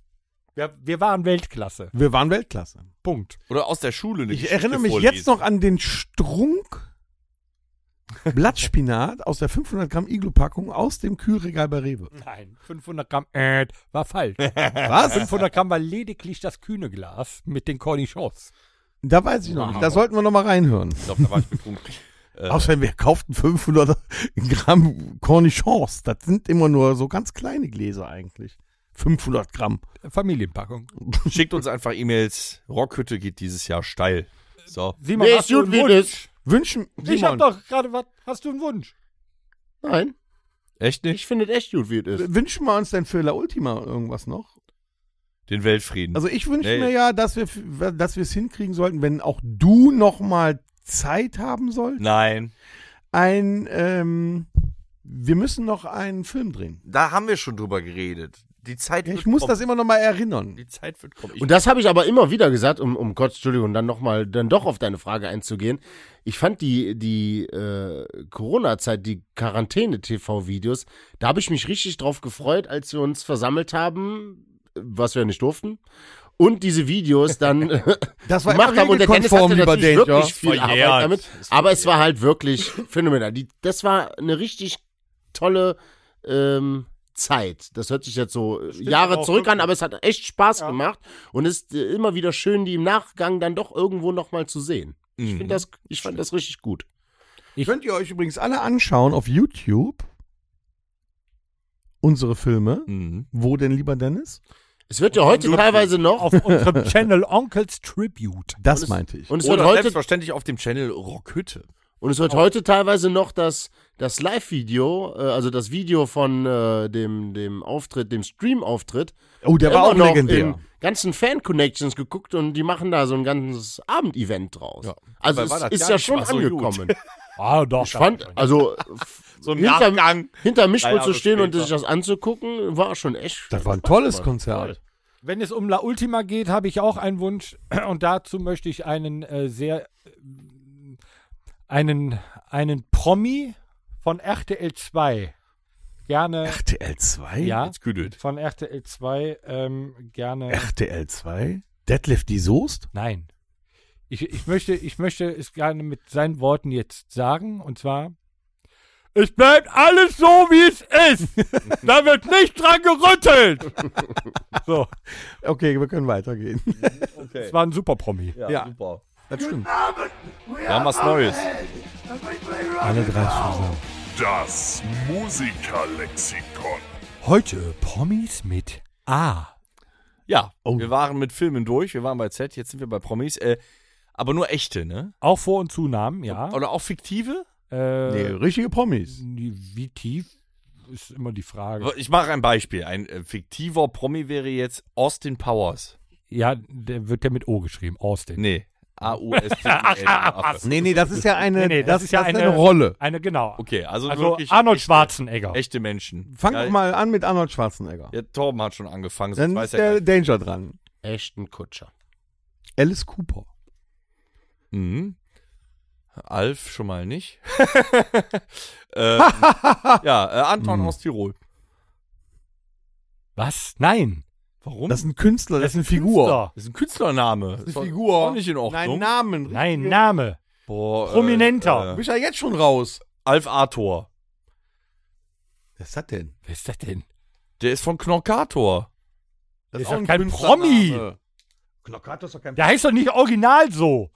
Wir, wir waren Weltklasse. Wir waren Weltklasse. Punkt. Oder aus der Schule. eine Ich Geschichte erinnere mich vorlesen. jetzt noch an den Strunk Blattspinat aus der 500 Gramm Iglo-Packung aus dem Kühlregal bei Rewe. Nein, 500 Gramm äh, war falsch. Was? 500 Gramm war lediglich das kühne Glas mit den Cornichons. Da weiß ich noch nicht. Da sollten wir noch mal reinhören. Ich glaube, da war ich betrunken. Äh, Außerdem, wir kauften 500 Gramm Cornichons. Das sind immer nur so ganz kleine Gläser eigentlich. 500 Gramm. Familienpackung. schickt uns einfach E-Mails. Rockhütte geht dieses Jahr steil. So. Simon, Nee, hast ist du gut, einen wie Wunsch? das. Wünschen, Ich hab Simon, doch gerade was. Hast du einen Wunsch? Nein, Echt nicht? ich finde es echt gut, wie es ist. wünschen wir uns denn für La Ultima irgendwas noch? Den Weltfrieden. Also ich wünsche Nee. mir ja, dass wir f- dass wir es hinkriegen sollten, wenn auch du noch mal Zeit haben sollst, nein. ein ähm, Wir müssen noch einen Film drehen. Da haben wir schon drüber geredet. Die Zeit Ich wird muss kommen. das immer noch mal erinnern. Die Zeit wird kommen. Ich, Und das habe ich aber immer wieder gesagt, um, um Gott, Entschuldigung, dann nochmal, dann doch auf deine Frage einzugehen. Ich fand die, die äh, Corona-Zeit, die Quarantäne-TV-Videos, da habe ich mich richtig drauf gefreut, als wir uns versammelt haben, was wir nicht durften. Und diese Videos dann äh, Das war gemacht immer haben und der Dennis hatte regelkonform, lieber natürlich Danger. wirklich viel Verjährt. Arbeit damit. Ist Aber es war halt wirklich phänomenal. Die, das war eine richtig tolle ähm, Zeit. Das hört sich jetzt so äh, Jahre aber auch zurück an, wirklich. aber es hat echt Spaß gemacht und es ist äh, immer wieder schön, die im Nachgang dann doch irgendwo nochmal zu sehen. Ich, Mhm. find das, ich fand das richtig gut. Könnt ihr euch übrigens alle anschauen auf YouTube unsere Filme. Hm. Mhm. Wo denn, lieber Dennis? Es wird ja heute teilweise noch Auf unserem Channel Onkels Tribute. Das es- meinte ich. und es wird Oder heute selbstverständlich auf dem Channel Rockhütte. Und es wird heute teilweise noch das, das Live-Video, äh, also das Video von äh, dem, dem Auftritt, dem Stream-Auftritt. Oh, der immer war auch noch legendär. in ganzen Fan-Connections geguckt und die machen da so ein ganzes Abendevent draus. Dabei Also es war das ist gar ja nicht schon mal so angekommen. Ah, doch. Ich fand, also So im hinter, Nachgang. hinter mich Drei wohl zu Jahre stehen und später. sich das anzugucken, war schon echt. Das war ein tolles Konzert. Wenn es um La Ultima geht, habe ich auch einen Wunsch. Und dazu möchte ich einen äh, sehr. Äh, einen, einen Promi von RTL 2 gerne. RTL 2? ja, Jetzt güdelt. von RTL 2 ähm, gerne. RTL 2? Deadlift die Soest? Nein. Ich, ich, möchte, ich möchte es gerne mit seinen Worten jetzt sagen, und zwar. Es bleibt alles so, wie es ist. da wird nicht dran gerüttelt. so, Okay, wir können weitergehen. das war ein super Promi. Ja. super. Das stimmt. Wir haben was Neues. Alle drei zusammen. Das Musikerlexikon. Heute Promis mit A. Ja, Oh. wir waren mit Filmen durch, wir waren bei Z, jetzt sind wir bei Promis. Äh, aber nur echte, ne? Auch Vor- und Zunahmen, ja. Oder auch fiktive? Nee, äh, richtige Promis. Wie tief ist immer die Frage. Ich mache ein Beispiel. Ein äh, fiktiver Promi wäre jetzt Austin Powers. Ja, der wird ja mit O geschrieben, Austin. Nee. A-U-S-T-I-N. Nee, nee, das ist ja eine, Nee, nee, das ist ja eine- Rolle. Eine, genau. Okay, also, also wirklich Arnold echte- Schwarzenegger. Echte Menschen. Fang ja, doch mal an mit Arnold Schwarzenegger. Ja, Torben hat schon angefangen, sonst Dann weiß ist er der gleich. Danger dran. Ashton Kutscher. Alice Cooper. Mhm. Alf schon mal nicht. ähm, ja, äh, Anton Mhm. aus Tirol. Was? Nein. Warum? Das ist ein Künstler, das, ist eine Figur. Künstler. Das Hm? ist ein Künstlername. Das ist eine Figur. Auch nicht in Nein, Ordnung. Namen. Nein, Name. Boah, äh, Prominenter. Bin ich ja jetzt schon raus. Alf Arthur. Was ist das denn? Wer ist das denn? Der ist von Knorkator. Das Ist doch kein Promi. Knockato ist doch kein Der heißt doch nicht original so.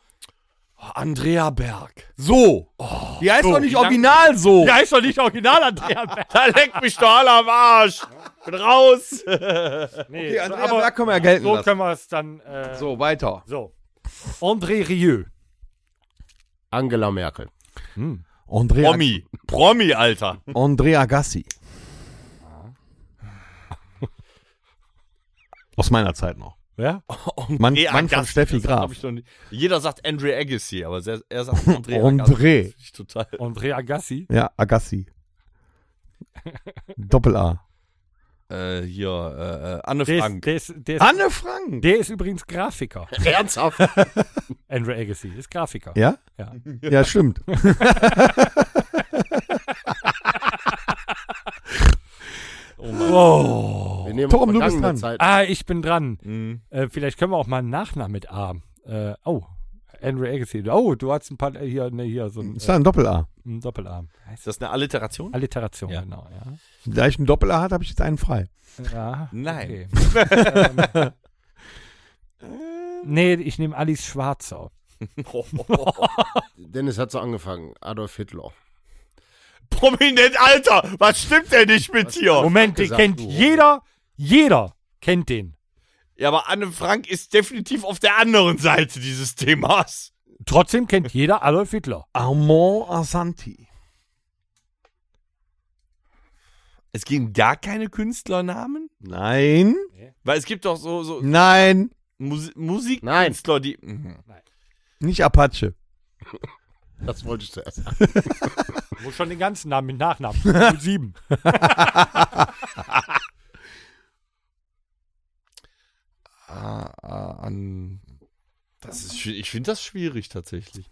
Andrea Berg. Oh, So. Die heißt So, doch nicht wie lang- original so. Der heißt doch nicht original Andrea Berg. Oh. Da leckt mich doch alle am Arsch. Bin raus. Nee, Okay, so, Andrea aber Berg können wir ja gelten so lassen. können wir es dann. Äh, so. So, weiter. André Rieu. Angela Merkel. Andrea, Promi. Promi, Alter. Andrea Gassi. Aus meiner Zeit noch. Ja? Mann, Andrea Mann von Agassi, Steffi das hab Graf. ich noch nie- Jeder sagt Andre Agassi, aber sehr- er sagt André. André. Agassi. Das ist total. André Agassi. Ja, Agassi. Doppel A. Äh, hier, äh, äh, Anne Der ist, Frank. der, ist, der, ist, Anne Frank. der ist übrigens Grafiker. Ernsthaft? Andrew Agassi ist Grafiker. Ja? Ja. Ja, stimmt. Oh. Wir nehmen Tom, du bist vergangene dran. Zeit. Ah, ich bin dran. Mhm. Äh, vielleicht können wir auch mal einen Nachnamen mit A. Äh, oh, Andrew Agassi. Oh, du hast ein paar hier, ne, hier so ein, Ist äh, da ein Doppel A? ein Doppelarm. Ist das eine Alliteration? Alliteration, Ja. genau, ja. Da ich ein Doppel A hatte, habe ich jetzt einen frei. ja Nein. Okay. ähm, nee, ich nehme Alice Schwarzer. Oh, Dennis hat so angefangen. Adolf Hitler. Prominent, Alter. Was stimmt denn nicht mit dir? Moment, den gesagt, kennt du. jeder, jeder kennt den. Ja, aber Anne Frank ist definitiv auf der anderen Seite dieses Themas. Trotzdem kennt jeder Adolf Hitler. Armand Asanti. Es gehen gar keine Künstlernamen? Nein. Weil es gibt doch so, so Nein. Musi Musikkünstler, die. Mhm. Nicht Apache. Das wollte ich zuerst sagen. Muss schon den ganzen Namen mit Nachnamen. 07. Ah, ah, an. Das ist, schwi- ich finde das schwierig tatsächlich.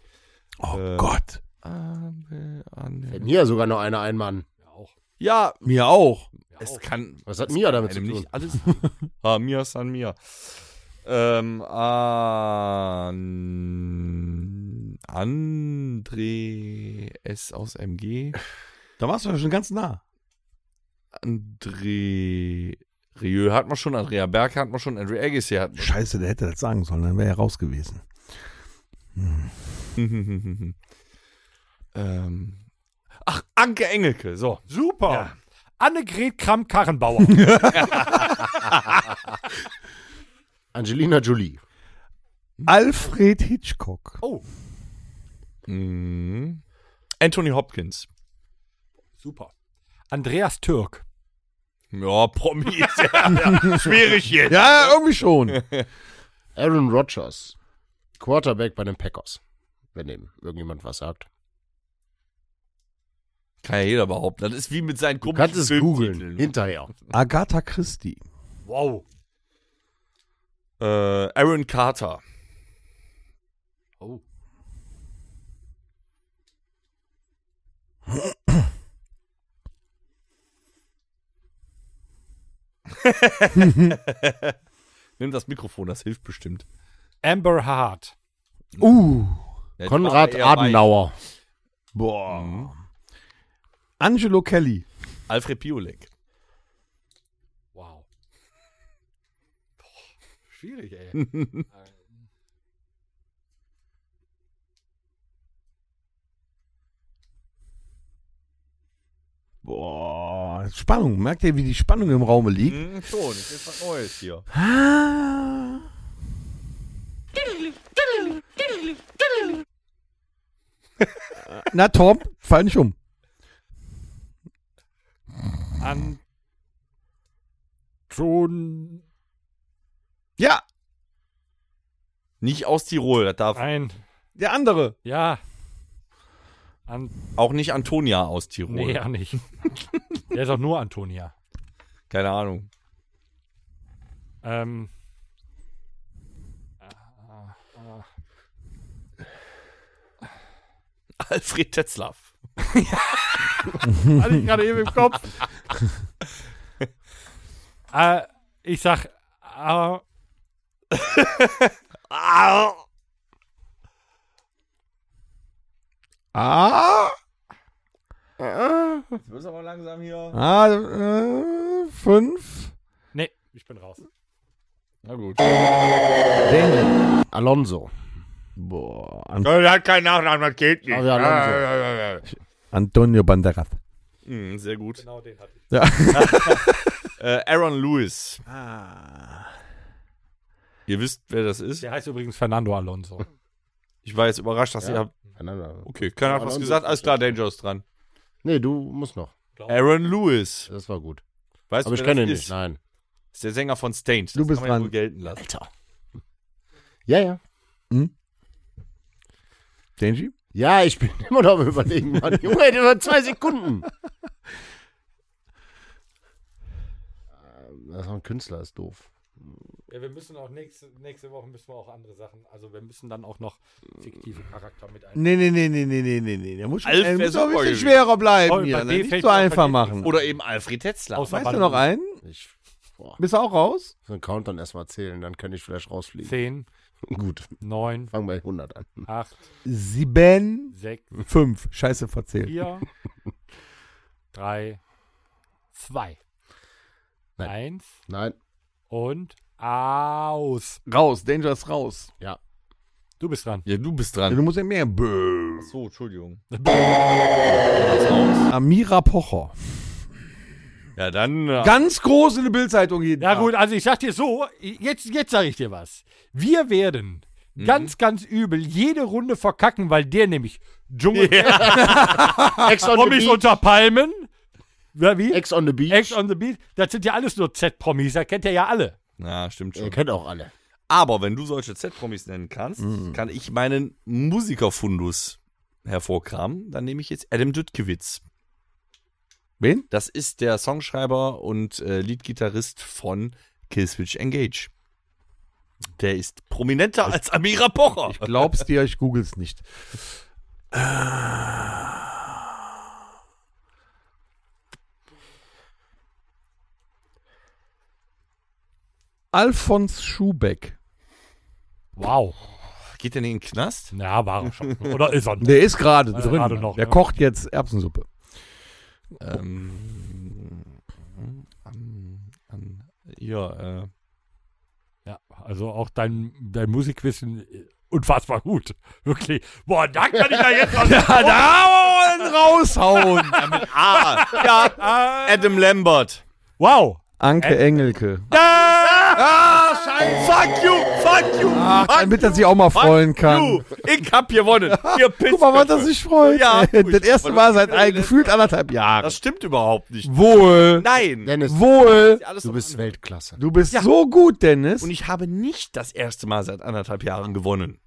Oh Äh. Gott. Abel, Anne- Mia sogar noch einer ein Mann. Ja, Mir auch. es kann. Was hat Mia damit zu einem tun? nicht alles. ah, Mia ist an Mia. Ähm, an André S aus MG. Da warst du ja schon ganz nah. André Rieu hat man schon, Andrea Berg hat man schon, André Agassi hat man Scheiße, der hätte das sagen sollen, dann wäre er raus gewesen. schon. ähm, ach, Anke Engelke, so. Super. Ja. Annegret Kramp-Karrenbauer. Angelina Jolie. Alfred Hitchcock. oh, Mhm. Anthony Hopkins. super. Andreas Türk. Ja, Promi ist ja, ja schwierig jetzt. Ja, ja, irgendwie schon. Aaron Rodgers. Quarterback bei den Packers. Wenn dem irgendjemand was sagt. Kann ja jeder behaupten. Das ist wie mit seinen Du komischen kannst es googeln. Filmtiteln. Hinterher. Agatha Christie. Wow. Äh, Aaron Carter. Oh. Nimm das Mikrofon, das hilft bestimmt. Amber Hart. Uh. Ja, ich Konrad war eher bei Adenauer. Boah. Angelo Kelly. Alfred Piolek. Wow. Schwierig, ey. Boah. Spannung. Merkt ihr, wie die Spannung im Raum liegt? Hm, schon, ist jetzt was Neues hier. Ah. Na, Tom, fall nicht um. Anton. Ja, Nicht aus Tirol, das darf Ein. der andere. Ja. An auch nicht Antonia aus Tirol. nee, ja nicht. Der ist auch nur Antonia. Keine Ahnung. Ähm. Alfred Tetzlaff. Hatte ich gerade eben im Kopf. äh, ich sag. Äh, Ah, Du bist aber langsam hier. ah äh, fünf. nee, ich bin raus. Na gut. Alonso. Boah, An Der hat keinen Nachnamen, das geht nicht. Ah, ja, Alonso. Antonio Banderas. Hm, sehr gut. Genau den hatte ich. Äh, Aaron Lewis. Ah. Ihr wisst, wer das ist? Der heißt übrigens Fernando Alonso. Ich war jetzt überrascht, dass ihr habt. Einander. Okay, keiner hat was Alonso gesagt. ist Alles klar, Danger ist dran. Nee, du musst noch. Aaron Lewis. Das war gut. Weißt Aber du, ich wer kenne das ihn ist? nicht. Nein. ist der Sänger von Stained. Du bist kann man Ja wohl dran. gelten lassen. Ja, ja. Denji? Ja, ich bin immer noch am überlegen, Mann. Junge, hätte nur zwei Sekunden. Ähm, Das ist auch ein Künstler, ist doof. Ja, wir müssen auch nächste, nächste Woche müssen wir auch andere Sachen. Also wir müssen dann auch noch fiktive Charakter mit ein. Nee, nee, nee, nee, nee, nee, nee, nee. Der muss, schon, Alf der wär muss auch super ein bisschen gewesen. schwerer bleiben Voll, bei hier. Ne? D Nicht fällt so mir auch einfach kein machen. Oder eben Alfred Tetzler. Weißt du noch einen? Ich boah, Bist du auch raus? so einen Countdown erstmal zählen, dann kann ich vielleicht rausfliegen. 10, Gut, 9, fangen bei 100 an. 8, Sieben, 6, fünf. Scheiße, verzählt. 4, 3, 2, Nein. 1 Nein, und aus. Raus, Danger ist raus. Du bist dran. Ja, du bist Ja, dran. du musst ja mehr. Bö. So, Entschuldigung. Amira Pocher. Ja, dann. äh, Ganz groß in der Bildzeitung jeden Ja, Tag. gut, also ich sag dir so, jetzt, jetzt sage ich dir was. Wir werden Mhm. ganz, ganz übel jede Runde verkacken, weil der nämlich Dschungel Ex on the Promis Beach. unter Palmen. Ja, wie? Ex on the Beach. Ex on the Beat. Das sind ja alles nur Z-Promis, da kennt ihr ja alle. Na, stimmt Ihr schon. kennt auch alle. Aber wenn du solche Z-Promis nennen kannst, kann ich meinen Musikerfundus hervorkramen, dann nehme ich jetzt Adam Dudkiewicz. Wen? Das ist der Songschreiber und äh, Leadgitarrist von Killswitch Engage. Der ist prominenter als Amira Pocher. Ich glaub's dir, ich google's nicht. Äh. Alfons Schubeck. Wow. Geht denn in den Knast? Ja, war er schon. Oder ist er nicht? Der ist gerade Ja, drin. Äh, gerade noch, der ja. kocht jetzt Erbsensuppe. Ähm, an, an, ja, äh, Ja, also auch dein, dein Musikwissen äh, unfassbar gut. Wirklich. Boah, da kann ich da jetzt was. Ja, da wollen raushauen. Ah, ja, Adam Lambert. Wow. Anke Äh, Engelke. Ah, scheiße. Fuck you, fuck you. Ach, fuck damit er sich auch mal fuck freuen kann. You. Ich hab gewonnen. Ihr Piss. Guck mal, was er sich freut. Ja, Ey, gut. das erste Mal seit ein, gefühlt anderthalb Jahren. Das stimmt überhaupt nicht. Wohl, Nein. Dennis, wohl. Alles du doch bist andere. Weltklasse. Du bist so gut, Dennis. Und ich habe nicht das erste Mal seit anderthalb Jahren gewonnen.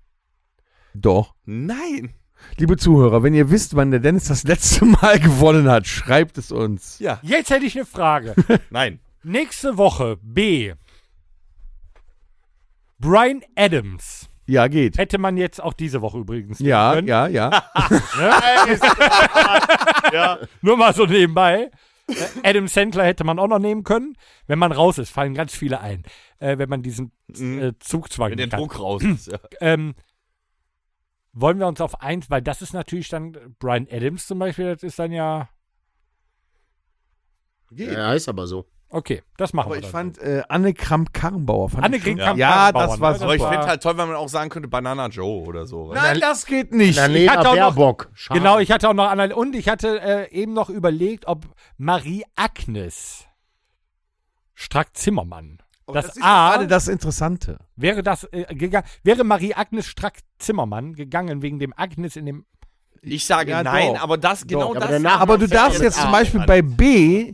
Doch. Nein. Liebe Zuhörer, wenn ihr wisst, wann der Dennis das letzte Mal gewonnen hat, schreibt es uns. Ja. Jetzt hätte ich eine Frage. Nein. Nächste Woche B. Brian Adams. Ja, geht. Hätte man jetzt auch diese Woche übrigens. nehmen Ja, können. ja, ja. Nur mal so nebenbei. Äh, Adam Sandler hätte man auch noch nehmen können. Wenn man raus ist, fallen ganz viele ein. Äh, wenn man diesen Mhm. äh, Zugzwang Wenn der nicht hat. Druck raus ist. Ja. Ähm, wollen wir uns auf eins, weil das ist natürlich dann Brian Adams zum Beispiel, das ist dann ja. Er heißt aber so. Okay, das machen Aber wir. ich dann. fand äh, Anne Kramp-Karrenbauer. fand Anne ich schon- Kramp-Karrenbauer, Ja, das war ne? super. Aber ich finde halt toll, wenn man auch sagen könnte, Banana Joe oder so. weißt Nein, das geht nicht. ich hatte Naneda auch noch- Baerbock. Schade. Genau, ich hatte auch noch Anna und ich hatte äh, eben noch überlegt, ob Marie Agnes Strack Zimmermann. Das, ist A gerade Oh, das Interessante. wäre das äh, gegangen, wäre Marie Agnes Strack Zimmermann gegangen wegen dem Agnes in dem du? Ich sage Ja, nein, doch. aber das, genau Doch. das. Aber danach- Aber du darfst mit jetzt A zum Beispiel an. bei B,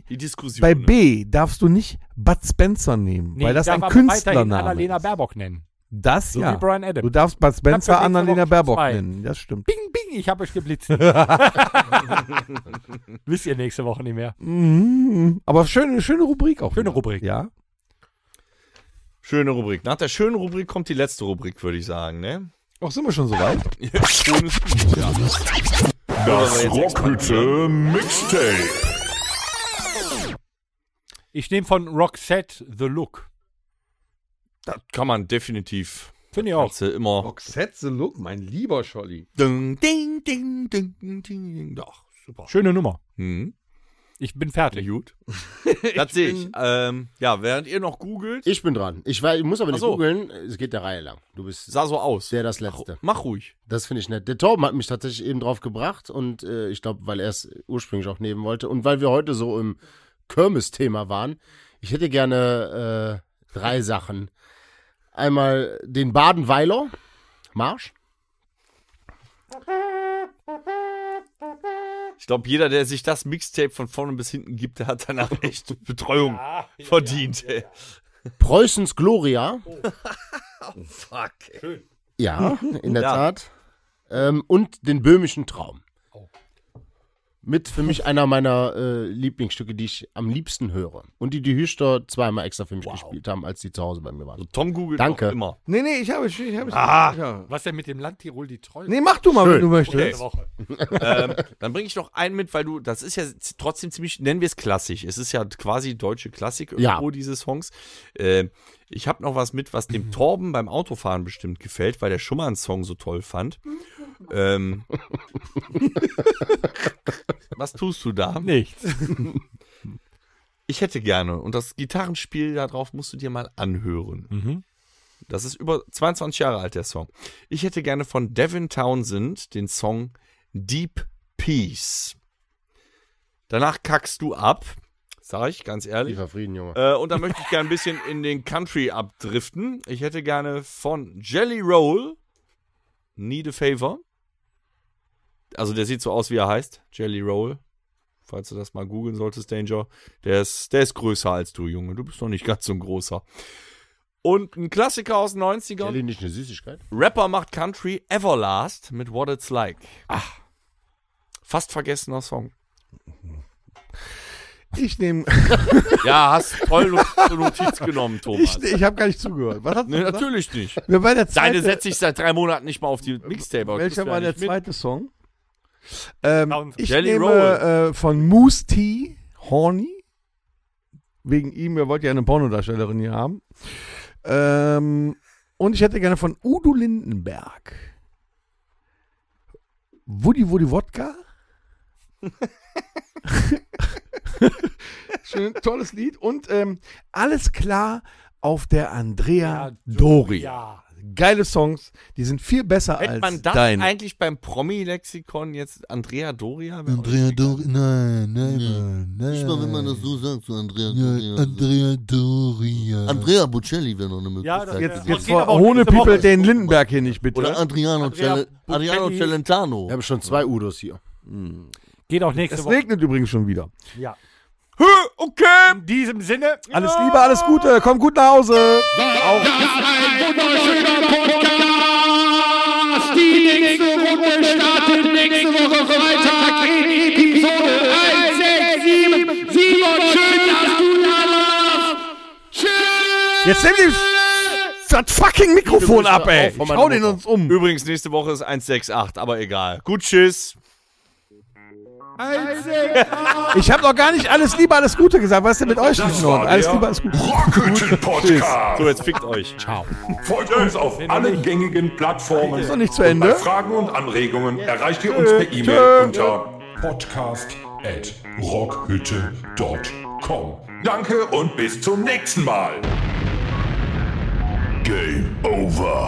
Ah, Die Diskussion. bei ne? B darfst du nicht Bud Spencer nehmen, Nee, weil das ich darf ein aber weiterhin Künstlername Annalena ist. Baerbock nennen. Das So ja. wie Brian Du Adams. darfst Bud Ich Spencer hab ja nächste Annalena Woche Baerbock zwei. nennen. Das stimmt. Bing, bing, ich habe euch geblitzt. Wisst ihr nächste Woche nicht mehr. Mhm. Aber schöne, schöne Rubrik auch. Schöne wieder. Rubrik. Ja. Schöne Rubrik. Nach der schönen Rubrik kommt die letzte Rubrik, würde ich sagen, ne? Auch sind wir schon soweit. Schönes ja. Das Rockhütte Mixtape. Ich nehme von Roxette The Look. Das kann man definitiv. Finde ich Oh. auch. Kannst du immer. Roxette the Look, mein lieber Scholli. Ding, ding, ding, ding, ding, ding. Doch, super. Schöne Nummer. Hm. Ich bin fertig. Gut. Das sehe ich. Ähm, ja, während ihr noch googelt, Ich bin dran. Ich, war, ich muss aber nicht Ach so. googeln. Es geht der Reihe lang. Du bist sah so aus. der das Letzte. Mach ruhig. Das finde ich nett. Der Torben hat mich tatsächlich eben drauf gebracht und äh, ich glaube, weil er es ursprünglich auch nehmen wollte und weil wir heute so im Kirmes-Thema waren, ich hätte gerne äh, drei Sachen. Einmal den Badenweiler Marsch. Ich glaube, jeder, der sich das Mixtape von vorne bis hinten gibt, der hat danach echt Betreuung verdient. ey. Preußens Gloria. Fuck. ey. Ja, in der Ja. Tat. Ähm, und den böhmischen Traum. Oh. Mit für mich einer meiner äh, Lieblingsstücke, die ich am liebsten höre. Und die die Hüster zweimal extra für mich gespielt haben, als die zu Hause bei mir waren. Tom googelt Danke. auch immer. Nee, nee, ich habe es. Ich habe ah. ja. Was denn mit dem Land Tirol die Treue? Nee, mach du mal, wenn du möchtest. Woche. ähm, dann bringe ich noch einen mit, weil du, das ist ja z- trotzdem ziemlich, nennen wir es klassisch. Es ist ja quasi deutsche Klassik irgendwo, Ja. diese Songs. Ähm, ich habe noch was mit, was dem Torben beim Autofahren bestimmt gefällt, weil der Schumann-Song so toll fand. Ähm, was tust du da? Nichts. Ich hätte gerne, und das Gitarrenspiel darauf musst du dir mal anhören. Das ist über 22 Jahre alt, der Song. Ich hätte gerne von Devin Townsend den Song Deep Peace. Danach kackst du ab, sag ich ganz ehrlich. Liefer Frieden, Junge. Äh, und dann möchte ich gerne ein bisschen in den Country abdriften. Ich hätte gerne von Jelly Roll Need a Favor. Also der sieht so aus, wie er heißt. Jelly Roll. Falls du das mal googeln solltest, Danger. Der ist, der ist größer als du, Junge. Du bist noch nicht ganz so ein großer. Und ein Klassiker aus den 90ern. Jelly nicht eine Süßigkeit? Rapper macht Country Everlast mit What It's Like. Fast vergessener Song. Ich nehme. Ja, hast toll Not- zur Notiz genommen, Thomas. Ich, ich habe gar nicht zugehört. Was hast du Nee, gesagt? natürlich nicht. Wer war der zweite? Deine setze ich seit drei Monaten nicht mal auf die Mixtape. aber Welcher kriegst du war ja der nicht mit. zweite Song? Ähm, Sound- ich Jelly nehme äh, von Moose T. Horny. Wegen ihm, wir wollten ja eine Pornodarstellerin hier haben. Ähm, und ich hätte gerne von Udo Lindenberg. Woody Woody Wodka. Schön, tolles Lied. Und ähm, alles klar auf der Andrea Doria. Ja. Also Geile Songs, die sind viel besser Hätte als man das deine. eigentlich beim Promi-Lexikon jetzt Andrea Doria? wäre auch Andrea nicht Doria. Nein, nein, nein. Nicht mal, wenn man das so sagt zu Andrea Doria. Ja, Andrea Doria. Andrea Bocelli wäre noch eine Möglichkeit. das- gewesen. Jetzt, Ja, jetzt geht vor, aber auch Oh, ohne diese Woche. People den Lindenberg hier nicht, bitte. Oder Adriano, Andrea Cele- Adriano Bocelli. Celentano. Wir haben schon zwei Udos hier. Geht auch nächste es Woche. regnet übrigens schon wieder. Ja. Hö, okay. In diesem Sinne. Alles Liebe, Ah. alles Gute, komm gut nach Hause. wunderschöner Podcast. Die nächste Runde startet nächste Woche Freitag in Episode 1, 6, 7, 7. Schön, dass du da warst. Tschüss. Jetzt nimm die, das fucking Mikrofon ab, ey. auf von Ich meiner hau den Mutter. uns um. Übrigens, nächste Woche ist 168, aber egal. Gut, tschüss. Ich hab noch gar nicht alles Liebe, alles Gute gesagt. Was ist denn mit euch nicht in Ordnung? Alles Liebe, alles Gute. Rockhütten So, Podcast. jetzt fickt euch. Ciao. Folgt uns auf allen gängigen Plattformen. Ist noch nicht zu Und bei Ende. Fragen und Anregungen erreicht ihr uns per E-Mail unter podcast at rockhütte.com. Danke und bis zum nächsten Mal. Game over.